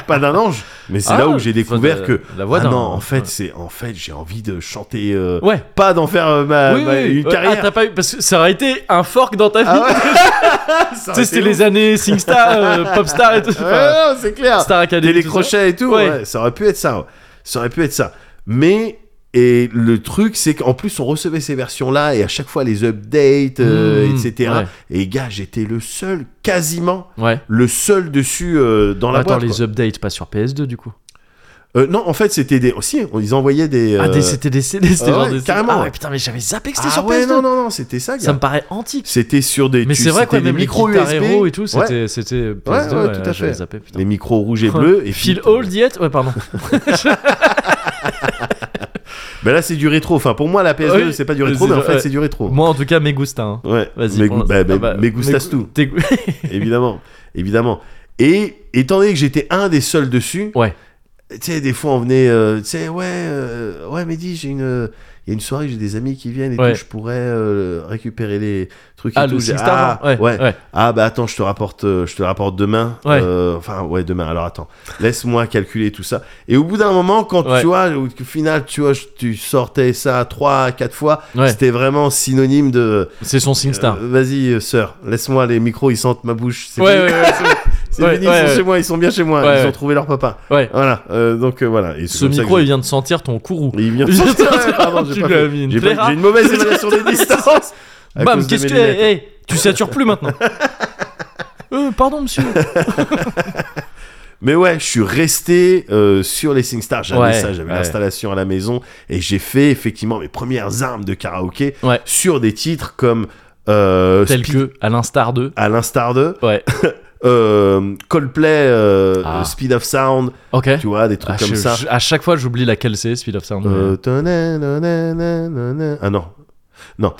Pas d'un ange, mais c'est
Ah,
là où j'ai
faut
découvert
de-
que.
la voix
ah
d'un-
non, en
ouais.
fait, c'est en fait, j'ai envie de chanter. euh,
Ouais.
Pas d'en faire euh, ma,
oui,
ma-
oui, oui.
une
Euh, Ah,
carrière.
t'as pas eu parce que ça aurait été un fork dans ta vie.
Ah ouais [LAUGHS] Ça
tu sais,
aurait été
c'était
ouf.
les années Singstar,
[LAUGHS]
euh, Popstar et tout.
Ouais,
enfin,
non, c'est clair.
Star Academy. tout ça.
Télécrochet et tout,
Ouais.
ouais, ça aurait pu être ça. ouais. Ça aurait pu être ça. Mais et le truc, c'est qu'en plus, on recevait ces versions-là et à chaque fois les updates, euh,
Mmh,
etc.
ouais.
Et gars, j'étais le seul, quasiment
Ouais.
le seul dessus euh, dans la
Attends,
boîte.
les
quoi.
updates pas sur PS2 du coup.
Euh, non, en fait, c'était des. Aussi, ils envoyaient des.
Ah, des-
euh,
c'était des CD, c'était
ah
genre
ouais,
des.
carrément,
Ah ouais,
ouais.
putain, mais j'avais zappé que c'était
ah
sur
ouais,
PS2.
non, non, non, c'était ça, gars.
Ça me paraît antique.
C'était sur des.
Mais
tu-
c'est vrai
c'était
quoi,
des
même les
micro
guitares
USB.
héros et tout,
Ouais,
c'était c'était PS2.
ouais, tout à
j'avais
fait.
zappé, putain.
les micros rouges et bleus.
[LAUGHS]
et
Phil
puis-
Old yet Ouais, pardon.
Ben là, c'est du rétro. Enfin, pour moi, la PS2,
Oui,
c'est pas du
c'est
rétro, mais en
vrai,
fait,
ouais.
c'est du rétro.
Moi, en tout cas, mes goustins. hein.
Ouais,
Vas-y.
mes,
pour
goûts-
l'instant.
Oh. bah, bah,
Ah bah,
mes gustas
mes [LAUGHS]
tout,
goûts- tes goûts-
évidemment, évidemment. Et étant donné que j'étais un des seuls dessus,
Ouais.
tu sais, des fois on venait, euh, tu sais, ouais, euh, ouais, Mehdi, j'ai une, euh, il y a une soirée, j'ai des amis qui viennent et
Ouais.
tout, je pourrais euh, récupérer les trucs
Ah,
et tout.
le
J'ai-
Six
ah,
Star. Ouais. ouais.
Ah bah attends, je te rapporte, euh, je te rapporte demain.
Ouais.
Euh, Enfin ouais, demain. Alors attends, laisse-moi calculer tout ça. Et au bout d'un moment, quand
Ouais.
tu vois, au au final, tu vois, je- tu sortais ça trois, quatre fois,
Ouais.
c'était vraiment synonyme de.
C'est son SingStar.
Euh, Vas-y, euh, sœur, laisse-moi les micros, ils sentent ma bouche. C'est
ouais, ouais,
fini.
ouais, c'est-
[LAUGHS] C'est
ouais,
fini,
ouais,
ils sont
ouais.
chez moi, ils sont bien chez moi.
Ouais,
ils
ouais.
ont trouvé leur papa.
ouais.
Voilà, euh, donc euh, voilà. Et c'est
Ce
comme ça
micro,
que
il vient de sentir ton courroux.
j'ai-
[LAUGHS]
il vient.
il vient de-
Ouais, [LAUGHS] pardon, j'ai
Tu
pas
lui as
fait-
mis une
j'ai pas-
claire.
j'ai une mauvaise
[LAUGHS]
évaluation des distances. à
Bam,
cause de
qu'est-ce
mes
que.
lunettes.
Hey, hey, tu satures plus
[LAUGHS]
maintenant. Euh, pardon, monsieur.
Mais ouais, je suis resté euh, sur les SingStar. J'avais
Ouais,
ça, j'avais
ouais.
l'installation à la maison et j'ai fait effectivement mes premières armes de karaoké
Ouais.
sur des titres comme euh,
Tel
Speed-
que, à l'instar d'eux.
à l'instar de
Ouais.
euh, Coldplay, euh,
Ah.
Speed of Sound,
Ok.
tu vois, des trucs
Ah,
comme
je-
ça.
je- à chaque fois, j'oublie laquelle c'est, Speed of Sound.
Euh, ta-na, na-na, na-na. Ah non.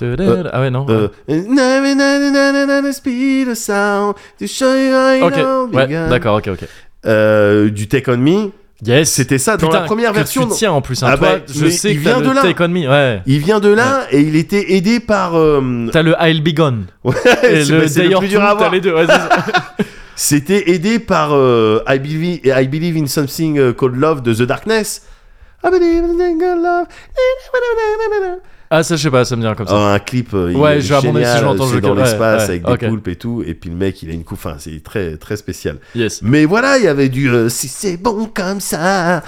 euh,
ah ouais, non.
Euh, na- na- na- na- na- na- na- speed of sound to show you how it all
ok. Ouais,
began.
d'accord, ok, ok.
Euh, du Take on Me.
Yes.
C'était ça dans
Putain,
la première
que
version.
Tu tiens en plus. hein.
Ah
Toi,
bah,
je
mais
sais
il
que t'as
vient
le
de là.
Take on me. Ouais.
Il vient de là et il était aidé par. euh, [LAUGHS]
T'as le I'll Be Gone.
Eh, c'est-
Et le
c'est
Day
le
or
plus dur
Two,
à
t'as
avoir.
les deux. Ouais, c'est
[LAUGHS]
ça.
C'était aidé par euh, I, believe, I Believe in Something euh, Called Love de The Darkness. I believe in something called love.
ah, ça, je sais pas, ça me dit rien comme ça.
Ah, un clip, euh, il
Ouais,
est
je vais abandonner si
génial,
j'entends le
c'est
jeu
dans
que- ouais,
l'espace
ouais,
avec des
ok.
poulpes et tout, et puis le mec il a une coupe, enfin c'est très très spécial.
Yes.
Mais voilà, il y avait du euh, si c'est bon comme [LAUGHS] ça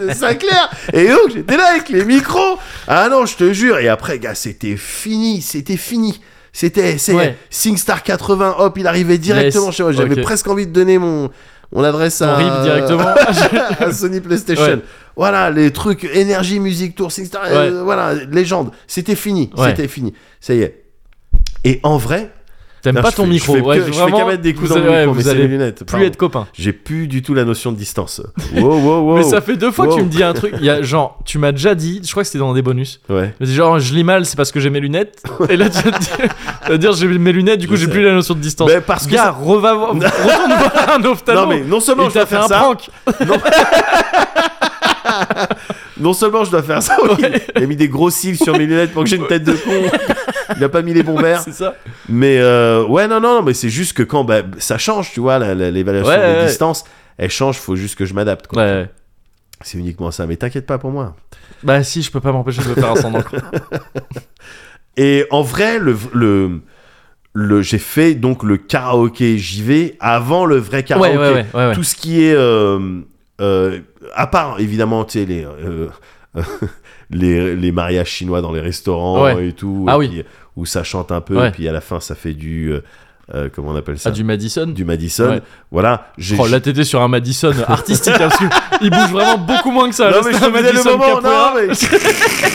de Sinclair. Et donc j'étais là avec les micros. Ah non, je te jure. Et après, gars, c'était fini, c'était fini. C'était c'est
Ouais.
SingStar 80. Hop, il arrivait directement
Yes,
chez moi. J'avais
ok.
presque envie de donner mon mon adresse
On
à
rip directement.
[LAUGHS] à Sony PlayStation.
Ouais.
Voilà, les trucs énergie, musique, tour, SingStar, euh, voilà, légende. C'était fini,
Ouais.
c'était fini. Ça y est. Et en vrai,
T'aimes
Non,
pas
je
ton
fais- je
micro.
fais que-
ouais,
je fais
vraiment,
qu'à mettre des coups
vous
dans mon
allez-
micro,
ouais, vous
mais c'est
allez
les lunettes,
Plus
pardon.
être copain.
j'ai plus du tout la notion de
[LAUGHS]
distance. Wow, wow, wow.
Mais ça fait deux fois que tu
Wow.
me dis un truc. Il y a, genre, tu m'as déjà dit, je crois que c'était dans des bonus.
Ouais.
Tu m'as dit, genre, je lis mal, c'est parce que j'ai mes lunettes. Et là, tu vas te dire- tu vas dire, j'ai mes lunettes, du coup,
Je
j'ai
sais.
plus la notion de distance.
Ben, parce que
Gars,
ça- [LAUGHS]
reva voir- retourne voir un ophtalmo.
Non mais non
Il
seulement je
t'a
dois
fait
faire
un
ça,
prank.
non seulement je dois faire ça, oui, il a mis des gros cils sur mes lunettes pour que j'ai une tête de con.
[LAUGHS]
Il a pas mis les bons verres.
C'est ça.
Mais euh, ouais, non, non, non, mais c'est juste que quand bah, ça change, tu vois, la- la- l'évaluation
Ouais,
des
ouais, ouais.
distances, elle change. Faut juste que je m'adapte. quoi.
Ouais.
C'est uniquement ça. Mais t'inquiète pas pour moi.
Bah si, je peux pas m'empêcher de me faire un sang
[LAUGHS]
d'encre.
Et en vrai, le, le, le- j'ai fait donc le karaoké JV avant le
ouais,
vrai
ouais,
karaoké.
ouais, ouais, ouais.
Tout ce qui est, euh, euh, à part évidemment, tu sais, les, euh, [LAUGHS] les, les mariages chinois dans les restaurants
Ouais.
et tout,
Ah
et
oui.
puis, où ça chante un peu,
Ouais.
et puis à la fin, ça fait du, euh, euh, comment on appelle ça
Ah, du Madison.
Du Madison.
Ouais.
Voilà. J'ai,
Oh, là, t'étais sur un
[LAUGHS]
Madison artistique, hein, parce que il bouge vraiment beaucoup moins que ça.
Non,
Là,
mais
c'est
je
un
te faisais le
Madison
moment,
capoeira.
non, mais-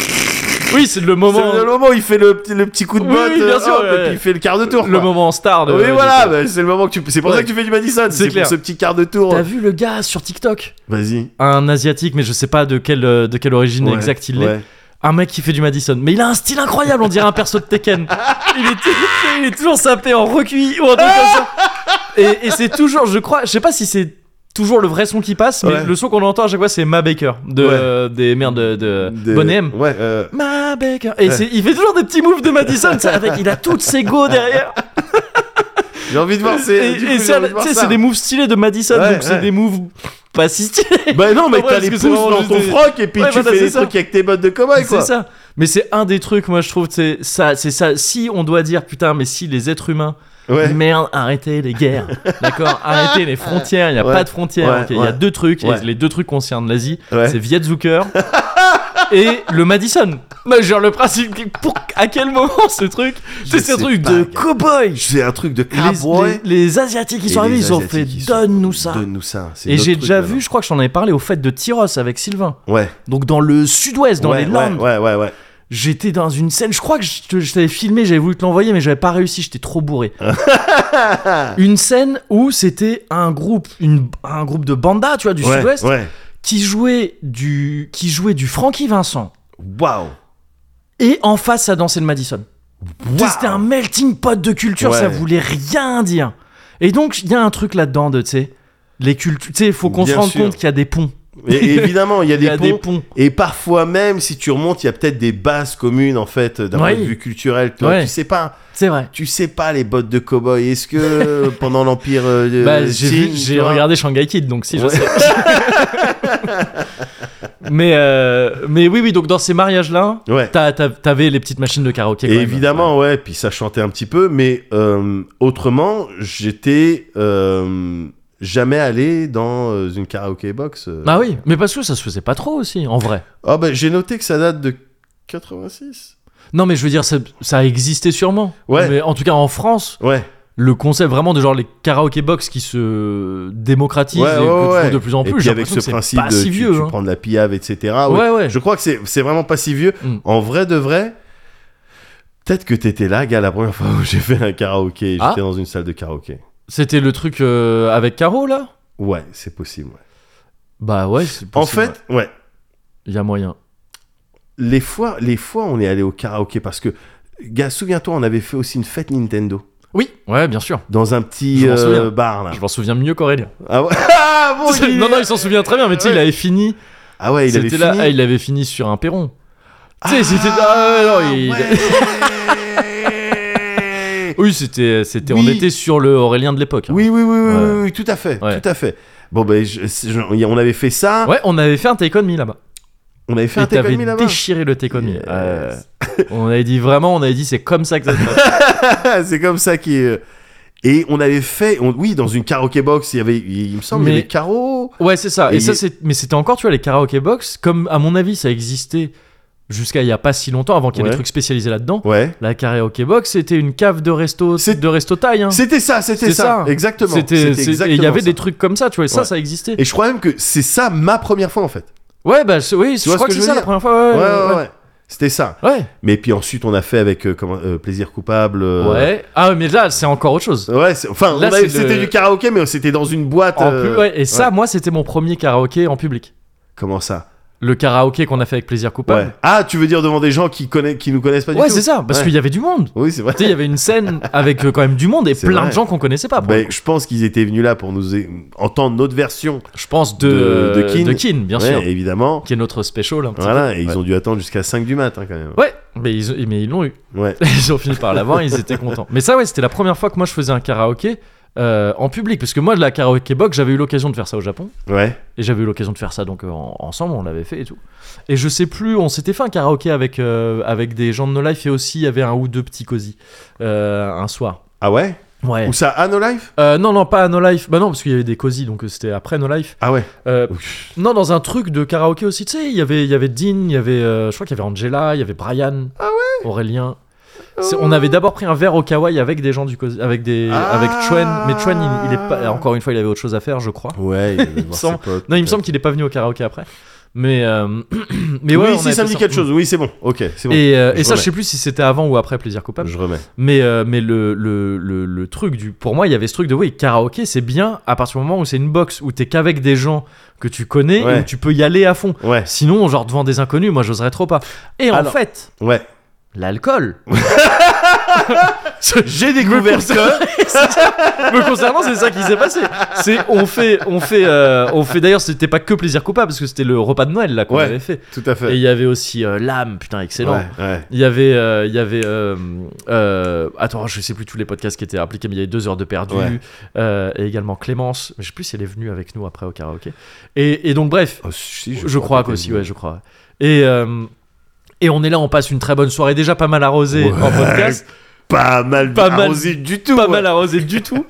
Oui, c'est le moment.
C'est le moment où il fait le, petit- le petit coup de
Oui,
botte,
oui, bien
euh,
sûr,
hop,
ouais,
et puis
ouais.
il fait le quart de tour.
Le
quoi.
moment en star de.
Oui,
de-
voilà, bah, c'est le moment que tu. C'est pour
Ouais.
ça que tu fais du Madison. C'est pour
clair.
ce petit quart de tour.
T'as vu le gars sur TikTok
Vas-y.
Un asiatique, mais je sais pas de quelle, euh, de quelle origine
Ouais,
exacte il est.
ouais.
Un mec qui fait du Madison. Mais il a un style incroyable, on dirait un perso de Tekken. Il est, tou- il est toujours sapé en recuit ou un truc comme ça. Et, et c'est toujours, je crois, je sais pas si c'est toujours le vrai son qui passe, mais
Ouais.
le son qu'on entend à chaque fois, c'est Ma Baker de,
Ouais.
euh, des merdes de, de
De-
Bonnet M.
Ouais. euh,
Ma Baker. Et c'est- il fait toujours des petits moves de Madison, ça, avec, il a toutes ses go derrière.
J'ai envie de voir.
Et,
c'est- du coup,
et
j'ai
c'est
envie de voir
tu sais,
ça.
c'est des moves stylés de Madison,
Ouais,
donc c'est
ouais.
des moves pas si [LAUGHS] stylés.
Bah non, mais
Ouais,
t'as
parce
les
que
pouces
c'est vraiment
dans
juste
ton
des-
froc et puis
Ouais,
tu
voilà,
fais
c'est
des
ça.
trucs avec tes bottes de cow-boy,
C'est
quoi.
ça. Mais c'est un des trucs, moi je trouve, c'est ça, c'est ça. Si on doit dire putain, mais si les êtres humains,
Ouais.
merde, arrêtez les
[LAUGHS]
guerres, d'accord, arrêtez les frontières. Il n'y a
Ouais.
pas de frontières.
Ouais,
ok, Il y
ouais.
a deux trucs
Ouais.
et les deux trucs concernent l'Asie.
Ouais.
C'est Viet
[LAUGHS]
Zucker et le Madison. Mais genre le principe, pour à quel moment ce truc,
Je
c'est ce
sais
truc
pas,
de
gars.
cowboy.
C'est un truc de
Les, les-
cowboy.
les asiatiques qui
Et
sont arrivés,
les
ils ont fait
Asiatiques, ils sont-
donne-nous ça.
Donne-nous ça. c'est
Et
notre
j'ai
truc,
déjà
maintenant.
vu, je crois que j'en avais parlé au fait de Tyros avec Sylvain.
Ouais.
Donc dans le sud-ouest, dans
ouais,
les Landes.
Ouais, ouais, ouais. ouais.
J'étais dans une scène, je crois que je, te- je t'avais filmé, j'avais voulu te l'envoyer, mais j'avais pas réussi, j'étais trop
[LAUGHS]
bourré. une scène où c'était un groupe, une- un groupe de banda, tu vois, du
ouais,
sud-ouest,
Ouais.
qui jouait du, qui jouait du Frankie Vincent.
Waouh.
Et en face, ça dansait le Madison.
Waouh.
C'était un melting pot de culture, ça
Ouais.
voulait rien dire. Et donc, il y a un truc là-dedans de, tu sais, les cultures, tu sais, il faut qu'on se
Bien
rende
sûr.
compte qu'il y a des ponts.
Et- et évidemment, il y
[LAUGHS]
a,
Il y a
des,
des
ponts,
ponts.
Et parfois même, si tu remontes, il y a peut-être des bases communes en fait d'un
Ouais.
point de vue culturel. Toi,
Ouais.
Tu sais pas,
C'est vrai.
tu sais pas les bottes de cow-boy.
[LAUGHS]
Est-ce que pendant l'empire, euh,
Bah,
euh,
j'ai
Qing,
vu-
tu
j'ai
vois
regardé Shanghai Kid, donc si je
Ouais.
sais. mais, euh, mais oui, oui, donc dans ces mariages-là,
Ouais.
t'as- t'as- t'avais les petites machines de karaoké. quand
Et
même.
évidemment, ouais. Puis ça chantait un petit peu, mais euh, autrement, j'étais euh, jamais allé dans euh, une karaoké box. euh.
Ah oui, mais parce que ça se faisait pas trop aussi, en vrai.
Ah bah, j'ai noté que ça date de 86.
Non, mais je veux dire, ça, ça existait sûrement.
Ouais.
Mais en tout cas, en France,
Ouais.
le concept vraiment de genre les karaoké box qui se démocratisent et que tu trouves de plus en
Et
plus.
puis
j'ai
avec
l'impression que
ce
c'est
principe
pas
de
si
tu-
vieux.
tu,
hein.
prends de la pillave, etc. Oui.
Ouais, ouais.
Je crois que c'est c'est vraiment pas si vieux.
Mm.
En vrai de vrai, peut-être que t'étais là, gars, la première [LAUGHS] fois où j'ai fait un karaoké. J'étais
Ah.
dans une salle de karaoké.
C'était le truc euh, avec Caro là.
Ouais, c'est possible. ouais.
Bah ouais, c'est
En
possible, ouais.
fait, ouais.
il y a moyen.
les fois, les fois on est allé au karaoké parce que, gars, souviens-toi, on avait fait aussi une fête Nintendo
Oui, ouais, bien sûr.
dans un petit
Je m'en
euh,
souviens.
bar là.
Je m'en souviens mieux qu'Aurélien.
Ah ouais, [LAUGHS] ah, bon, il-
[LAUGHS] non, non, il s'en souvient très bien, mais tu sais, il avait fini.
Ah ouais, il avait
C'était là, ah,
fini.
il avait fini sur un perron. Tu sais, c'était. Ah, ouais, non, il-
Ouais.
Oui, c'était. c'était On
Oui.
était sur le Aurélien de l'époque. hein.
[LAUGHS] Oui, oui, oui, oui,
Ouais.
oui, oui, tout à fait,
Ouais.
tout à fait. Bon, ben, je- je- on avait fait ça,
Ouais, on avait fait un Take On Me là-bas.
on avait fait
Et
un Take On
t'avais
Me là-bas.
déchiré le Take On Me.
Yes. [LAUGHS]
Euh, on avait dit vraiment, on avait dit c'est comme ça que ça se passe.
c'est comme ça qui est. euh, Et on avait fait, on- oui, dans une karaoké box, il y avait, il, il me semble, il y
Mais-
avait Caro.
Ouais, c'est ça.
Et
Et, ça,
il-
c'est. Mais c'était encore, tu vois, les karaoké box, comme à mon avis, ça existait jusqu'à il y a pas si longtemps, avant qu'il y ait
Ouais.
des trucs spécialisés là-dedans.
Ouais.
La karaoké box, c'était une cave de resto,
C'est-
de resto taille. hein.
C'était ça, c'était
C'est
ça.
ça.
exactement.
C'était, c'est- et il y
exactement
avait
ça.
des trucs comme ça, tu vois, et ça,
Ouais.
ça existait.
Et je crois même que c'est ça ma première fois en fait.
Ouais, bah c'est- oui, je
vois ce
crois
que
que,
je
c'est
veux
ça la
dire
première fois.
Ouais,
Ouais,
ouais, ouais. C'était ça.
ouais. Ouais.
Mais puis ensuite, on a fait avec euh, comment- euh, Plaisir Coupable. euh,
Ouais. Ah, mais là, c'est encore autre chose.
Ouais, c'est- enfin,
Là,
on avait-
c'est
c'était
le-
du karaoké, mais c'était dans une boîte.
En
euh,
plus, ouais, et ça, moi, c'était mon premier karaoké en public.
Comment ça
Le karaoké qu'on a fait avec Plaisir
ouais.
Coupable.
Ah, tu veux dire devant des gens qui, connaissent, qui nous connaissent pas du
Bah, Ouais,
tout
c'est ça, parce
Ouais.
qu'il y avait du monde. Tu
Oui, c'est vrai.
sais, il y avait une scène avec euh, quand même du monde et
C'est
plein
vrai.
de gens qu'on connaissait pas. pour le
Ben,
coup.
je pense qu'ils étaient venus là pour nous é- entendre notre version,
Je pense de,
de- de Keane.
bien
Ouais,
sûr,
évidemment.
qui est notre special. Un petit
Voilà,
peu.
et ils
ouais.
ont dû attendre jusqu'à 5 du matin quand même.
Ouais, mais ils, mais ils l'ont eu. [LAUGHS]
Ouais.
ils ont fini par l'avoir, ils étaient contents. Mais ça, ouais, c'était la première fois que moi je faisais un karaoké euh, en public. Parce que moi, de la karaoké box, j'avais eu l'occasion de faire ça au Japon.
Ouais.
Et j'avais eu l'occasion de faire ça donc euh, en- ensemble, on l'avait fait et tout. Et je sais plus, on s'était fait un karaoké avec, euh, avec des gens de No Life et aussi il y avait un ou deux petits cosy euh, un soir.
Ah ouais
Ouais.
Ou ça, à No Life
Euh, non, non, pas à No Life. Bah non, parce qu'il y avait des cosy donc euh, c'était après No Life.
Ah ouais.
Euh,
Ouf.
non, dans un truc de karaoké aussi, tu sais, il y avait, il y avait Dean, il y avait, euh, je crois qu'il y avait Angela, il y avait Brian, Aurélien. C'est- On avait d'abord pris un verre au kawaii avec des gens du cosy, avec des,
Ah.
avec Chuen, mais Chuen, il, il est pas, encore une fois, il avait autre chose à faire, je crois.
Ouais, il, devait
[LAUGHS] Il
voir
me
ses
semble-
potes,
Non, il me
peut-être.
semble qu'il est pas venu au karaoké après. Mais, euh, [CLEARS THROAT] mais ouais,
oui,
on
si
a été
ça me dit
sorti-
quelque chose. Oui, c'est bon. Ok, c'est bon.
Et, euh,
Je
et ça,
remets.
je sais plus si c'était avant ou après Plaisir Coupable.
Je remets.
Mais, euh, mais le, le, le, le truc du. Pour moi, il y avait ce truc de oui, karaoké, c'est bien à partir du moment où c'est une box, où t'es qu'avec des gens que tu connais
Ouais.
et où tu peux y aller à fond. [LAUGHS]
Ouais,
Sinon, genre devant des inconnus, moi, j'oserais trop pas. Et en
Alors-
fait,
ouais.
l'alcool.
[LAUGHS] J'ai découvert ça.
[LAUGHS] Me concernant, c'est ça qui s'est passé. C'est on fait, on fait, euh, on fait. D'ailleurs, c'était pas que plaisir coupable parce que c'était le repas de Noël là qu'on
Ouais.
avait fait.
Tout à
Et
fait.
il y avait aussi euh, l'âme, putain, excellent.
Ouais, ouais.
Il y avait, euh, il y avait, euh, euh, attends, je sais plus tous les podcasts qui étaient appliqués, mais il y avait deux heures de perdu,
Ouais.
Euh, et également Clémence. Je sais plus si elle est venue avec nous après au karaoké. Et, et donc bref,
Oh, si,
je, crois
que
qu'aussi,
t'as
ouais, je crois. Et euh, et on est là, on passe une très bonne soirée, déjà pas mal arrosée
Ouais.
en podcast,
[LAUGHS] Pas mal
Pas mal-
arrosé du tout.
pas
ouais.
mal arrosée du
[LAUGHS]
tout.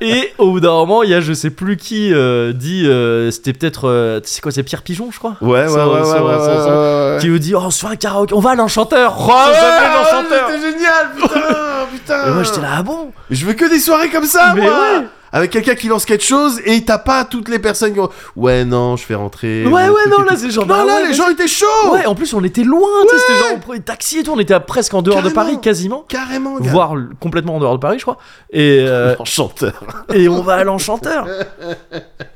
Et au bout d'un moment, il y a je sais plus qui euh, dit, euh, c'était peut-être, euh, c'est quoi, c'est Pierre Pigeon, je crois.
Ouais, ouais, ouais,
Son-
ouais,
son-
ouais, ouais,
son- son-
ouais, ouais.
Qui nous dit, oh, on se fait un karaoké, on va à l'enchanteur, oh,
Ah
on
ouais,
s'appelle
ouais,
l'enchanteur.
C'était génial,
[LAUGHS]
putain, putain.
Et moi j'étais là, ah bon
Je veux que des soirées comme ça,
Mais
moi.
ouais.
Avec quelqu'un qui lance quelque chose et t'as pas toutes les personnes qui ont. Ouais, non, je fais rentrer.
Ouais,
mon
ouais,
truc
non,
et
là,
tout.
c'est genre,
Non,
bah
là,
ouais,
les
vas-y.
gens étaient chauds.
Ouais, en plus on était loin, tu sais, c'était genre on prenait taxi et tout, on était à presque en dehors de
Carrément.
Paris, quasiment,
Carrément, gars.
voire l- complètement en dehors de Paris, je crois. Et, euh,
[LAUGHS] Enchanteur.
et on va à
[LAUGHS]
l'enchanteur.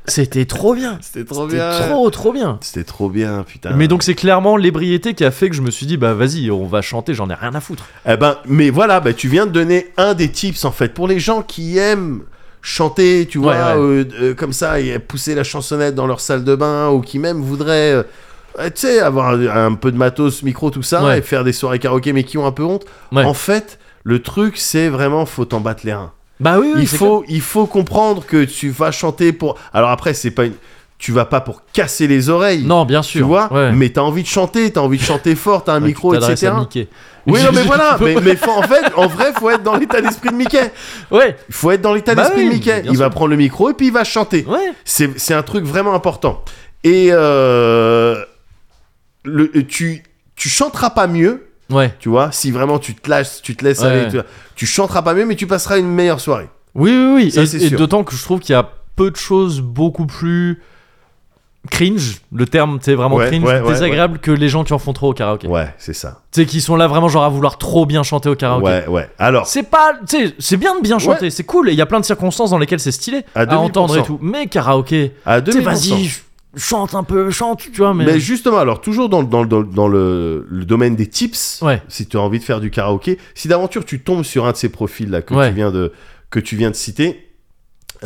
C'était trop bien.
C'était trop bien.
C'était trop, trop bien.
C'était trop bien, putain.
Mais donc c'est clairement l'ébriété qui a fait que je me suis dit bah vas-y on va chanter j'en ai rien à foutre.
Eh ben, mais voilà, bah, tu viens de donner un des tips en fait pour les gens qui aiment chanter, tu vois,
Ouais, ouais.
euh, euh, comme ça, et pousser la chansonnette dans leur salle de bain, ou qui même voudraient, euh, euh, tu sais, avoir un, un peu de matos, micro, tout ça,
Ouais.
et faire des soirées karaoké, mais qui ont un peu honte.
Ouais.
En fait, le truc, c'est vraiment, faut t'en battre les reins.
Bah oui, oui
il
c'est
faut, il faut comprendre que tu vas chanter pour. Alors après, c'est pas une. Tu vas pas pour casser les oreilles.
clair. non bien
Tu
sûr.
vois,
ouais.
mais t'as envie de chanter, t'as envie de chanter fort, t'as
[LAUGHS]
un
Ouais,
micro,
tu t'adresses
etc.
à Mickey. [LAUGHS]
Oui, non, mais
Je-
voilà,
je-
mais, mais faut- en fait, en vrai, faut être dans l'état d'esprit de Mickey.
Ouais,
Il faut être dans l'état
Bah
d'esprit
oui,
de Mickey.
bien
Il va
sûr.
prendre le micro et puis il va chanter.
ouais.
C'est c'est un truc vraiment important. Et euh, le, tu, tu chanteras pas mieux,
Ouais.
tu vois, si vraiment tu te lâches, tu te laisses
Ouais,
aller,
ouais.
tu, vois. tu chanteras pas mieux, mais tu passeras une meilleure soirée.
Oui, oui, oui.
Ça,
et
c'est
et
sûr.
d'autant que je trouve qu'il y a peu de choses beaucoup plus cringe, le terme, c'est vraiment
Ouais,
cringe,
ouais, ouais,
désagréable que les gens qui en font trop au karaoké.
Ouais, c'est ça.
Tu sais, qui sont là vraiment genre à vouloir trop bien chanter au karaoké.
Ouais, ouais. Alors,
Ah, C'est pas, tu sais, c'est bien de bien chanter, c'est cool, et il y a plein de circonstances dans lesquelles c'est stylé
À
à,
2000%.
entendre et tout. Mais karaoké,
à
tu sais,
2000%.
vas-y, ch- chante un peu, chante, tu vois, mais. euh,
Mais justement, alors toujours dans, dans, dans- dans le, le domaine des tips,
Ouais.
si tu as envie de faire du karaoké, si d'aventure tu tombes sur un de ces profils là que
Ouais.
tu viens de que tu viens de citer,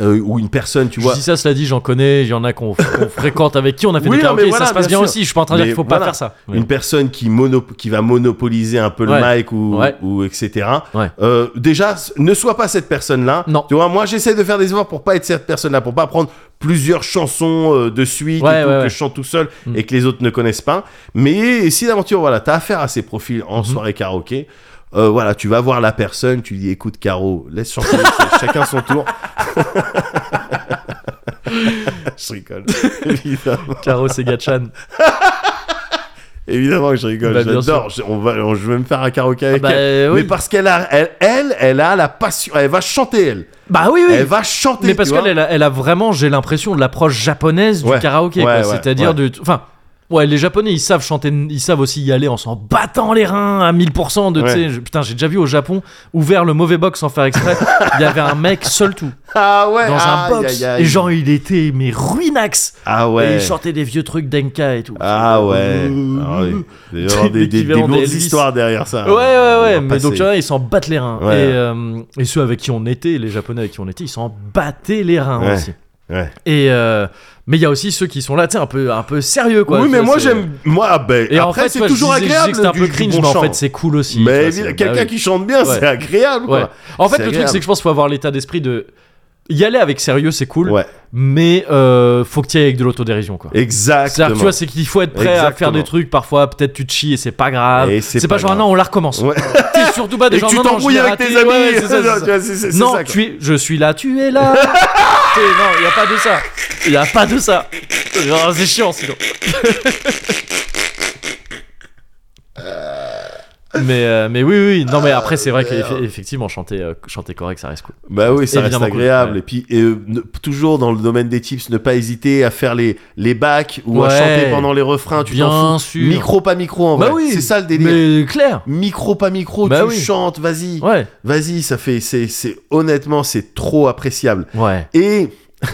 euh, ou une personne, tu
je
vois.
dis ça, cela dit, j'en connais, il y en a qu'on
[LAUGHS]
qu'on fréquente avec qui on a fait
Oui,
des
non, mais
karaokés, et
voilà,
ça se passe
bien
bien,
sûr.
aussi. Je suis pas en train de
Mais
dire qu'il faut pas
voilà.
faire ça. Ouais.
Une personne qui, mono- qui va monopoliser un peu le
Ouais.
mic ou,
Ouais.
ou etc.
Ouais.
Euh, déjà, s- ne sois pas cette personne-là.
Non.
Tu vois, moi j'essaie de faire des efforts pour pas être cette personne-là, pour pas prendre plusieurs chansons euh, de suite
Ouais,
et tout,
ouais,
que
ouais.
je chante tout seul
Mm.
et que les autres ne connaissent pas. Mais si d'aventure, voilà, t'as affaire à ces profils en
Mm-hmm.
soirée karaoké. euh, voilà, tu vas voir la personne, tu dis écoute Caro, laisse chanter [LAUGHS] chacun son tour. [LAUGHS] je rigole,
[LAUGHS]
évidemment.
Caro Segachan.
Évidemment que je rigole,
Bah, bien
j'adore. Je, on va, on- je vais me faire un karaoké avec
bah,
elle.
oui.
Mais parce qu'elle a, elle, elle, elle a la passion. Elle va chanter, elle.
[LAUGHS] Bah oui, oui.
Elle va chanter.
Mais parce
Eh, tu vois.
qu'elle elle a, elle a vraiment, j'ai l'impression, de l'approche japonaise du
Ouais,
karaoké.
ouais,
quoi.
ouais,
C'est-à-dire
ouais.
de. Enfin. Ouais, les japonais, ils savent chanter, ils savent aussi y aller en s'en battant les reins à 1000% de, tu
Ouais.
sais, je- putain, j'ai déjà vu au Japon, ouvert le mauvais box sans faire exprès, il y avait un mec seul tout,
Ah ouais.
dans un
aïe,
box,
aïe, aïe.
et genre, il était, mais ruinax,
Ah
et
ouais.
il chantait des vieux trucs d'Enka et tout.
Ah ouais. Ah ouais. Il y a des, des, des
L'équivalent
lourdes
d'Elvis.
histoires derrière ça.
Ouais, ouais,
Ah, On va
ouais, mais
passer.
donc, tu vois, ils s'en battent les reins.
Ouais.
Et, euh, et ceux avec qui on était, les japonais avec qui on était, ils s'en battaient les reins
Ouais.
aussi.
Ouais.
Et euh, mais il y a aussi ceux qui sont là, tu sais, un peu, un peu sérieux quoi.
oui,
Tu
mais
vois,
moi
c'est-
j'aime. Moi, ah, ben,
Et en
après,
fait,
c'est
ouais, je
toujours
disais- je disais
agréable.
que c'était un
du-
peu
du
cringe,
bon
mais en
chant.
fait, c'est cool aussi. tu vois,
Mais
c'est-
quelqu'un
bah oui.
qui chante bien, c'est
Ouais.
agréable.
Ouais.
Quoi.
En fait,
C'est
le truc,
agréable.
c'est que je pense qu'il faut avoir l'état d'esprit de y aller avec sérieux, c'est cool.
Ouais.
Mais euh, faut que tu y ailles avec de l'autodérision quoi. C'est-à-dire,
Exactement.
tu vois, c'est qu'il faut être prêt à faire
Exactement.
des trucs. Parfois, peut-être tu te chies et c'est pas grave.
Et c'est
C'est pas,
pas
genre, ah
grave.
non, on la recommence.
Ouais.
T'es surtout pas [LAUGHS] des
Et que
gens,
tu
non, non, je
t'embrouilles
l'ai
avec
raté.
tes
Ouais,
amis.
ouais,
[LAUGHS]
c'est ça, c'est
Non,
ça.
tu vois, c'est- c'est- c'est
Non,
ça, quoi.
tu es, je suis là, tu es là. [LAUGHS] T'es- non, il y a pas de ça. Il y a pas de ça. Genre,
[LAUGHS]
C'est chiant sinon. mais, euh, mais oui, oui, non, mais après, c'est vrai
Ah,
qu'effectivement, chanter, euh, chanter correct, ça reste cool.
Bah oui, ça reste
Évidemment cool,
agréable.
ouais.
Et puis, et, euh, ne- toujours dans le domaine des tips, ne pas hésiter à faire les, les bacs ou à
Ouais.
chanter pendant les refrains. Ah, Tu t'en
Bien
fous.
sûr.
Micro, pas micro, en
bah
vrai.
oui,
C'est ça le délire.
Mais clair.
Micro, pas micro,
Bah
tu
oui.
chantes, vas-y.
Ouais,
Vas-y, ça fait. c'est c'est Honnêtement, c'est trop appréciable.
ouais.
Et. [LAUGHS]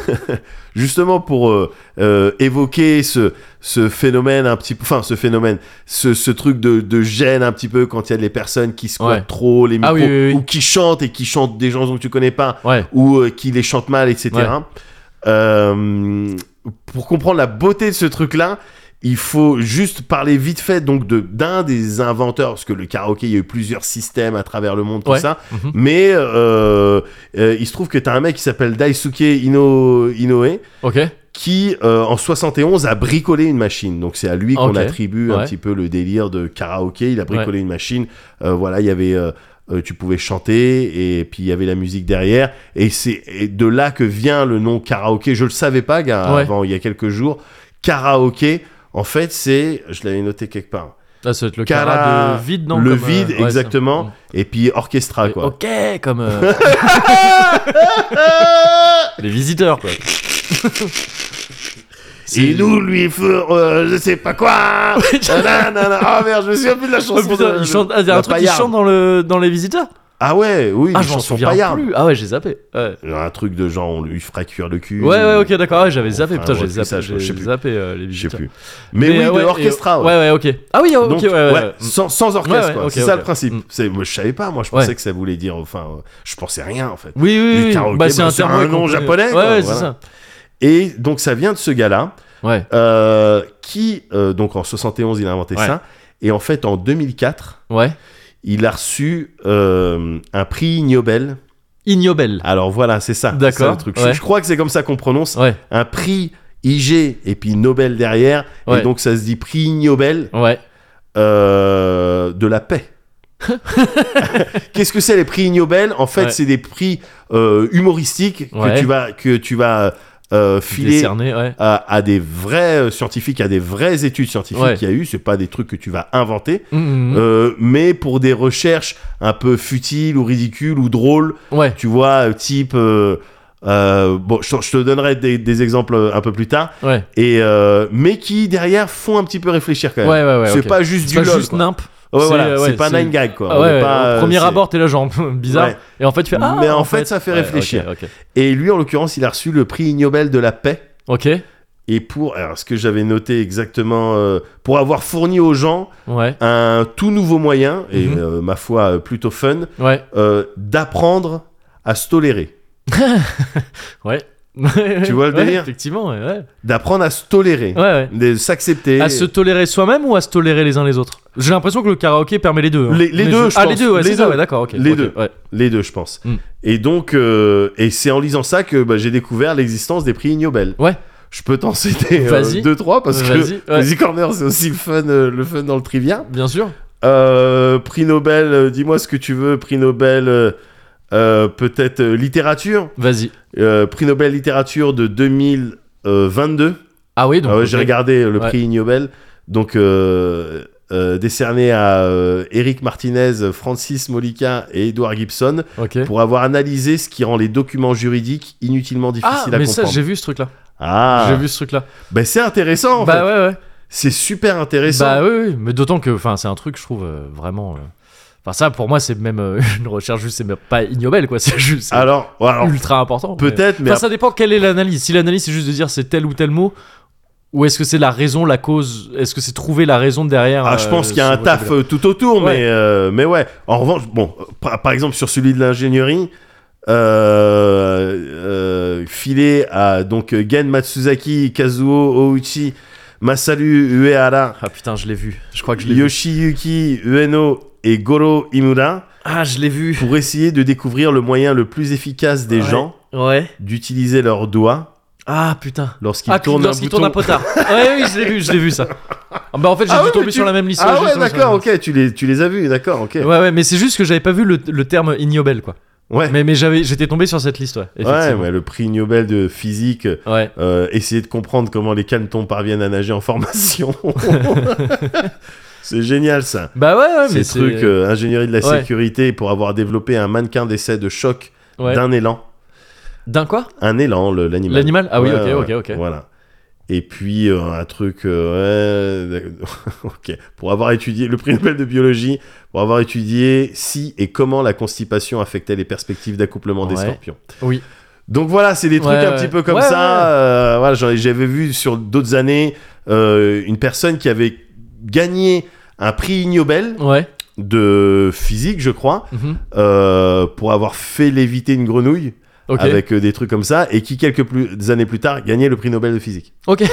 Justement pour euh, euh, évoquer ce, ce phénomène un petit peu, enfin ce phénomène, ce, ce truc de, de gêne un petit peu quand il y a des personnes qui squattent
Ouais.
trop les micros
Ah oui, oui, oui.
ou qui chantent et qui chantent des chansons que tu connais pas
Ouais,
ou euh, qui les chante mal, etc.
Ouais.
Euh, pour comprendre la beauté de ce truc-là, il faut juste parler vite fait donc de d'un des inventeurs, parce que le karaoké, il y a eu plusieurs systèmes à travers le monde, tout
Ouais.
ça.
Mhm.
Mais euh, euh, il se trouve que t'as un mec qui s'appelle Daisuke Ino- Inoue
ok.
qui euh, en 71 a bricolé une machine. Donc c'est à lui qu'on
Ok.
attribue un
Ouais.
petit peu le délire de karaoké. Il a bricolé une machine. Euh, voilà, il y avait, euh, euh, tu pouvais chanter et puis il y avait la musique derrière. Et c'est et de là que vient le nom karaoké. Je le savais pas, gars,
Ouais.
avant il y a quelques jours. Karaoké, en fait, c'est, je l'avais noté quelque part.
Là, ça va être le
Cara-
cara de vide, non
le
comme, euh,
vide,
ouais, ça-
exactement. Et puis orchestra,
Et
quoi.
Ok, comme euh,
Ah
les visiteurs,
[LAUGHS]
quoi.
Et nous lui ferons, euh, je sais
[LAUGHS]
pas quoi. Nanana. Ah merde, je me souviens plus de la
Oh
chanson.
putain,
de-
il chante- ah, il y a un
la
truc qui
paillarde.
chante dans, le, dans les visiteurs
Ah ouais, oui,
Ah,
les
je m'en
chansons
souviens
paillardes.
plus. Ah ouais, j'ai zappé. Ouais,
Euh, Un truc de genre, on lui fera cuire le cul.
ouais, ouais,
ou-
ok, d'accord. Ouais, j'avais
on
zappé.
fera
Putain,
un
j'ai
truc, ça,
zappé,
Je sais
j'ai
plus.
zappé euh, les
Je sais
visiteurs.
plus. Mais, oui,
euh,
de
ouais, et-
orchestra.
ouais. ouais, ok. Ah oui, ok,
Donc,
ouais, ouais.
ouais, Sans, sans orchestre,
Ouais, ouais,
quoi.
ok,
c'est ça
ok.
le principe.
Mm.
C'est- moi, je savais pas, moi, je pensais
Ouais.
que ça voulait dire, enfin, euh, je pensais rien, en fait.
Oui, oui,
Du
oui.
karaoké,
bah, c'est
bah,
un
c'est
terme
un
ouais,
nom
qu'on connaît.
japonais,
Ouais,
quoi,
ouais,
voilà.
c'est ça.
Et donc, ça vient de ce gars-là,
Ouais.
euh, qui, euh, donc, en 71, il a inventé
Ouais.
ça. Et en fait, en 2004,
Ouais.
il a reçu euh, un prix Nobel.
Ignobel.
Alors voilà, c'est ça. c'est
D'accord,
ça le truc. Je-
ouais.
Je, crois que c'est comme ça qu'on prononce.
Ouais.
un prix IG et puis Nobel derrière. Et
Ouais.
donc ça se dit prix Nobel
Ouais.
euh, de la paix.
[LAUGHS]
Qu'est-ce que c'est les prix Nobel En fait,
Ouais.
c'est des prix euh, humoristiques que
Ouais.
tu vas, que tu vas euh, filer
Décerné, ouais.
à, à des vrais euh, scientifiques, à des vraies études scientifiques
Ouais.
qu'il y a eu. C'est pas des trucs que tu vas inventer,
Mhm, mhm.
euh, mais pour des recherches un peu futiles ou ridicules ou drôles
Ouais.
tu vois, euh, type. euh, euh, bon, je, je te donnerai des, des exemples euh, un peu plus tard,
Ouais.
et euh, mais qui derrière font un petit peu réfléchir quand
Ouais,
même.
ouais, ouais.
c'est
ok.
pas juste
C'est
du
pas
lol.
juste
quoi.
nimp.
Ouais,
c'est-
voilà,
euh,
c'est
ouais,
pas
c'est-
nine gag quoi.
Ah
On
ouais,
est
ouais,
pas,
au
euh,
premier
c'est-
abord, t'es là genre [LAUGHS] bizarre.
Ouais.
Et en fait, tu fais ah.
Mais en fait, ça fait
Ouais, ok,
réfléchir.
ok.
Et lui, en l'occurrence, il a reçu le prix Nobel de la paix.
Ok.
Et pour, alors ce que j'avais noté exactement, euh, pour avoir fourni aux gens
Ouais.
un tout nouveau moyen, et
Mhm.
euh, ma foi euh, plutôt fun,
Ouais.
euh, d'apprendre à se tolérer.
Ouais.
[LAUGHS] Tu vois le
Ouais,
délire
Effectivement, ouais. Ouais.
D'apprendre à se tolérer.
ouais, ouais.
De s'accepter.
À se tolérer soi-même ou à se tolérer les uns les autres J'ai l'impression que le karaoké permet les deux. hein.
Les- les
Mais
deux, je
Ah,
pense.
les deux, ouais,
Les
c'est ça,
deux.
ouais, d'accord, ok.
Les
ok,
deux.
ouais.
Les deux, je pense.
Mm.
Et donc, euh, et c'est en lisant ça que bah, j'ai découvert l'existence des prix Nobel.
Ouais.
Je peux t'en citer euh,
Vas-y.
deux, trois, parce
Vas-y,
que
ouais.
Music Corner, c'est aussi le fun, euh, le fun dans le trivia.
Bien sûr.
Euh, prix Nobel, euh, dis-moi ce que tu veux, prix Nobel, euh, euh, peut-être euh, littérature.
Vas-y.
Euh, prix Nobel littérature de 2022.
Ah oui, donc.
Ah ouais,
ok.
J'ai regardé le
Ouais.
prix Nobel, donc euh, euh, décerné à euh, Eric Martinez, Francis Mollica et Edward Gibson
Ok.
pour avoir analysé ce qui rend les documents juridiques inutilement
Ah,
difficiles à
mais ça,
comprendre.
j'ai vu ce truc-là.
ah,
J'ai vu ce truc-là.
ben c'est intéressant en
bah
fait.
ouais, ouais.
C'est super intéressant.
Bah oui, oui. Mais d'autant que, enfin, c'est un truc, je trouve euh, vraiment. euh, Enfin, ça, pour moi, c'est même euh, [LAUGHS] une recherche juste, c'est même pas ignobel, quoi. C'est juste. c'est
alors, alors
ultra important. mais-
peut-être, mais,
Enfin, ça dépend quelle est l'analyse. Si l'analyse c'est juste de dire c'est tel ou tel mot, ou est-ce que c'est la raison, la cause, est-ce que c'est trouver la raison derrière
ah, je pense
euh,
qu'il y a
ce
un taf
vocabulaire.
euh, tout autour,
Ouais.
mais euh, mais ouais. En revanche, bon, euh, par, par exemple sur celui de l'ingénierie. Euh, euh, filé à donc euh, Gen Matsuzaki, Kazuo Ouchi, Masaru Uehara,
Ah putain, je l'ai vu. Je crois que je l'ai vu.
Yoshiyuki Ueno et Goro Imura
Ah, je l'ai vu.
pour essayer de découvrir le moyen le plus efficace des
Ouais.
gens
Ouais.
d'utiliser leurs doigts
Ah putain.
lorsqu'ils
Ah,
tournent un
lorsqu'il
bouton.
tourne un
[LAUGHS]
potard. ouais, oui, je l'ai vu, je l'ai vu ça. Ah, bah en fait, j'ai
Ah
dû
ouais,
tomber
mais
sur
tu-
la même liste.
ah
j'ai
ouais,
tombé sur la
d'accord,
même
ok, tu les, tu les as vus, d'accord, ok.
liste. Ouais, ouais, mais c'est juste que j'avais pas vu le, le terme ignobel, quoi.
Ouais,
Mais, mais j'avais, j'étais tombé sur cette liste, ouais.
ouais,
Effectivement.
mais le prix Nobel de physique,
ouais. [LAUGHS]
euh, essayer de comprendre comment les canetons parviennent à nager en formation. C'est génial ça.
Bah ouais, ouais mais
Ces trucs, euh, ingénierie de la
Ouais.
sécurité, pour avoir développé un mannequin d'essai de choc
Ouais.
d'un élan.
D'un quoi
Un élan, le- l'animal.
L'animal Ah oui,
Ouais,
ok,
ouais,
ok, ok.
Voilà. Et puis euh, un truc, euh, ouais, d'ac- [LAUGHS] ok. Pour avoir étudié le prix Nobel de biologie, pour avoir étudié si et comment la constipation affectait les perspectives d'accouplement des
Ouais.
scorpions.
Oui.
Donc voilà, c'est des trucs
Ouais,
un
ouais.
petit peu comme
Ouais,
ça.
ouais, ouais.
euh, voilà, j'en ai- j'avais vu sur d'autres années euh, une personne qui avait gagné un prix Nobel
Ouais.
de physique, je crois,
mhm,
euh, pour avoir fait léviter une grenouille
Ok.
avec euh, des trucs comme ça, et qui quelques plus, des années plus tard gagnait le prix Nobel de physique.
[LAUGHS] Ok.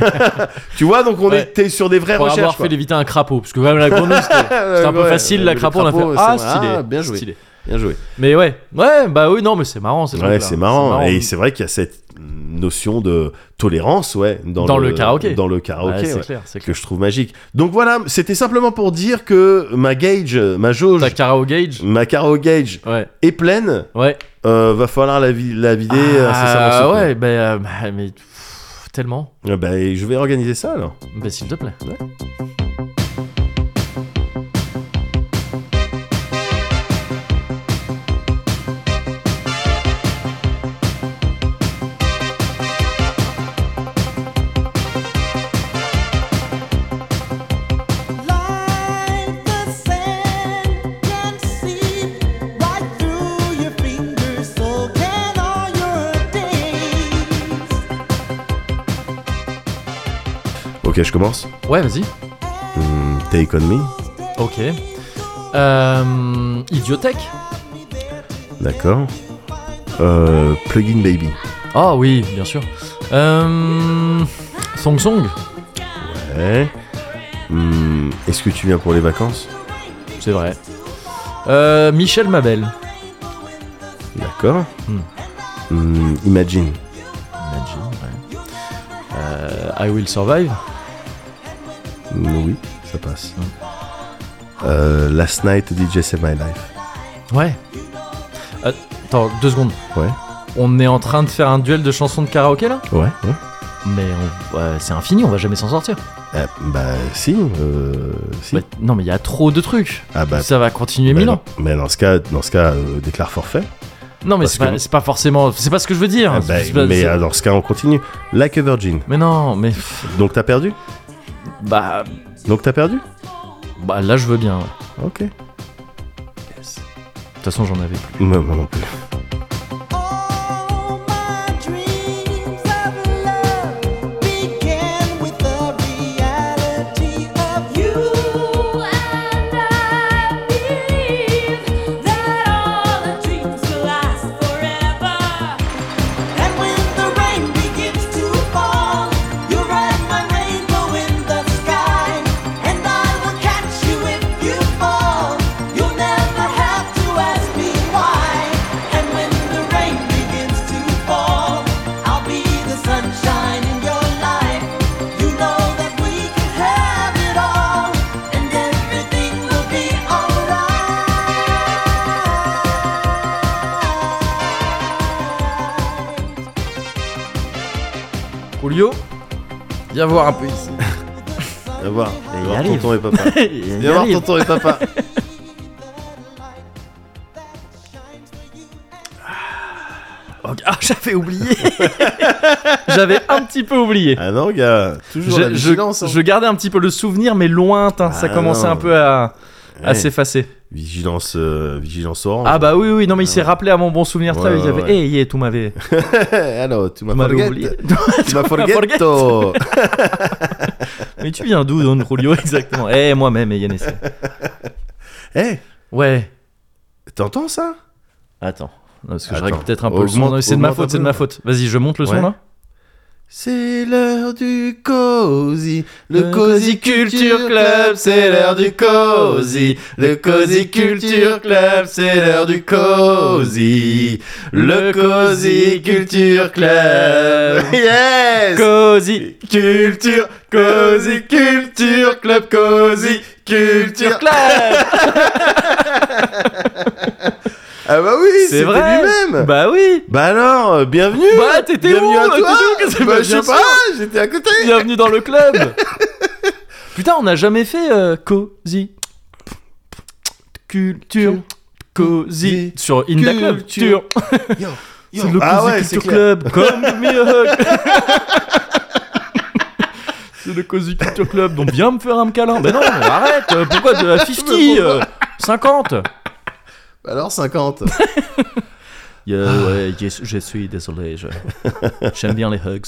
[LAUGHS] Tu vois, donc on
Ouais.
était sur des vraies
Pour
recherches.
avoir
quoi.
fait léviter un crapaud, parce que quand même la grenouille
[LAUGHS]
c'était c'était un peu
Ouais,
facile,
euh,
la
le
crapaud on a fait
crapaud,
ah
c'est-
stylé,
ah, bien joué.
stylé.
Bien joué.
Mais ouais, ouais bah oui non mais c'est marrant, c'est
Ouais, c'est marrant. Et c'est vrai qu'il y a cette notion de tolérance, ouais, dans,
Dans le karaoké.
Dans le karaoké,
c'est
ouais,
clair, c'est
que
clair.
je trouve magique. Donc voilà, c'était simplement pour dire que ma gauge, ma jauge,
Ta Carao Gage,
ma caro gauge
ouais,
est pleine.
ouais.
Euh, va falloir la, vi- euh, la vider
Ah,
incessamment sous
ouais, bah, euh, bah, mais pff, tellement.
peu. Ah bah, je vais organiser ça alors.
Bah s'il te plaît.
Like the sand can see right through your fingers, so can all your days.
Ok, je commence.
Ouais, vas-y.
Hmm, Take on me,
Ok. Euh, Idiotech
d'accord. Euh, Plugin Baby.
Ah oui, bien sûr. Euh, Song Song
Ouais. Hmm, Est-ce que tu viens pour les vacances
C'est vrai. Euh, Michel Mabel.
D'accord. Hmm, imagine.
Imagine, ouais. Euh, I Will Survive.
Hmm, oui, ça passe.
Hmm.
Euh, last night DJ Save My Life.
Ouais. Euh, Attends, deux secondes.
Ouais.
On est en train de faire un duel de chansons de karaoké là
Ouais. ouais.
Mais on- ouais, c'est infini, on va jamais s'en sortir.
Ah, bah si, euh, si.
Ouais, non mais il y a trop de trucs.
Ah bah.
Ça va continuer
bah,
mille
non.
ans.
Mais dans ce cas, dans ce cas, euh, déclare forfait.
Non mais
Parce
c'est pas,
que-
c'est pas forcément... C'est pas ce que je veux dire.
Ah bah,
C'est pas-
mais
c'est-
euh, dans ce cas, on continue. Like a Virgin.
mais non, mais... pff,
Donc t'as perdu
Bah,
Donc t'as perdu
bah là je veux bien. ouais.
Ok.
De toute façon j'en avais plus.
Non, moi non plus.
All my dreams of love began with the reality of you and I believe that all the dreams will last forever. And when the rain begins to fall, you ride my rainbow in the sky. And I will catch you if you fall. You'll never have to ask me why. And when the rain begins to fall, I'll be the sunshine in your life. You know that we can have it all, and everything will be alright.
Julio Viens voir un peu ici.
Viens voir. Viens voir
arrive.
tonton et papa.
[LAUGHS] Il
Viens voir tonton et papa.
Ah, j'avais oublié [LAUGHS] J'avais un petit peu oublié.
[LAUGHS] Ah non, gars. Toujours la
Je, je-
vigilance. hein.
je gardais un petit peu le souvenir, mais lointain. ça
Ah
commençait
non.
un peu à, à
Ouais.
s'effacer.
Eh, Vigilance, euh, vigilance orange.
Ah bah oui, oui, non, mais il s'est rappelé à mon bon souvenir.
Ouais,
très vite. il y
ouais,
avait,
ouais.
hey, yeah, tout m'avait
[LAUGHS] Alors, tu m'as
tout m'avait
forget.
oublié.
[LAUGHS]
[LAUGHS]
Tu m'as
forget. [LAUGHS]
forgetto.
mais tu viens d'où, Don
[LAUGHS]
Julio, exactement Eh, moi-même, eh, Yannis.
Eh,
Ouais.
t'entends ça
Attends. Non, parce que je
Attends.
règle peut-être un peu le son.
Augmente-
Non, C'est de ma
augmente un
faute, c'est de
peu.
ma faute. Vas-y, je monte le
Ouais.
son, là.
C'est l'heure du cozy,
Le Cozy Culture Club, c'est l'heure du cozy. Le Cozy Culture Club, c'est l'heure du cozy. Le Cozy Culture Club.
Yes
Cozy
Culture, cozy, culture, club, cozy,
Culture
culture.
Club
[LAUGHS] Ah bah oui,
C'est
c'était
vrai
lui-même. Bah...
Bah oui
alors, euh, bienvenue.
Bah, t'étais où
bienvenue à
T'étais
toi.
où Qu'est-ce que-
bah,
bah,
je
bien
sais pas, j'étais à côté.
Bienvenue dans le club Putain, on n'a jamais fait euh, Cozy. Culture. Cozy. Sur Inda
Culture.
Culture.
Yo, yo.
C'est le
Ah
Cozy
ouais, c'est
Culture
clair.
Club. Comme me a hug. [LAUGHS] C'est le Cozy Culture Club. Donc viens me faire un câlin. Mais non, arrête. euh, Pourquoi de la 50 euh, 50
Alors 50.
Yo, ouais, je, je suis désolé. je- J'aime bien les hugs.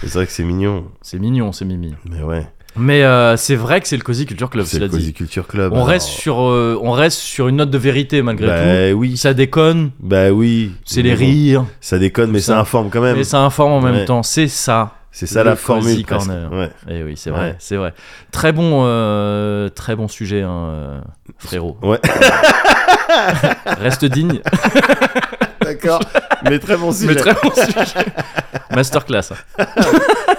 c'est vrai que c'est mignon.
C'est mignon, c'est mimi.
Mais ouais.
Mais euh, c'est vrai que c'est le Cozy Culture Club,
C'est
cela
le
dit.
Cozy Culture Club.
On,
Bah, alors.
reste sur, euh, on reste sur une note de vérité malgré tout.
Bah oui.
Ça déconne,
Bah oui.
c'est
Mais
les
bon,
rires,
Ça déconne, mais ça,
Ça-
informe quand même.
mais ça informe en même
Ouais.
temps. C'est ça.
C'est ça
Le
la
Cozy
formule. presque.
Corner.
Ouais.
Et oui, c'est
Ouais.
vrai, c'est vrai. Très bon, euh, très bon sujet, hein, euh, frérot.
Ouais.
[LAUGHS] Reste digne,
[LAUGHS] D'accord. [LAUGHS] mais très bon
mais
sujet.
très bon sujet. Masterclass. hein.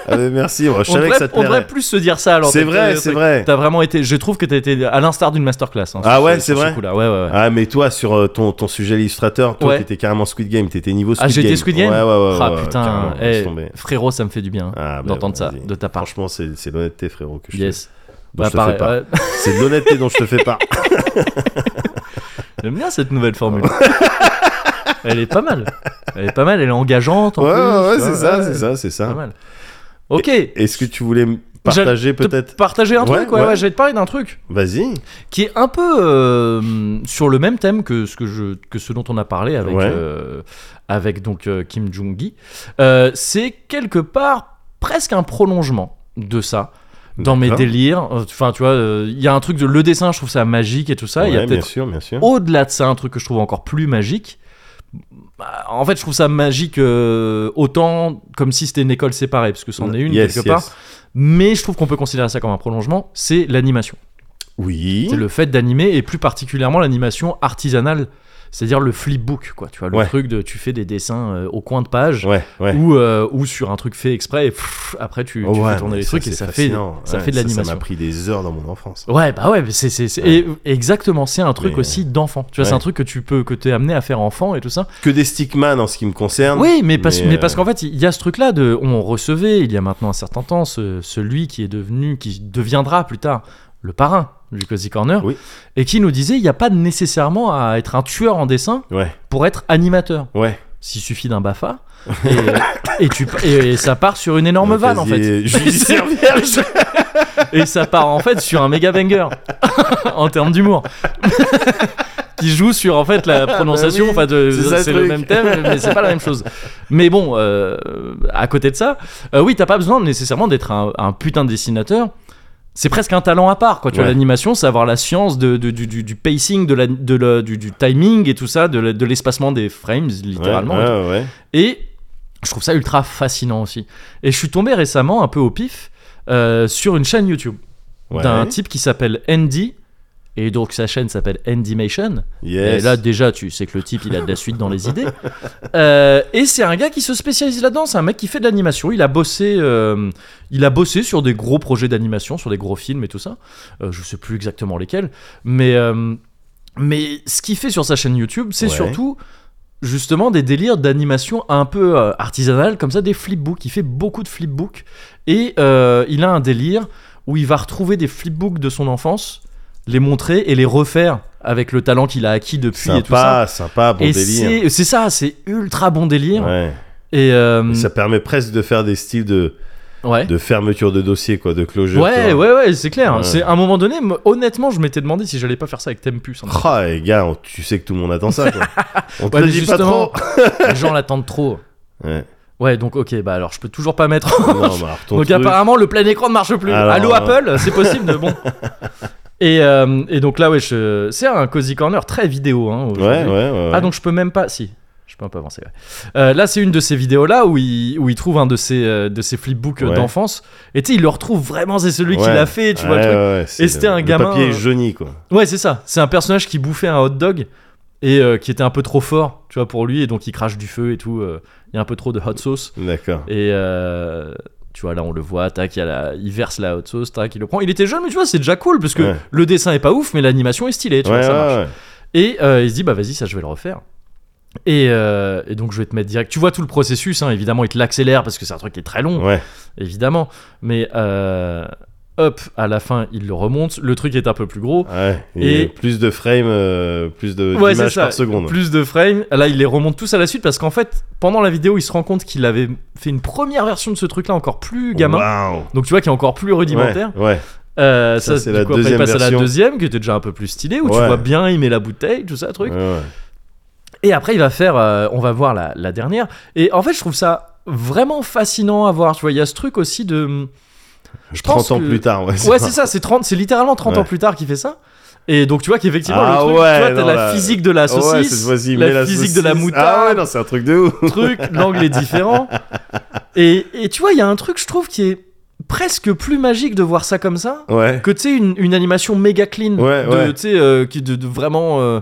Ah, mais merci. moi, je
On
savais que
devrait,
ça te
on devrait
plairait.
plus euh, se dire ça alors.
C'est
t'as-
vrai,
t'as-
c'est vrai.
T'as vraiment été. Je trouve que t'as été à l'instar d'une masterclass. hein,
Ah
sur
ouais,
ce-
c'est
sur ce
vrai
coup-là. Ouais, ouais, ouais.
Ah mais toi sur euh, ton, ton sujet l'illustrateur, toi
Ouais.
t'étais carrément Squid Game, t'étais niveau Squid
ah,
Game.
j'étais Squid Game
Ouais ouais ouais.
Ah
ouais,
putain,
carrément,
eh,
laisse tomber.
frérot, ça me fait du bien hein,
Ah, bah,
d'entendre ça
vas-y.
de ta part.
Franchement c'est c'est l'honnêteté frérot que je te-
Yes. Bah,
dont Bah, je te
pareil,
fais part.
ouais.
C'est de l'honnêteté dont je te fais part.
J'aime bien cette nouvelle
[LAUGHS]
formule. elle est pas mal. Elle est pas mal, elle est engageante. [LAUGHS] en
Ouais
plus,
ouais, ouais
tu
c'est
vois,
ça
ouais,
c'est ça c'est
Pas
ça.
mal. Ok.
Est-ce que tu voulais me partager
J'allais te
peut-être
Partager un
Ouais,
truc, ouais,
ouais.
ouais, je vais te parler d'un truc
Vas-y.
qui est un peu euh, sur le même thème que ce, que je, que ce dont on a parlé avec,
Ouais.
euh, avec donc euh, Kim Jong-gi. Euh, c'est quelque part presque un prolongement de ça. Dans mes
D'accord.
délires, enfin tu vois, euh, il y a un truc de le dessin, je trouve ça magique et tout ça. Il y a
Ouais, bien
peut-être
sûr bien sûr.
au-delà de ça, un truc que je trouve encore plus magique. Bah, En fait, je trouve ça magique euh, autant comme si c'était une école séparée, parce que c'en est une
Yes,
quelque
yes.
part. Mais je trouve qu'on peut considérer ça comme un prolongement. C'est l'animation.
Mmh. Oui.
C'est le fait d'animer et plus particulièrement l'animation artisanale, c'est-à-dire le flipbook, quoi. Tu vois le
Ouais.
truc de tu fais des dessins euh, au coin de page.
Ouais ouais.
Ou, euh, ou sur un truc fait exprès et pff, après tu, tu
Oh, ouais,
fais tourner
mais
les
ça,
trucs et
c'est
ça fait,
fascinant.
ça
Ouais,
fait de
Ça
l'animation
m'a pris des heures dans mon enfance.
Ouais, bah ouais, mais c'est c'est- c'est-
Ouais.
et- exactement, c'est un truc
Mais- euh,
aussi d'enfant. Tu vois, c'est
Ouais.
un truc que tu peux que t'es amené à faire enfant et tout ça.
Que des stickman en ce qui me concerne.
Oui, mais parce
mais,
mais,
euh,
parce qu'en fait, il y a ce truc là de on recevait il y a maintenant un certain temps ce- celui qui est devenu qui deviendra plus tard le parrain du Cozy Corner
Oui.
et qui nous disait il n'y a pas nécessairement à être un tueur en dessin
Ouais
pour être animateur.
ouais.
S'il suffit d'un bafa et, et tu et, et ça part sur une énorme
Un
vanne en fait. [LAUGHS]
casier judiciaire vierge.
Et ça part en fait sur un méga banger [LAUGHS] en termes d'humour. [LAUGHS] qui joue sur en fait la prononciation,
Ah bah oui,
enfin de-
c'est ça le
c'est le
truc.
même thème, mais c'est pas la même chose. Mais bon, euh, à côté de ça, euh, oui, t'as pas besoin nécessairement d'être un, un putain de dessinateur. C'est presque un talent à part, quoi. Tu vois,
Ouais.
l'animation, c'est avoir la science de, de- du, du- du pacing, de la, de la- du, du timing et tout ça, de, la- de l'espacement des frames, littéralement.
Ouais, ouais, ouais.
Et je trouve ça ultra fascinant aussi. Et je suis tombé récemment, un peu au pif, euh, sur une chaîne YouTube
Ouais.
d'un type qui s'appelle Andy. Et donc sa chaîne s'appelle Andymation.
Yes.
Et là déjà tu sais que le type il a de la suite dans les idées. [LAUGHS] Euh, et c'est un gars qui se spécialise là-dedans. C'est un mec qui fait de l'animation. Il a bossé, euh, il a bossé sur des gros projets d'animation, sur des gros films et tout ça. Euh, je sais plus exactement lesquels. Mais euh, mais ce qu'il fait sur sa chaîne YouTube, c'est
Ouais.
surtout justement des délires d'animation un peu euh, artisanale comme ça, des flipbooks. Il fait beaucoup de flipbooks et euh, il a un délire où il va retrouver des flipbooks de son enfance, les montrer et les refaire avec le talent qu'il a acquis depuis et tout ça.
Sympa, sympa, bon
et
délire.
c'est- c'est ça, c'est ultra bon délire.
Ouais.
Et euh,
Et Ça permet presque de faire des styles de,
ouais.
de fermeture de dossier, quoi, de closure.
Ouais,
tu vois.
ouais, ouais, c'est clair.
Ouais.
C'est à un moment donné, moi, honnêtement, je m'étais demandé si j'allais pas faire ça avec Tempus. en fait.
Ah, les gars, on- tu sais que tout le monde attend ça,
[LAUGHS]
quoi. On te
Ouais,
le
mais
dit pas
justement,
trop.
[LAUGHS] les gens l'attendent trop.
Ouais.
Ouais, donc ok, bah alors je peux toujours pas mettre.
Non, bah, alors, ton
donc
truc-
apparemment le plein écran ne marche plus.
Alors,
Allô
euh,
Apple, c'est possible, mais
[LAUGHS]
bon. Et, euh, et donc là, ouais, je- c'est un cozy corner très vidéo. Hein,
Ouais, ouais,
aujourd'hui.
ouais. ouais.
Ah donc je peux même pas. Si. Je peux un peu avancer. ouais. Euh, là, c'est une de ces vidéos-là où il, où il trouve un de ses, euh, de ses flipbooks euh,
Ouais.
d'enfance. Et tu sais, il le retrouve vraiment, c'est celui qui
Ouais.
l'a fait, tu
Ouais,
vois. le truc.
ouais, ouais, c'est
c'était
le-
un
le
gamin,
papier
euh,
jauni, quoi.
Ouais, c'est ça. C'est un personnage qui bouffait un hot dog et euh, qui était un peu trop fort, tu vois, pour lui. Et donc, il crache du feu et tout. euh, Il y a un peu trop de hot sauce.
D'accord.
Et euh, tu vois, là, on le voit, tac, il, y a la- il verse la hot sauce, tac, il le prend. Il était jeune, mais tu vois, c'est déjà cool parce que
Ouais.
le dessin est pas ouf, mais l'animation est stylée, tu
ouais,
vois, ça
ouais,
marche.
ouais.
Et euh, il se dit, bah vas-y, ça je vais le refaire. Et, euh, et donc je vais te mettre direct. Tu vois tout le processus, hein, évidemment, il te l'accélère parce que c'est un truc qui est très long,
Ouais.
évidemment. Mais, euh, Hop, à la fin, il le remonte. Le truc est un peu plus gros.
Ouais,
Et-
et, plus de frames, euh, plus de
Ouais, c'est
d'images
ça.
par seconde.
Plus de frames. Là, il les remonte tous à la suite parce qu'en fait, pendant la vidéo, il se rend compte qu'il avait fait une première version de ce truc-là encore plus gamin.
Waouh.
Donc tu vois qui est encore plus rudimentaire.
Ouais, ouais.
Euh, ça,
Ça, c'est
du
la
coup, après, il
deuxième
passe à la
version.
deuxième qui était déjà un peu plus stylée où tu
Ouais.
vois bien il met la bouteille, tout ça, truc.
ouais, ouais.
Et après, il va faire, euh, on va voir la, la dernière. Et en fait, je trouve ça vraiment fascinant à voir. Tu vois, il y a ce truc aussi de. Je
30
pense
ans
que-
plus tard, ouais.
Ouais, c'est ça, c'est 30, c'est littéralement 30
Ouais.
ans plus tard qu'il fait ça. Et donc, tu vois qu'effectivement,
Ah
le truc,
ouais,
tu vois, t'as
non,
la
là-
physique de la saucisse,
Ah Ouais, cette fois-ci, il
la,
met la
physique de la
saucisse.
moutarde,
Ah ouais, non, c'est un truc de
[LAUGHS]
ouf.
truc, l'angle est
[LAUGHS]
différent. Et, et tu vois, il y a un truc, je trouve, qui est presque plus magique de voir ça comme ça
Ouais.
que tu sais, une, une animation méga clean.
Ouais,
de,
ouais.
Tu sais, euh, qui de, de vraiment. euh,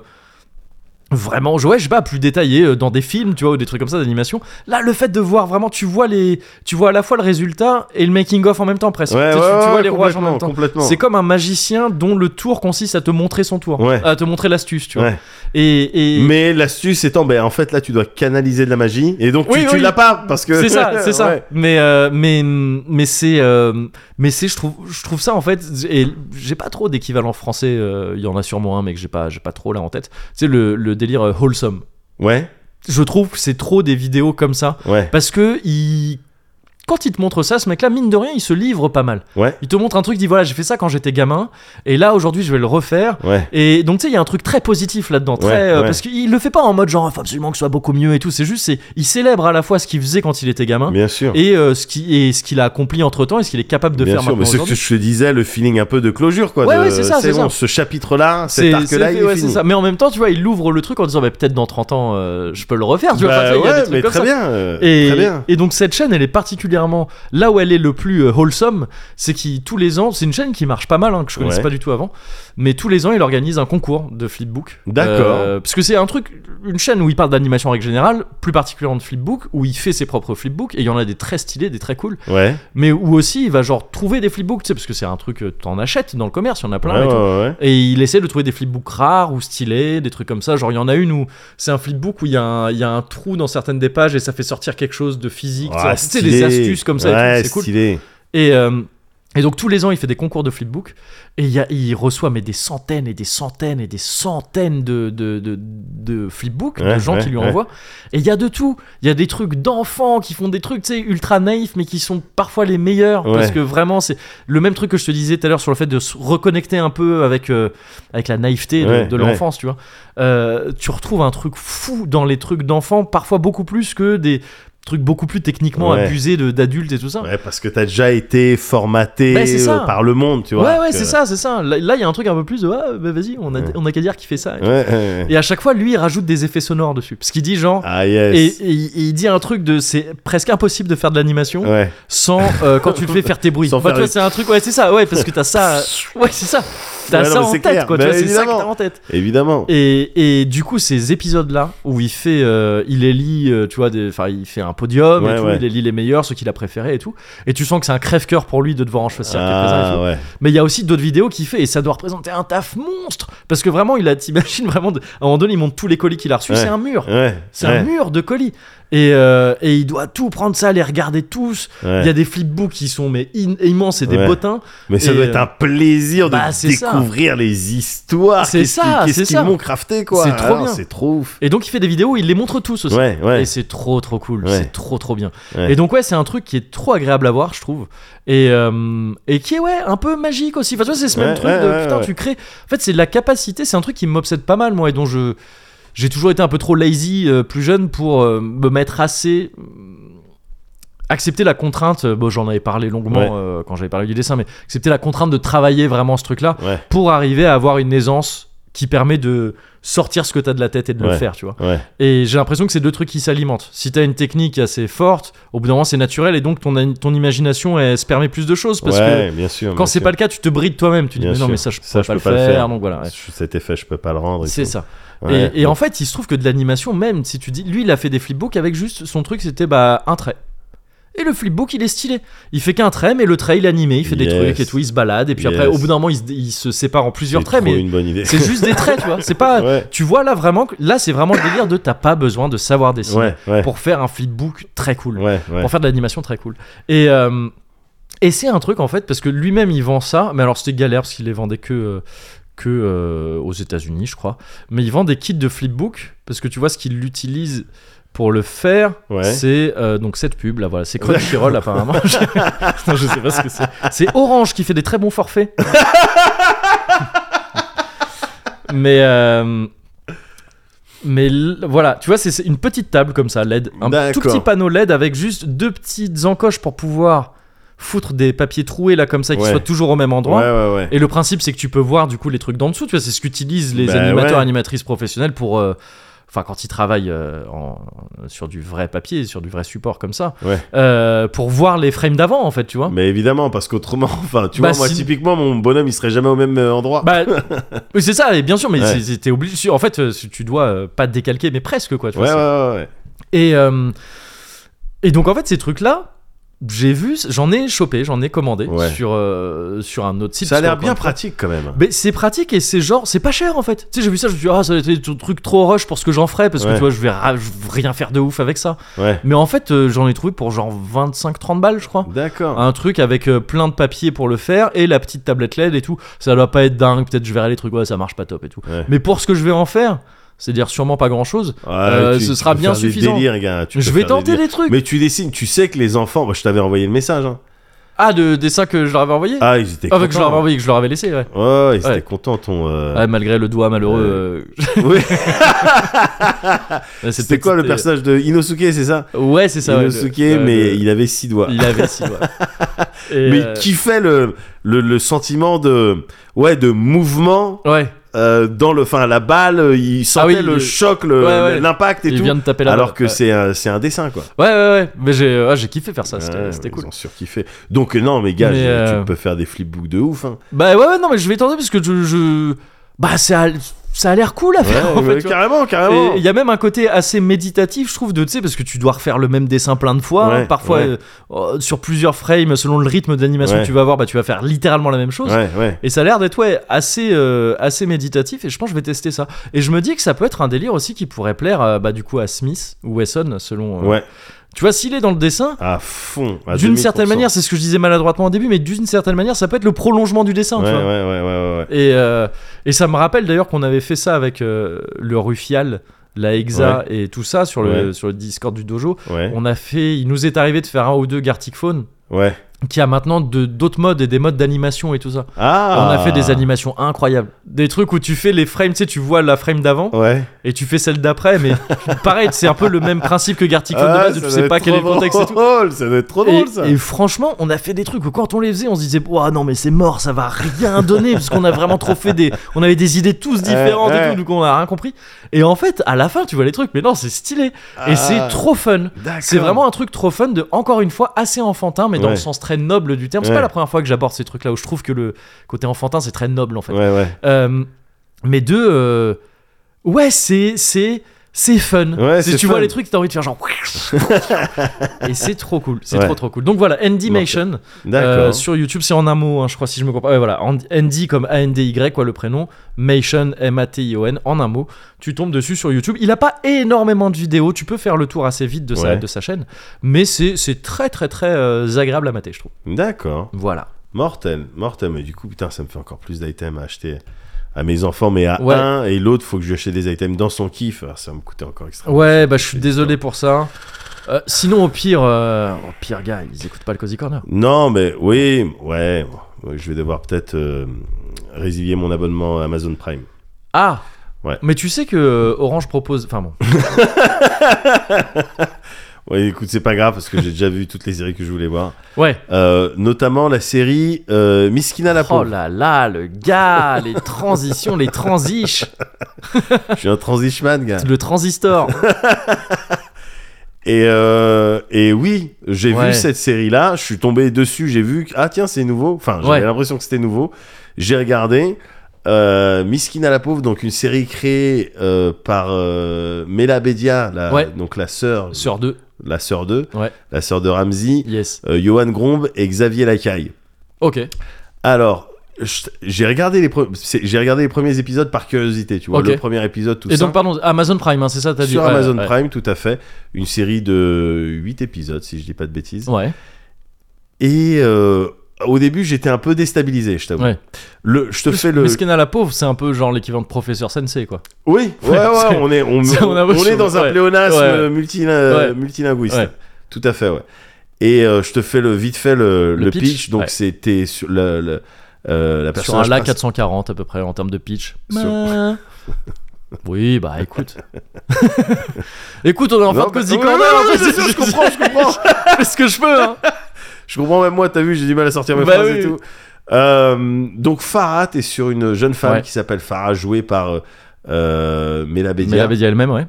Vraiment, ouais, je sais pas, plus détaillé euh, dans des films, tu vois, ou des trucs comme ça d'animation. Là, le fait de voir vraiment, tu vois les, tu vois à la fois le résultat et le making of en même temps presque.
Ouais,
tu, sais,
ouais,
tu- tu vois
ouais,
les rouages en
complètement,
même temps.
Complètement.
C'est comme un magicien dont le tour consiste à te montrer son tour,
Ouais.
à te montrer l'astuce, tu vois.
Ouais.
Et, et-
Mais l'astuce étant, ben, en fait, là, tu dois canaliser de la magie. Et donc, tu-
Oui,
tu,
oui.
l'as pas. Parce que.
c'est
[LAUGHS]
ça, c'est ça.
Ouais.
Mais euh, mais mais c'est euh, mais c'est je trouve je trouve ça en fait et j'ai pas trop d'équivalent français. euh, Il y en a sûrement un mais que j'ai pas j'ai pas trop là en tête. C'est le, le délire euh, wholesome.
Ouais.
Je trouve que c'est trop des vidéos comme ça
Ouais.
parce que il quand il te montre ça, ce mec-là, mine de rien, il se livre pas mal.
Ouais.
Il te montre un truc, il dit voilà, j'ai fait ça quand j'étais gamin, et là aujourd'hui, je vais le refaire.
Ouais.
Et donc tu sais, il y a un truc très positif là-dedans, très
Ouais,
euh,
ouais.
parce qu'il le fait pas en mode genre ah, faut absolument que ce soit beaucoup mieux et tout. C'est juste, c'est il célèbre à la fois ce qu'il faisait quand il était gamin
Bien sûr.
et euh, ce qui et ce qu'il a accompli entre temps et ce qu'il est capable de
Bien
faire
sûr, mais
maintenant
c'est ce que
aujourd'hui.
je te disais, le feeling un peu de closure, quoi.
Ouais,
de-
ouais, c'est ça, c'est
bon,
ça.
ce chapitre-là, cet arc-là,
fait,
il est
ouais, c'est
fini.
ça. Mais en même temps, tu vois, il ouvre le truc en disant bah, peut-être dans 30 ans, euh, je peux le refaire. Tu vois,
Bah
Enfin, tu vois, il y a des
ouais,
trucs
mais
comme
très
ça.
bien. euh,
Et,
Très bien.
et donc cette chaîne, elle est particulièrement là où elle est le plus euh, wholesome, c'est qui tous les ans, c'est une chaîne qui marche pas mal, hein, que je connaissais
Ouais.
pas du tout avant, mais tous les ans, il organise un concours de flipbook.
D'accord.
Euh, parce que c'est un truc, une chaîne où il parle d'animation en règle générale, plus particulièrement de flipbook, où il fait ses propres flipbooks, et il y en a des très stylés, des très cool,
Ouais.
mais où aussi il va genre trouver des flipbooks, tu sais, parce que c'est un truc, euh, t'en achètes dans le commerce, il y en a plein.
Ouais,
et tout.
ouais, ouais.
Et il essaie de trouver des flipbooks rares ou stylés, des trucs comme ça. Genre, il y en a une où c'est un flipbook où il y, a un- il y a un trou dans certaines des pages et ça fait sortir quelque chose de physique.
Ah,
tu sais, des
stylé.
astuces comme ça, et
Ouais,
tout, c'est cool.
stylé.
Et, euh, et donc, tous les ans, il fait des concours de flipbook et il, y a- il reçoit mais, des centaines et des centaines et des centaines de, de, de, de flipbooks, de
Ouais,
gens
ouais,
qui lui
ouais.
envoient. Et il y a de tout. Il y a des trucs d'enfants qui font des trucs, tu sais, ultra naïfs, mais qui sont parfois les meilleurs. Parce
Ouais.
que vraiment, c'est le même truc que je te disais tout à l'heure sur le fait de se reconnecter un peu avec, euh, avec la naïveté de,
Ouais,
de
ouais.
l'enfance, tu vois. Euh, tu retrouves un truc fou dans les trucs d'enfants, parfois beaucoup plus que des trucs beaucoup plus techniquement
Ouais.
abusés de- d'adultes et tout ça.
Ouais, parce que t'as déjà été formaté
Ben, c'est ça.
euh, par le monde, tu vois.
ouais, ouais,
que-
c'est ça, c'est ça. Là, là, il y a un truc un peu plus de ah, bah vas-y, on a,
Ouais.
on a qu'à dire qu'il fait ça.
Ouais, ouais, ouais.
Et à chaque fois, lui, il rajoute des effets sonores dessus. Parce qu'il dit genre.
Ah
Et,
yes.
et- et il dit un truc de c'est presque impossible de faire de l'animation
Ouais.
sans euh, quand tu le fais faire tes bruits.
[LAUGHS] Sans
Enfin,
faire
tu vois,
les-
c'est un truc ouais c'est ça ouais parce que t'as ça
[LAUGHS]
euh, ouais c'est ça t'as
Ouais, non,
ça
mais
en
c'est
tête
clair.
quoi tu
Bah,
vois, c'est ça que
évidemment.
t'as en tête
Évidemment.
et, et du coup, ces épisodes-là, où il fait, euh, il élit, euh, tu vois, des- enfin, il fait un podium et
Ouais,
tout,
ouais.
il élit les meilleurs, ceux qu'il a préférés et tout. Et tu sens que c'est un crève-cœur pour lui de devoir en choisir quelques-uns et
Ah
tout.
ouais.
Mais il y a aussi d'autres vidéos qu'il fait et ça doit représenter un taf monstre. Parce que vraiment, il a, [LAUGHS] t'imagines vraiment, de- à un moment donné, il monte tous les colis qu'il a reçus,
Ouais.
c'est un mur.
Ouais.
C'est
ouais,
un mur de colis. Et, euh, et il doit tout prendre ça, les regarder tous. Il
ouais.
y a des flipbooks qui sont mais in- immenses et des
Ouais.
bottins.
Mais ça
et,
doit être
euh,
un plaisir de
bah, c'est ça.
découvrir les histoires.
C'est
qu'est-ce
ça,
qu'ils-
c'est
Qu'est-ce qu'ils
ça.
m'ont crafté, quoi.
C'est trop
Alors,
bien.
C'est trop ouf.
Et donc, il fait des vidéos où il les montre tous aussi.
Ouais, ouais.
Et c'est trop trop cool,
Ouais.
c'est trop trop bien.
Ouais.
Et donc ouais, c'est un truc qui est trop agréable à voir, je trouve, et euh, et qui est ouais un peu magique aussi. Enfin tu vois, c'est ce même
Ouais,
truc
ouais,
de
ouais,
putain
ouais.
tu crées. En fait c'est de la capacité, c'est un truc qui m'obsède pas mal moi et dont je j'ai toujours été un peu trop lazy euh, plus jeune pour euh, me mettre assez euh, accepter la contrainte. euh, Bon j'en avais parlé longuement
Ouais.
euh, quand j'avais parlé du dessin, mais accepter la contrainte de travailler vraiment ce truc là
Ouais.
pour arriver à avoir une aisance qui permet de sortir ce que t'as de la tête et de le
Ouais.
faire, tu vois.
Ouais.
Et j'ai l'impression que c'est deux trucs qui s'alimentent. Si t'as une technique assez forte, au bout d'un moment c'est naturel et donc ton, ton imagination elle se permet plus de choses parce
ouais, bien sûr.
que quand
bien
c'est
sûr.
pas le cas, tu te brides toi-même. Tu dis
Bien
mais non
sûr.
mais ça je
Ça,
peux
je
pas,
peux
le
pas le
faire.
faire.
Donc voilà. ouais.
cet effet, je peux pas le rendre. et
C'est
tout.
ça.
Ouais.
Et, et en fait, il se trouve que de l'animation, même si tu dis, lui, il a fait des flipbooks avec juste son truc, c'était bah un trait. Et le flipbook, il est stylé. Il fait qu'un trait, mais le trait, il est animé, il fait des
Yes.
trucs et tout, il se balade. Et puis après,
Yes.
au bout d'un moment, il se, il se sépare en
C'est
plusieurs traits,
trop
mais
une bonne idée.
[LAUGHS] c'est
[LAUGHS]
juste des traits, tu vois. C'est pas.
Ouais.
Tu vois là vraiment, que- là c'est vraiment le délire de t'as pas besoin de savoir dessiner
Ouais, ouais.
pour faire un flipbook très cool,
Ouais, ouais.
pour faire de l'animation très cool. Et, euh, Et c'est un truc en fait, parce que lui-même il vend ça, mais alors c'était galère parce qu'il les vendait que, euh, que euh, aux États-Unis, je crois. Mais il vend des kits de flipbook, parce que tu vois ce qu'il utilise pour le faire,
Ouais.
c'est euh, donc cette pub là, voilà, c'est [LAUGHS] Crunchyroll apparemment. je... Non, je sais pas ce que c'est. C'est Orange qui fait des très bons
[LAUGHS]
forfaits. mais euh, mais l- voilà, tu vois, c'est c'est une petite table comme ça, LED, un tout
D'accord.
petit panneau LED avec juste deux petites encoches pour pouvoir foutre des papiers troués là comme ça qui
Ouais.
soient toujours au même endroit.
ouais, ouais.
Et le principe, c'est que tu peux voir du coup les trucs d'en dessous. Tu vois, c'est ce qu'utilisent les
Bah
animateurs,
ouais.
animatrices professionnels pour. euh, Enfin, quand ils travaillent euh, en- sur du vrai papier, sur du vrai support comme ça,
Ouais.
euh, pour voir les frames d'avant, en fait, tu vois.
Mais évidemment, parce qu'autrement, [LAUGHS] enfin, tu
Oh. Bah,
vois, moi,
si-
typiquement, mon bonhomme, il serait jamais au même euh, endroit. [LAUGHS]
Bah, oui, c'est ça, et bien sûr, mais
Ouais.
c'est- c'est- t'es obligé. En fait, euh, tu dois euh, pas te décalquer, mais presque, quoi. Tu
ouais,
vois,
ouais,
c'est-
ouais, ouais.
Et, euh, et donc en fait ces trucs là, j'ai vu, j'en ai chopé, j'en ai commandé
Ouais.
sur, euh, sur un autre site.
Ça a l'air
parce que,
bien
encore une
pratique quand même.
fois- Mais c'est pratique et c'est genre, c'est pas cher en fait. Tu sais, j'ai vu ça, je me suis dit, ah, ça va être des trucs trop rush pour ce que j'en ferais parce que
Ouais.
tu vois, je vais, ra- je vais rien faire de ouf avec ça.
Ouais.
Mais en fait, euh, j'en ai trouvé pour genre 25-30 balles, je crois.
D'accord.
Un truc avec euh, plein de papier pour le faire et la petite tablette LED et tout. Ça doit pas être dingue, peut-être je verrai les trucs, ouais, ça marche pas top et tout.
Ouais.
Mais pour ce que je vais en faire, c'est-à-dire sûrement pas grand chose,
Ouais,
euh,
tu-
ce
tu
sera
peux
bien
faire des
suffisant.
délires, gars, tu peux
je vais
faire des
tenter
délires.
des trucs.
Mais tu dessines, tu sais que les enfants, bah, je t'avais envoyé le message. hein.
Ah, de, des seins que je leur avais envoyé
Ah, ils étaient
Ah,
contents.
que je leur avais envoyé, que je leur avais laissé, ouais.
Ouais, ouais, ils
Ouais. Ah,
étaient contents, ton. euh,
Ouais, malgré le doigt malheureux. euh,
Oui.
[LAUGHS] là,
C'était quoi le personnage de Inosuke, c'est ça
euh, Ouais, c'est ça. ouais, le-
Inosuke,
ouais,
mais
le-
il avait six doigts.
il avait
[LAUGHS]
six doigts. Et,
Mais
euh,
qui fait le, le, le sentiment de ouais de mouvement
Ouais,
euh, dans le enfin la balle euh, il sentait
Ah oui,
le
le-
choc le-
Ouais, ouais.
l'impact et
il
tout
vient de taper la
alors
balle.
que
Ouais.
c'est un, c'est un dessin quoi
Ouais, ouais, ouais. Mais j'ai ouais, j'ai kiffé faire ça, c'était
Ouais,
c'était
ils
cool.
ont surkiffé donc non mais gars
Mais,
je-
euh,
tu peux faire des flipbooks de ouf hein.
Bah ouais, ouais, non, mais je vais tenter parce que je. je- Bah, ça a, ça a l'air cool à faire [LAUGHS]
Ouais,
en fait.
ouais,
tu vois.
carrément carrément
Et Il y a même un côté assez méditatif, je trouve, de tu sais, parce que tu dois refaire le même dessin plein de fois,
Ouais,
parfois
ouais.
euh, euh, sur plusieurs frames, selon le rythme d'animation
Ouais.
que tu vas avoir, bah tu vas faire littéralement la même chose.
ouais ouais
Et ça a l'air d'être ouais, assez, euh, assez méditatif et je pense que je vais tester ça. Et je me dis que ça peut être un délire aussi qui pourrait plaire euh, bah, du coup à Smith ou Wesson selon... euh,
ouais
Tu vois, s'il est dans le dessin,
à fond à
d'une
2000%.
certaine manière, c'est ce que je disais maladroitement au début, mais d'une certaine manière, ça peut être le prolongement du dessin.
ouais
tu
ouais ouais
vois.
ouais ouais, ouais.
Et, euh, et ça me rappelle d'ailleurs qu'on avait fait ça avec euh, le Rufial, la Hexa et tout ça sur le,
Ouais.
sur le Discord du dojo.
Ouais,
On a fait, il nous est arrivé de faire un ou deux Gartic Phone
ouais.
qui a maintenant de- d'autres modes et des modes d'animation et tout ça.
Ah
On a fait des animations incroyables. Des trucs où tu fais les frames, tu sais, tu vois la frame d'avant
Ouais.
et tu fais celle d'après,
[LAUGHS]
mais pareil, c'est un peu le même principe que Gartic Phone de
Ah,
base,
ça
où tu
doit
sais
être
pas quel est le
trop
contexte et tout.
drôle, Ça doit être trop drôle,
Et-
ça.
Et, franchement, on a fait des trucs où quand on les faisait, on se disait, Ouah, non, mais c'est mort, ça va rien [LAUGHS] donner, parce qu'on a vraiment trop fait des. On avait des idées tous différentes et
ouais.
tout, donc on a rien compris. Et en fait, à la fin, tu vois les trucs, mais non, c'est stylé. Et
Ah,
c'est trop fun.
d'accord.
C'est vraiment un truc trop fun de, encore une fois, assez enfantin, mais dans
Ouais.
le sens très noble du terme. C'est
Ouais.
pas la première fois que j'aborde ces trucs-là où je trouve que le côté enfantin, c'est très noble en fait.
Ouais, ouais.
Euh, mais de. euh, ouais, c'est. c'est c'est fun.
Ouais,
Si
c'est
tu
fun.
vois les trucs, t'as envie de faire
[LAUGHS]
genre. et c'est trop cool. C'est
Ouais.
trop trop cool. Donc voilà, Andymation
D'accord.
euh, sur YouTube, c'est en un mot, hein, je crois, si je me comprends. Ouais, voilà, And- Andy comme A-N-D-Y, quoi, le prénom. Mation, M-A-T-I-O-N, en un mot. Tu tombes dessus sur YouTube. Il a pas énormément de vidéos. Tu peux faire le tour assez vite de sa,
Ouais.
de sa chaîne. Mais c'est c'est très très très euh, agréable à mater, je trouve.
D'accord.
Voilà.
Mortel, mortel. Mais du coup, putain, ça me fait encore plus d'items à acheter à mes enfants, mais à
Ouais.
un et l'autre, faut que je lui achète des items dans son kiff. Alors, ça va me coûter encore extrêmement.
Ouais,
cher.
bah je suis désolé pour ça. Euh, sinon, au pire, euh, au pire, gars, ils écoutent pas le Cozy Corner.
Non, mais oui, ouais. ouais, Je vais devoir peut-être euh, résilier mon abonnement à Amazon Prime.
Ah
Ouais.
Mais tu sais que euh, Orange propose. Enfin bon.
Ouais, écoute, c'est pas grave parce que j'ai déjà vu toutes les séries que je voulais voir,
Ouais.
Euh, notamment la série euh, Miskina [LAUGHS] la
Oh
pauvre.
là là, le gars, les transitions, les
[LAUGHS]
transiches,
Je suis un transishman, gars.
le transistor.
Et, euh, et oui, j'ai
Ouais.
vu cette série-là, je suis tombé dessus, j'ai vu que, ah tiens, c'est nouveau. Enfin, j'avais
Ouais.
l'impression que c'était nouveau. J'ai regardé. Euh, Miskina la pauvre, donc une série créée euh, par euh, Mela Bedia, la,
Ouais.
donc la sœur,
Sur deux.
la sœur de,
Ouais.
la sœur de Ramsey,
Yes.
euh, Johan Grombe et Xavier Lacaille.
Ok.
Alors, je- j'ai regardé les pre- c'est- j'ai regardé les premiers épisodes par curiosité, tu vois,
Ok.
le premier épisode tout
Et
ça.
donc, pardon, Amazon Prime, hein, c'est ça, t'as dit
sur
Ouais,
Amazon
ouais.
Prime, tout à fait, une série de 8 épisodes si je dis pas de bêtises.
Ouais.
Et euh, au début, j'étais un peu déstabilisé, je t'avoue.
Ouais.
Le, je te fais le.
Mesquina la pauvre, c'est un peu genre l'équivalent de professeur Sensei, quoi. [LAUGHS]
Oui, ouais, ouais,
c'est-
on est, on,
c'est- on a-
on est dans un
ouais.
pléonasme
Ouais.
euh, multilin-
Ouais.
multilinguiste.
Ouais.
Tout à fait, ouais. Et euh, je te fais le, vite fait le,
Le
le
pitch,
pitch. Donc
ouais.
c'était sur la, la, euh, la
Sur
personnage
un La
princi-
440 à peu près en termes de pitch.
Sur-
Bah. [LAUGHS] Oui, bah écoute. [LAUGHS] écoute, on est en
Non,
fin de hein,
bah,
cause
ouais, ouais, ouais, c'est sûr, je comprends,
[LAUGHS]
je comprends.
Je fais ce que je peux, hein.
Je comprends même moi, t'as vu, j'ai du mal à sortir mes
Bah
phrases
oui.
et tout. Euh, donc Farah, t'es sur une jeune femme
Ouais.
qui s'appelle Farah, jouée par euh, euh, Mela
Mais
Bedia,
la dit elle-même, ouais.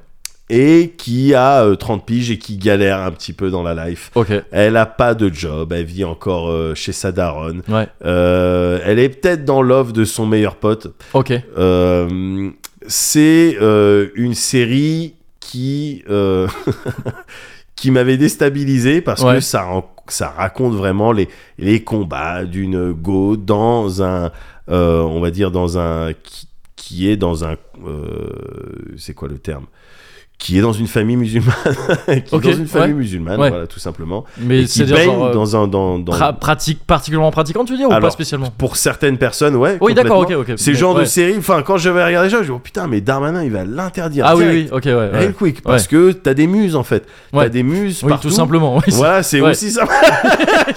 et qui a euh, 30 piges et qui galère un petit peu dans la life.
Ok,
Elle a pas de job, elle vit encore euh, chez sa daronne.
ouais.
Euh, elle est peut-être dans l'offre de son meilleur pote.
Ok,
Euh, c'est euh, une série qui euh, [LAUGHS] qui m'avait déstabilisé parce
Ouais.
que ça ran- ça raconte vraiment les les combats d'une go dans un euh, on va dire dans un qui, qui est dans un euh, c'est quoi le terme qui est dans une famille musulmane [LAUGHS] qui
Ok,
est dans une famille musulmane
Ouais.
voilà tout simplement
mais
et qui
c'est-à-dire
baigne
genre, euh,
dans un dans, dans-
pra- pratique particulièrement pratiquant, tu veux dire, ou pas
Alors,
spécialement
pour certaines personnes ouais
Oui, d'accord, ok,
complètement.
ok.
C'est
Mais-
le genre
ouais.
de série, enfin, quand j'avais regardé ça, je me dis, oh putain, mais Darmanin, il va l'interdire.
Ah oui,
direct.
oui, ok, ouais. ouais.
Real quick, parce que t'as des muses, en fait.
Ouais.
T'as des muses
Oui,
partout.
tout simplement. [LAUGHS] oui, c'est-
Voilà, c'est
Ouais.
aussi ça. [LAUGHS]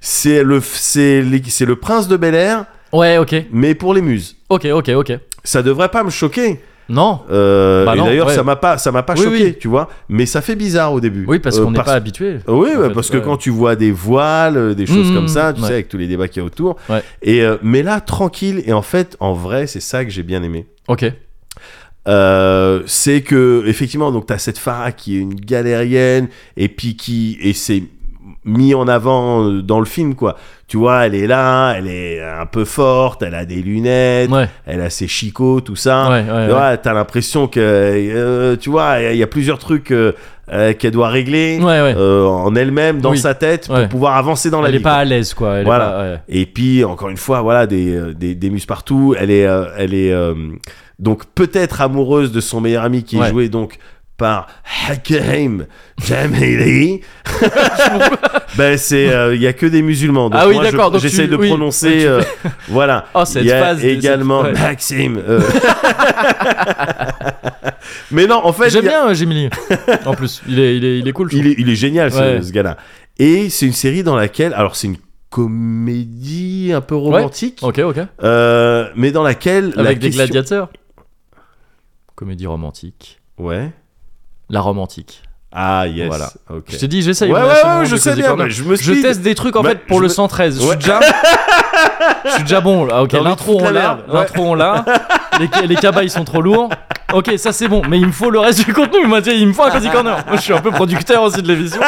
c'est le, c'est les- c'est le prince de Bel Air,
Ouais, ok,
mais pour les muses.
ok, ok, ok.
Ça devrait pas me choquer.
Non
Euh,
Bah
et
non,
d'ailleurs,
ouais.
ça m'a pas, ça m'a pas
Oui,
choqué,
oui.
tu vois. Mais ça fait bizarre au début.
Oui, parce
Euh,
qu'on n'est pas habitué.
oui,
en
ouais,
fait,
parce que
ouais.
quand tu vois des voiles, euh, des choses
Mmh,
comme ça, tu
ouais.
sais, avec tous les débats qu'il y a autour.
Ouais.
Et euh, mais là, tranquille. Et en fait, en vrai, c'est ça que j'ai bien aimé.
Ok,
Euh, c'est que effectivement donc t'as cette Farah qui est une galérienne et puis qui et c'est mis en avant euh, dans le film quoi tu vois elle est là elle est un peu forte elle a des lunettes
ouais,
elle a ses chicots tout ça
ouais, ouais,
Tu vois, t'as l'impression que euh, tu vois il y, a plusieurs trucs euh, euh, qu'elle doit régler
ouais, ouais.
euh, en elle-même dans
Oui.
sa tête pour
Ouais.
pouvoir avancer dans la
Elle est
vie,
pas
quoi.
à l'aise, quoi. Elle est
Voilà.
pas- ouais.
Et puis encore une fois, voilà des euh, des, des muses partout. Elle est euh, elle est euh, donc peut-être amoureuse de son meilleur ami qui
Ouais.
est joué donc par Hakim
[LAUGHS]
Jamili. ben c'est il y a que des musulmans. Donc
Ah oui,
moi, je-
d'accord, donc
J'essaie
tu-
de
oui,
prononcer
oui, tu-
euh, [LAUGHS] voilà.
Oh, cette
Il y a
phase de- cette-
également
ouais.
Maxime. euh, [LAUGHS] Mais non, en fait,
J'aime
il y a-
bien euh, Gemini. en plus, il est, il est, il est cool. je
il est, il est génial ce,
Ouais.
ce gars-là. Et c'est une série dans laquelle, alors c'est une comédie un peu romantique,
trouve. Ok, ok.
euh, mais dans laquelle la
Avec des
question-
gladiateurs. Comédie romantique.
Ouais.
La romantique.
Ah yes.
Voilà.
Ok.
Je t'ai dit, j'essaye.
Ouais, ouais,
mais c'est bon,
ouais, je
cause
sais
des
bien,
corners.
mais je me
Je
suis.
teste des trucs en
Bah,
fait pour
je
le
me-
113. Je
Ouais.
suis
[LAUGHS]
déjà. Je suis déjà bon. là. Ok,
T'as envie de
l'intro
foutre
on
la
l'a.
merde, ouais.
L'intro on l'a. Les, ca- les cabas ils sont trop lourds. Ok, ça c'est bon. Mais il me faut le reste du contenu. Moi, tu sais, il me faut un Cozy Corner. Moi, je suis un peu producteur aussi de l'émission.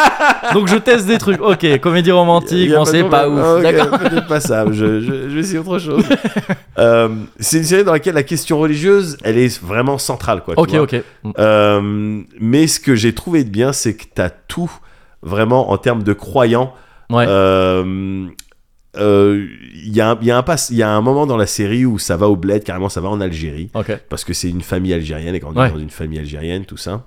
Donc je teste des trucs. Ok, comédie romantique,
Il y a
bon, c'est
de
pas
problème.
ouf.
Ah, ok,
D'accord.
[LAUGHS] peut-être pas ça. Je, je, je vais essayer
[LAUGHS]
autre chose. Euh, c'est une série dans laquelle la question religieuse, elle est vraiment centrale, quoi. tu
Ok,
vois.
ok. Mm.
Euh, mais ce que j'ai trouvé de bien, c'est que t'as tout vraiment en termes de croyants.
Ouais.
Euh, euh, Il y, a un- il y, a un pass- il y a un moment dans la série où ça va au bled, carrément ça va en Algérie,
Ok.
parce que c'est une famille algérienne, et quand on
Ouais.
est dans une famille algérienne, tout ça.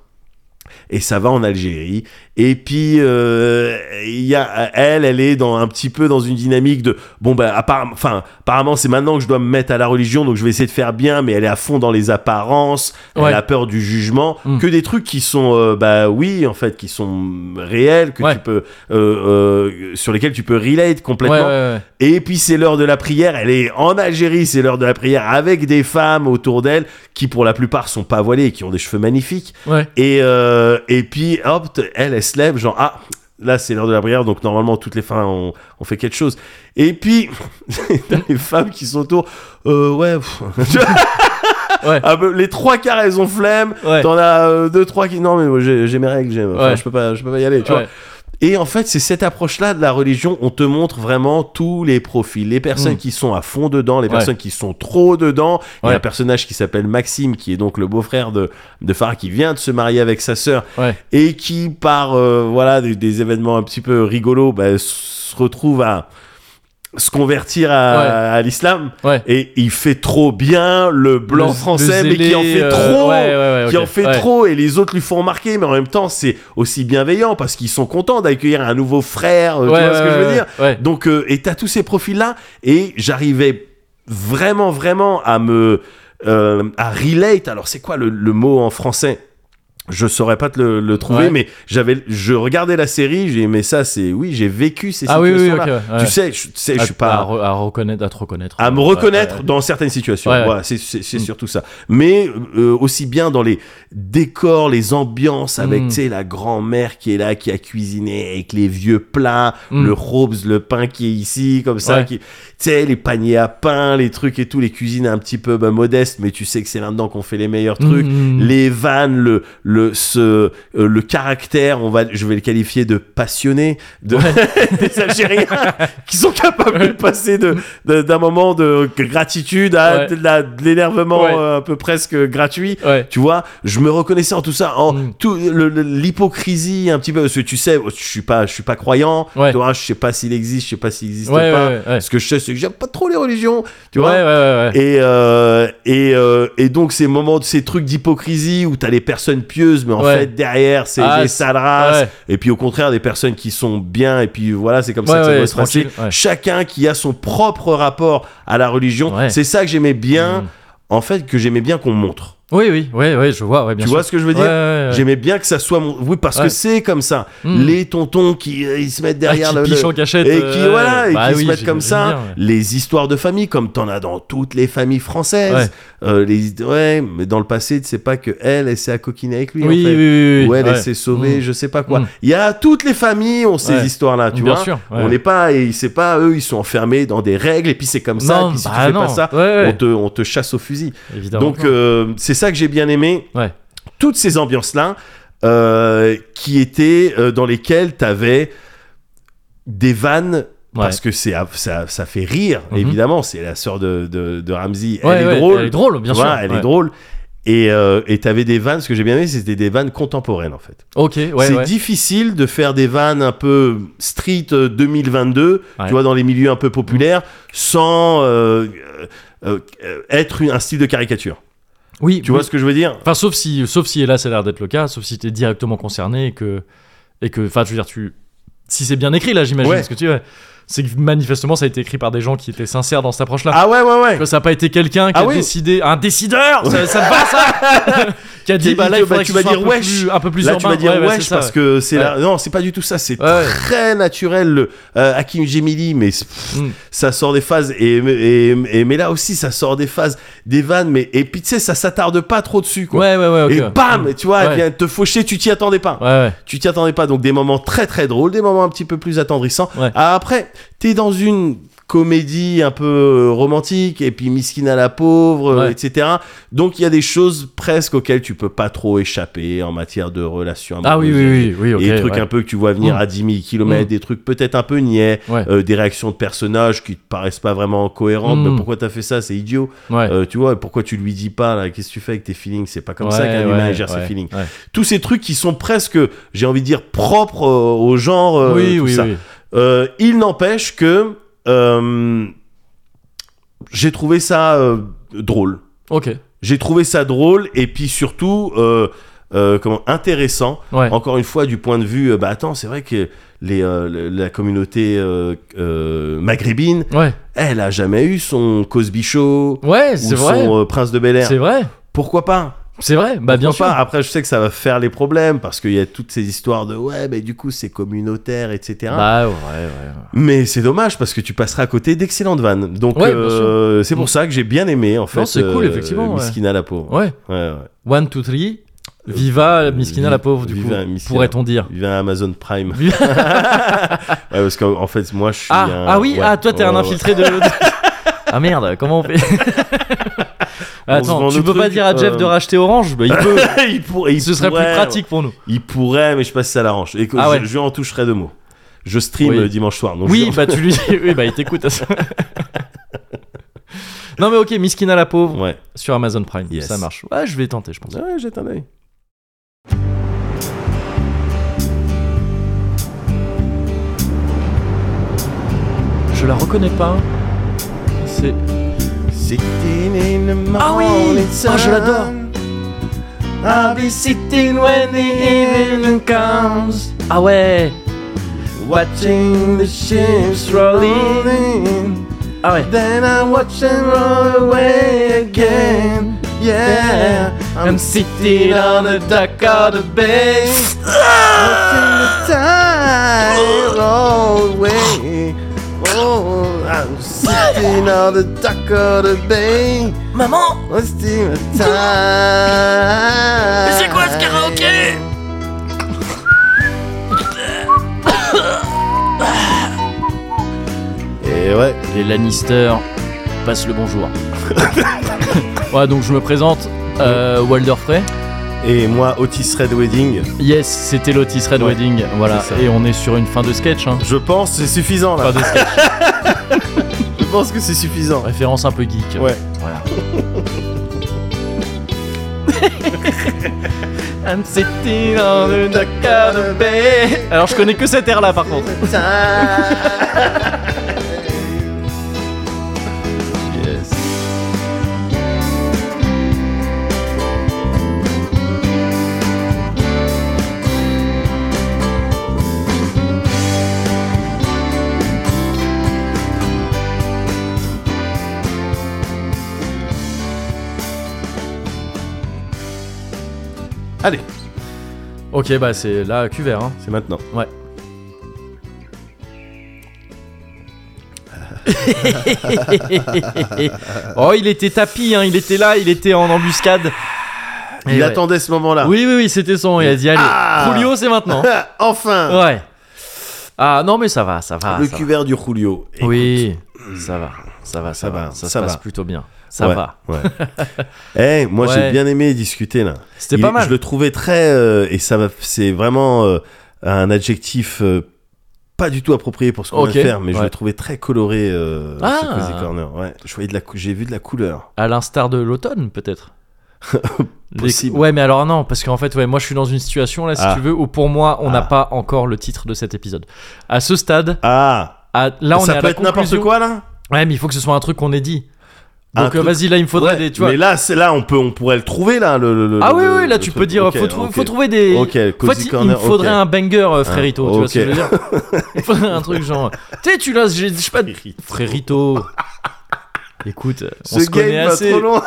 Et ça va en Algérie. Et puis, euh, il y a, elle, elle est dans, un petit peu dans une dynamique de bon, bah, apparem- enfin, apparemment, c'est maintenant que je dois me mettre à la religion, donc je vais essayer de faire bien, mais elle est à fond dans les apparences,
Ouais.
elle a peur du jugement,
Mm.
que des trucs qui sont, euh, bah oui, en fait, qui sont réels, que
Ouais.
tu peux, euh, euh, sur lesquels tu peux relate
Ouais,
complètement.
ouais, ouais.
Et puis c'est l'heure de la prière, elle est en Algérie, c'est l'heure de la prière avec des femmes autour d'elle qui pour la plupart sont pas voilées et qui ont des cheveux magnifiques.
Ouais.
Et, euh, et puis hop, t- elle, elle se lève, genre ah, là c'est l'heure de la prière, donc normalement toutes les femmes ont, ont fait quelque chose. Et puis [LAUGHS] t'as les femmes qui sont autour, euh, ouais, pff. Tu vois
[LAUGHS] Ouais.
Un peu- les trois quarts elles ont flemme,
Ouais.
t'en as euh, deux, trois qui, non mais moi, j'ai j'ai mes règles, j'ai- enfin,
Ouais.
je, peux pas, je peux pas y aller, tu vois.
Ouais.
Et en fait, c'est cette approche-là de la religion. On te montre vraiment tous les profils. Les personnes
Mm.
qui sont à fond dedans, les
Ouais.
personnes qui sont trop dedans. Il y
Ouais.
a un personnage qui s'appelle Maxime, qui est donc le beau-frère de, de Farah, qui vient de se marier avec sa sœur
Ouais.
et qui, par euh, voilà, des, des événements un petit peu rigolos, bah, se retrouve à se convertir à,
Ouais.
à l'islam
Ouais.
et il fait trop bien le blanc
Le-
français
le
mais qui en
zélé,
fait
euh,
trop
ouais, ouais, ouais,
qui
ok,
en fait
ouais.
trop et les autres lui font remarquer mais en même temps c'est aussi bienveillant parce qu'ils sont contents d'accueillir un nouveau frère euh, tu vois ce que je veux dire
ouais.
donc euh, et t'as tous ces profils là et j'arrivais vraiment vraiment à me euh, à relate alors c'est quoi le, le mot en français je saurais pas te le, le trouver
Ouais.
mais j'avais je regardais la série j'ai aimé ça c'est oui j'ai vécu ces
Ah oui,
situations
oui,
là
ok. ouais, ouais. Ah,
tu sais je, tu sais, je
À-
suis pas
à, re- à reconnaître, à te reconnaître.
à me
Ouais,
reconnaître
ouais, ouais.
dans certaines situations.
Ouais, ouais.
Voilà, c'est- c'est c'est
Mm.
surtout ça. Mais euh, aussi bien dans les décors, les ambiances, avec
Mm.
tu sais la grand-mère qui est là, qui a cuisiné avec les vieux plats,
Mm.
le robes, le pain qui est ici, comme ça,
Ouais.
qui, tu sais les paniers à pain, les trucs et tout, les cuisines un petit peu bah, modestes, mais tu sais que c'est là-dedans qu'on fait les meilleurs trucs.
Mm, mm.
Les vannes, le le ce euh, le caractère, on va, je vais le qualifier de passionné de [LAUGHS] des Algériens [LAUGHS] qui sont capables de passer de de- d'un moment de gratitude à
Ouais.
de, la- de l'énervement
Ouais.
euh, un peu presque gratuit.
Ouais.
Tu vois, je me reconnaissais en tout ça, en
Mm.
tout le- le- l'hypocrisie un petit peu. Parce que tu sais, je suis pas, je suis pas croyant.
Ouais.
Tu vois, je sais pas s'il existe, je sais pas s'il existe
Ouais,
pas.
ouais, ouais, ouais.
Ce que je sais, c'est que j'aime pas trop les religions. Tu
Ouais,
vois.
ouais, ouais, ouais.
Et, euh, et, euh, et donc ces moments, de- ces trucs d'hypocrisie où t'as les personnes pieuses, mais en
Ouais.
fait derrière c'est
Ah,
des
c'est-
sales races,
ouais.
et puis au contraire des personnes qui sont bien, et puis voilà, c'est comme ça
Ouais,
que ça
ouais,
doit se passer.
tranquille, ouais.
Chacun qui a son propre rapport à la religion,
Ouais.
c'est ça que j'aimais bien,
Mm.
en fait, que j'aimais bien qu'on montre.
Oui, oui, ouais, ouais, je vois, ouais, bien
tu
sûr.
vois ce que je veux dire
Ouais, ouais, ouais.
J'aimais bien que ça soit mon... Oui, parce que
Ouais.
c'est comme ça.
Mm.
Les tontons qui euh, ils se mettent derrière
Ah, qui
le-
pichent
le...
en cachette,
Et
euh,
qui, voilà, et
bah
qui
oui,
se mettent
j'ai-
comme
j'aime
ça.
bien, ouais.
Les histoires de famille, comme t'en as dans toutes les familles françaises. Euh, les... Ouais, mais dans le passé, tu sais pas que elle, elle s'est à coquiner avec lui,
Oui,
en fait.
oui, oui, oui,
Ou elle, elle
ouais.
s'est sauvée,
Mm.
je sais pas quoi.
Mm.
Il y a toutes les familles ont ces
Ouais.
histoires-là, tu
Bien
vois.
sûr, ouais.
On n'est pas, et c'est pas, eux, ils sont enfermés dans des règles, et puis c'est comme ça,
Non,
et puis si tu
bah
fais
non,
pas ça,
ouais, ouais.
on, te, on te chasse au fusil.
Évidemment.
Donc euh, c'est ça que j'ai bien aimé.
Ouais.
Toutes ces ambiances là euh, qui étaient euh, dans lesquelles t'avais des vannes.
Ouais.
Parce que c'est à- ça, ça fait rire,
Mhm.
évidemment. C'est la sœur de, de, de Ramsey.
Ouais,
elle,
ouais,
est drôle,
Elle est drôle, bien
tu vois,
sûr.
Elle
ouais.
est drôle. Et euh, et t'avais des vannes. Ce que j'ai bien aimé, c'était des vannes contemporaines, en fait.
Ok, ouais,
c'est
ouais.
difficile de faire des vannes un peu street euh, 2022,
Ouais.
tu vois, dans les milieux un peu populaires, sans euh, euh, euh, être un style de caricature.
Oui,
Tu vois ce que je veux dire
Enfin, sauf si, sauf si, et là, ça a l'air d'être le cas, sauf si t'es directement concerné et que, et que, enfin, je veux dire, tu, si c'est bien écrit là, j'imagine,
Ouais.
ce que tu, ouais. c'est que manifestement, ça a été écrit par des gens qui étaient sincères dans cette approche-là.
Ah ouais, ouais, ouais.
Que ça n'a pas été quelqu'un qui
Ah
a
oui.
décidé, un
[LAUGHS]
décideur, ça, ça te va ça Qui a dit,
dit
bah là,
que,
il faudrait
bah, tu
que
vas
ce soit
dire
un peu
wesh.
plus- un peu plus
Là,
urbain.
tu vas dire
Ouais, ouais,
wesh
c'est ça,
parce
ouais.
que c'est
Ouais.
là. Non, c'est pas du tout ça. C'est
Ouais, ouais.
très naturel. Le, euh, Hakim Gemili, mais c'est- pff,
Mm.
ça sort des phases. Et, et, et- mais là aussi, ça sort des phases, des vannes. Mais et puis tu sais, ça s'attarde pas trop dessus, quoi.
Ouais, ouais, ouais, ok. Mm.
Et bam, tu vois, elle
Ouais.
vient te faucher. Tu t'y attendais pas.
Ouais, ouais.
Tu t'y attendais pas. Donc des moments très très drôles, des moments un petit peu plus attendrissants.
Ouais.
Ah, Après, t'es dans une comédie un peu euh, romantique et puis misquine à la pauvre, euh,
Ouais.
etc. Donc il y a des choses presque auxquelles tu peux pas trop échapper en matière de relations.
Ah oui,
amoureuses.
oui, oui, oui, ok.
Et des trucs
ouais.
un peu que tu vois venir
Mm.
à 10 000 km,
Mm.
des trucs peut-être un peu niais,
Ouais.
euh, des réactions de personnages qui te paraissent pas vraiment cohérentes.
Mm.
Mais pourquoi t'as fait ça C'est idiot.
Ouais.
Euh, tu vois, pourquoi tu lui dis pas là Qu'est-ce que tu fais avec tes feelings C'est pas comme ça
Ouais,
qu'un
ouais,
humain gère ses
ouais,
feelings.
ouais.
Tous ces trucs qui sont presque, j'ai envie de dire, propres euh, au genre. euh,
oui,
tout
oui,
ça.
oui.
Euh, il n'empêche que euh, j'ai trouvé ça euh, drôle.
Ok.
J'ai trouvé ça drôle et puis surtout euh, euh, comment intéressant.
Ouais.
Encore une fois, du point de vue, euh, bah attends, c'est vrai que les, euh, le- la communauté euh, euh, maghrébine,
Ouais.
elle a jamais eu son Cosby Show
Ouais,
ou
c'est
son
vrai.
euh, Prince de Bel Air.
C'est vrai.
Pourquoi pas
C'est vrai. Bah, bien
Pourquoi
sûr.
pas Après, je sais que ça va faire les problèmes parce qu'il y a toutes ces histoires de ouais, mais du coup, c'est communautaire, etc.
Bah, ouais, ouais.
Mais c'est dommage parce que tu passeras à côté d'excellentes vannes. Donc
Ouais, bien
euh, c'est pour
Mm.
ça que j'ai bien aimé en fait. euh,
Non, c'est cool, effectivement, ouais.
Miskina la pauvre.
Ouais.
Ouais, ouais.
One, two, three. Viva Miskina
vi-
la pauvre, du coup,
viva Miskina.
pourrait-on
[LAUGHS]
dire.
Il vient à Amazon Prime. ouais,
Viva-
parce qu'en en fait, moi, je suis.
ah,
un-
ah oui,
ouais.
ah, toi, t'es
Ouais,
un
ouais.
infiltré de. de- ah merde, comment
[LAUGHS]
on fait
On
Attends,
se
tu
vend
peux
nos
pas
trucs,
dire à Jeff
euh,
de racheter Orange Bah, il
[COUGHS]
peut.
[LAUGHS] il pourrait, il
Ce serait
pourrait,
plus pratique pour nous.
Il pourrait, mais je sais pas si ça l'arrange. Et que
Ah
je,
ouais.
je lui en toucherai deux mots. Je stream
Oui.
le dimanche soir. donc je
Oui,
lui en-
bah tu lui dis. Oui, bah il t'écoute. [LAUGHS] à ce- non, mais ok, Miskina la pauvre
Ouais.
sur Amazon Prime.
Yes.
Ça marche. Ouais, je vais tenter, je pense.
Ouais, jette un œil.
Je Je la reconnais pas. C'est.
Sitting in the morning
Ah oui Ah, je l'adore.
sun. I'll be sitting when the evening comes,
Ah ouais
watching the ships rolling in.
Ah ouais
Then I watch them roll away again. Yeah, I'm sitting on the dock of the bay, watching the
[GASPS]
tide roll away. Oh, I'm sitting on the dock of the bay,
Maman
watching the tide.
Mais c'est quoi ce karaoké
Et ouais.
Les Lannister passent le [LAUGHS] bonjour. ouais, donc je me présente. Euh, Walder Frey.
Et moi, Otis Red Wedding,
Yes, c'était l'Otis Red
Ouais,
Wedding. Voilà.
c'est ça.
Et on est sur une fin de sketch. Hein.
je pense c'est suffisant
Fin
là.
de [LAUGHS] sketch.
Je pense que c'est suffisant.
Référence un peu geek.
Ouais.
Voilà. I'm sitting on the dock of the bay. Alors je connais que cette air là par contre.
Allez,
Ok bah c'est là cuvert hein.
c'est maintenant. [LAUGHS]
Ouais. oh il était tapis hein, il était là, il était en embuscade.
Il
Et Eh ouais.
attendait ce moment-là.
Oui oui oui c'était son, il a dit allez,
Ah
Julio c'est maintenant.
[LAUGHS] enfin
Ouais. Ah non mais ça va, ça va.
Le
ça va.
cuvert du Julio. Écoute,
Oui, ça va, ça va, ça,
Ça
va,
va,
ça, se
ça
passe
va.
plutôt bien. Ça
ouais,
va.
ouais. Eh, moi
Ouais.
j'ai bien aimé discuter là.
C'était
Il-
pas mal.
Je le trouvais très euh, et ça m'a- c'est vraiment euh, un adjectif euh, pas du tout approprié pour ce qu'on
Ok,
va faire, mais je
ouais.
le trouvais très coloré. euh,
Ah.
ce Cozy Corner. Ouais, je voyais de la, cou- j'ai vu de la couleur.
À l'instar de l'automne,
[LAUGHS]
peut-être. Les-
Possible.
Ouais, mais alors non, parce qu'en fait, ouais, moi je suis dans une situation là, si
Ah.
tu veux, où pour moi, on n'a
Ah.
pas encore le titre de cet épisode. À ce stade,
Ah,
à- là, on est
ça
à
peut
la
être n'importe
conclusion.
quoi là.
Ouais, mais il faut que ce soit un truc qu'on ait dit.
Un
Donc euh,
truc-
vas-y, là, il me faudrait
Ouais,
des, tu vois.
Mais là, c'est là, on peut, on pourrait le trouver là. Le, le- le-
ah oui,
le-
oui, là,
le
tu
truc.
peux dire,
Ok,
faut, trou-
ok.
faut trouver des.
Ok,
En fait,
Cozy
il- il me
Corner. ok.
faudrait un banger, euh, frérito, tu vois ce que je veux dire
[LAUGHS]
Il me faudrait un truc genre. Tu sais, tu l'as, j'ai- je sais pas,
[LAUGHS]
Frérito. Écoute, on
Ce
se connaît
game va
assez.
trop loin.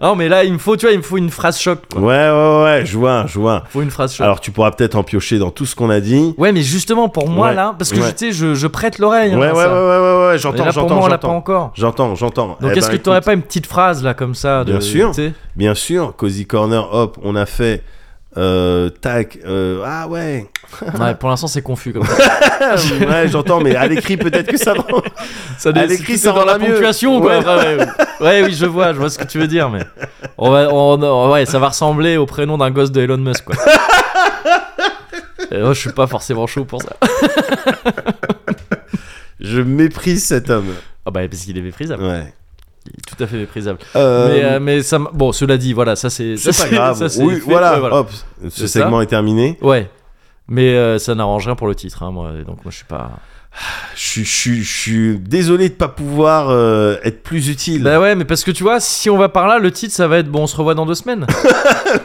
Non, mais là, il me faut, tu vois, il me faut une phrase choc.
Ouais, ouais, ouais, je vois, je vois.
Il faut une phrase choc.
Alors tu pourras peut-être en piocher dans tout ce qu'on a dit.
ouais, mais justement, pour moi,
Ouais.
là, parce que
Ouais.
tu sais, je, je prête l'oreille.
Ouais,
hein,
ouais, ouais,
à
ouais,
ça.
ouais, ouais,
Mais là, pour moi, on
j'entends, j'entends,
l'a pas
j'entends.
encore.
J'entends, j'entends.
Donc,
Eh
est-ce
ben,
que t'aurais
écoute,
pas une petite phrase, là, comme ça de,
Bien sûr.
tu sais
Bien sûr, Cozy Corner, hop, on a fait. euh, tac, euh, ah ouais,
Ouais, pour l'instant, c'est confus comme ça.
[LAUGHS]
[LAUGHS]
ouais, j'entends, mais à l'écrit peut-être que ça. va.
ça
À
dé-
l'écrit,
c'est
ça
dans la
rendra mieux.
ponctuation, quoi. Ouais, ouais, ouais. Ouais, oui, je vois, je vois ce que tu veux dire, mais. On va, on- on- ouais, ça va ressembler au prénom d'un gosse de Elon Musk, quoi. Et moi, je suis pas forcément chaud pour ça.
Je méprise cet homme.
Ah, bah, parce qu'il est méprisable.
Ouais.
Il est tout à fait méprisable.
Euh,
Mais, euh, mais ça, m- bon, cela dit, voilà, ça c'est. ça,
c'est pas grave.
ça, c'est
oui,
fait,
voilà,
ouais,
hop, ce
C'est ça.
segment est terminé.
Ouais. Mais euh, ça n'arrange rien pour le titre, hein, moi. et Donc moi, je suis pas.
Je suis- je suis- je suis désolé de pas pouvoir euh, être plus utile.
Bah ouais, mais parce que tu vois, si on va par là, le titre, ça va être bon, on se revoit dans deux
[LAUGHS]
semaines.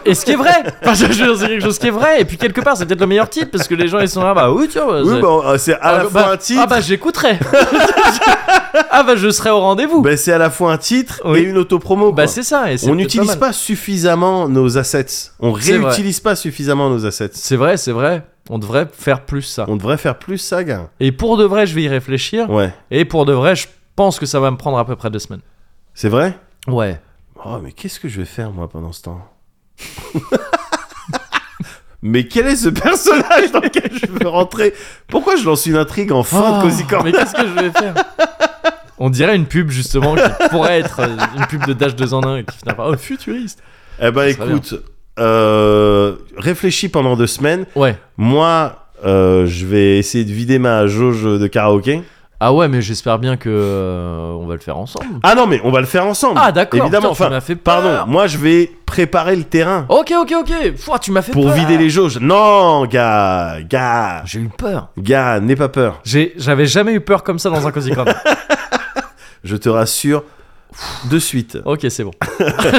et ce qui est vrai. Enfin, je veux dire, c'est quelque chose qui est vrai. Et puis quelque part, c'est peut-être le meilleur titre parce que les gens ils sont là, bah oui, tiens. bah,
oui,
c'est-
bah, euh, c'est à
ah,
la
bah,
fois un titre.
Ah bah j'écouterai. [LAUGHS] ah bah je serai au rendez-vous. Bah,
Bah, c'est à la fois un titre
Oui. Bah,
et une autopromo. quoi.
c'est ça. Et c'est
bah, on
peut-être
n'utilise
mal.
pas, suffisamment nos assets. On
C'est vrai.
réutilise pas suffisamment nos assets.
C'est vrai, c'est vrai. On devrait faire plus ça.
On devrait faire plus ça, gars.
Et pour de vrai, je vais y réfléchir.
Ouais.
Et pour de vrai, je pense que ça va me prendre à peu près deux semaines.
C'est vrai
Ouais.
Oh, mais qu'est-ce que je vais faire, moi, pendant ce temps [LAUGHS] Mais quel est ce personnage dans lequel je veux rentrer Pourquoi je lance une intrigue en fin
Oh,
de Cozy Corner
Mais qu'est-ce que je vais faire [LAUGHS] On dirait une pub justement qui pourrait être euh, une pub de Dash 2 en 1 qui finira par oh, futuriste.
Eh ben,
Ça serait
écoute, euh, réfléchis pendant deux semaines.
Ouais.
Moi, euh, je vais essayer de vider ma jauge de karaoké.
Ah ouais, mais j'espère bien que euh, on va le faire ensemble.
Ah non, mais on va le faire ensemble.
Ah, d'accord.
Évidemment,
Putain, tu
enfin,
m'as fait peur. Oh,
pardon, moi je vais préparer le terrain
Ok, ok, ok. Pouah, tu m'as fait
pour
peur.
vider les jauges. Non, gars, gars,
J'ai eu peur.
gars, n'aie pas peur.
J'ai- J'avais jamais eu peur comme ça dans un [LAUGHS] Cozy Corner.
Je te rassure de suite.
ok, c'est
[LAUGHS]
bon.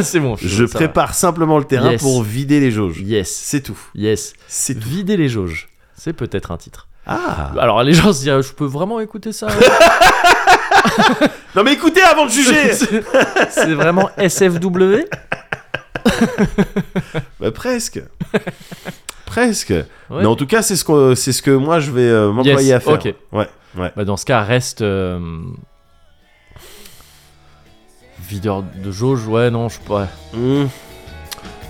c'est bon. suis-
Je
Oh, ça va.
prépare simplement le terrain
Yes.
pour vider les jauges.
Yes,
C'est tout.
yes.
C'est tout.
Vider les jauges. C'est peut-être un titre.
Ah.
Alors les gens se diront, je peux vraiment écouter
[LAUGHS]
ça
Non mais écoutez avant
[LAUGHS]
de juger.
C'est c'est vraiment SFW
Bah, presque. presque.
Ouais.
Mais en tout cas, c'est ce que c'est ce que moi je vais euh, m'employer
Yes,
à faire.
ok.
Ouais, ouais.
Bah dans ce cas, reste. euh, Videur de jauge, ouais, non, je pourrais. Mm.
Mmh.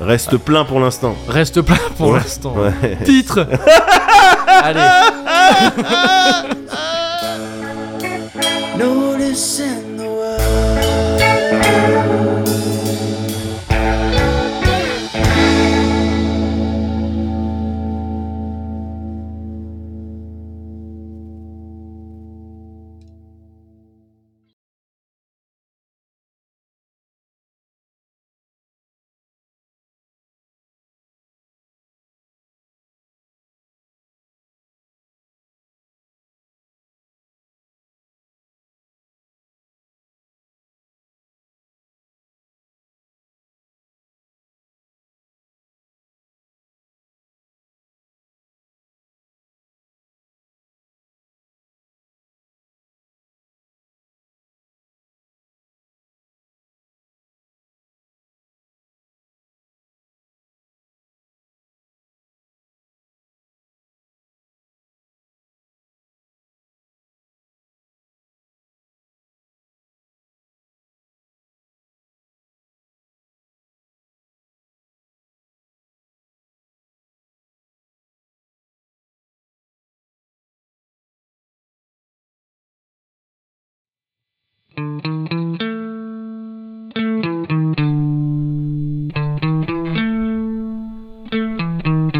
Reste plein pour l'instant.
Reste plat pour
Ouais,
l'instant. [LAUGHS]
Ouais. [LAUGHS]
Titre Allez
Noticing the world.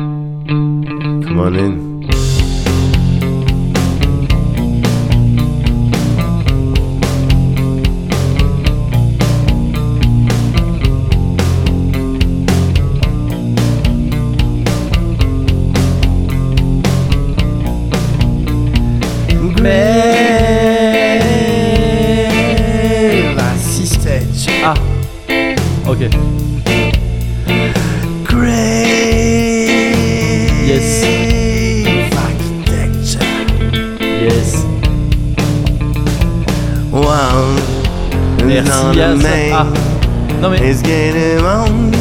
Come on in.
Ah Ok. Yes Yes
Wow.
Merci Yas Ah Non mais
It's getting on,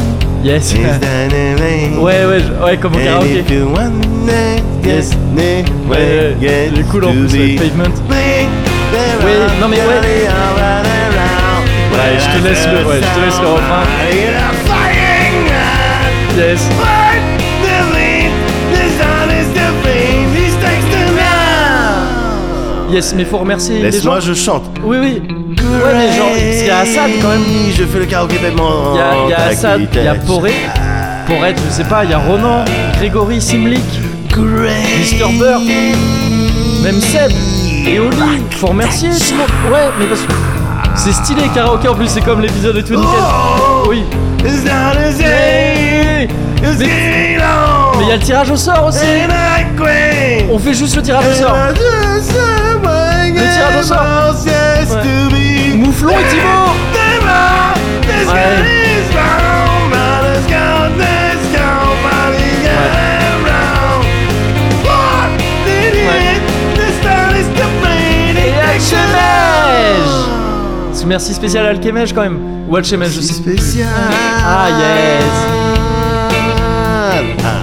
Yes [LAUGHS]
it's dynamite.
Ouais ouais je- ouais comme au
And
karaoké
if you want that,
Yes.
yes, then
Ouais, ouais,
we'll
ouais.
get
Il est cool en
to
plus
the
ouais, Pavement
big
Oui,
round,
non, mais ouais.
jolly all right around.
Ouais, je te laisse le- ouais, je te laisse le refrain.
In a fighting line,
Yes
but the lead, this all is the fame, this takes the now.
Yes mais faut remercier les gens
Laisse-moi, je chante.
Oui oui Ouais mais genre parce qu'il y a Assad quand même
Je fais le karaoké tellement.
Il y a, il
Oh,
y a Assad, il y a Poré, Poré, je sais pas, il y a Ronan, Grégory, Simlik, Mister Burr, même Seb et Oli. Faut remercier tout le monde. Ouais, mais parce que c'est stylé, karaoké en plus, c'est comme l'épisode de Twin Nickel. Oui.
It's not the
Mais
same, it's
Mais-
getting on.
il y a le tirage au sort aussi.
And I quit.
On fait juste le tirage au sort.
And I just said my
tirage au sort.
name was just
Ouais.
to be.
Mouflon et Thibaut.
Them all, this
Ouais.
girl is round, but it's gone, it's gone, but it's getting round. What did it?
Ouais.
This girl is the main
Et
attraction.
Alchemège. C'est Merci spécial à Alkemège quand même. Ou Alchemège, je sais.
Spécial.
Ah yes.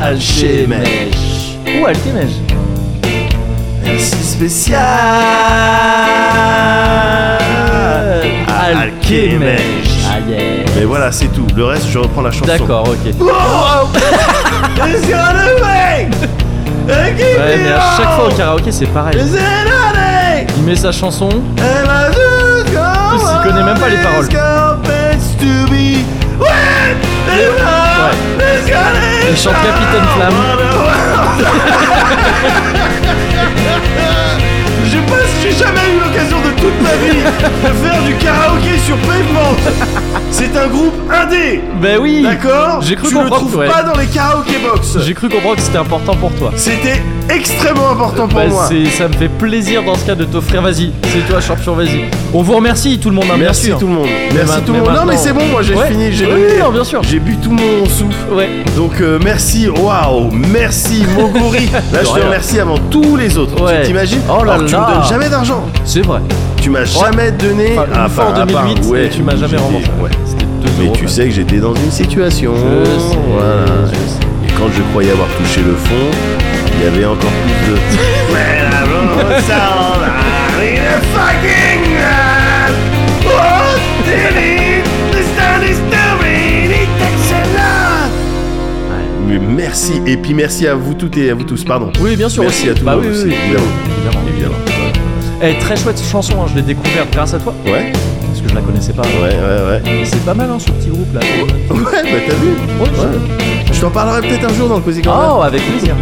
Ah, Alchemège.
Ou Alkemège.
Merci spécial. Ah, Alchemège.
Euh, Ah yeah.
Mais voilà, c'est tout. Le reste, je reprends la chanson. Oh,
D'accord, ok. [LAUGHS]
Wow. It's gonna rain. I give
Ouais, mais à
it
chaque fois au
all.
karaoké, c'est pareil.
Is it a day?
Il met sa chanson.
And I just go
plus, il connaît même pas les
on.
paroles.
It's gonna be to be when the world is gonna
Il chante
show
Capitaine Flamme.
what the world- Je sais pas si j'ai jamais eu l'occasion de toute ma vie de faire du karaoké sur pavement. C'est un groupe indé,
Ben oui
d'accord
J'ai cru
Tu le
comprendre,
trouves
ouais.
pas dans les karaoké box.
J'ai cru comprendre que c'était important pour toi.
C'était extrêmement important pour
Bah,
moi.
c'est- ça me fait plaisir dans ce cas de t'offrir, vas-y, c'est toi, champion, vas-y. On vous remercie tout le monde, hein, bien
Merci
sûr.
tout le monde. Merci
ma-
tout
mais
le monde. Non mais
maintenant-
c'est bon, moi j'ai
Ouais.
fini, j'ai
Oui,
donné-
non, bien sûr.
J'ai bu tout mon souffle.
Ouais,
Donc euh, merci, waouh, merci
[LAUGHS]
Moguri. Là
De
je te
rien.
remercie avant tous les autres.
Ouais.
Tu t'imagines
Oh là
Alors que tu
là.
me donnes jamais d'argent.
c'est vrai.
Tu m'as jamais donné
Enfin, une
Ah,
fois en
bah, à part-
2008,
ouais,
et tu m'as jamais
j'étais-
remboursé.
ouais.
C'était 2
Mais
euros.
tu
ouais.
sais que j'étais dans une situation.
hein. Je sais,
Voilà.
je sais.
Et quand je croyais avoir touché le fond, il y avait encore plus de.
[LAUGHS]
Mais la bonne sound, I'm in a fucking mess.
euh,
Oh, Tilly, the sun is doing it, excellent. Mais merci, et puis merci à vous toutes et à vous tous, pardon.
Oui, bien sûr.
Merci
aussi.
à tout le
bah,
monde
oui,
aussi,
oui, oui.
évidemment.
Évidemment.
Évidemment.
Eh, très chouette chanson, hein, je l'ai découverte grâce à toi,
Ouais,
parce que je la connaissais pas.
ouais, ouais, ouais.
Et C'est pas mal hein, ce petit groupe là.
Ouais, bah t'as vu
Ouais,
Ouais. Je t'en parlerai peut-être un jour dans le Cozy Corner.
Oh, avec plaisir.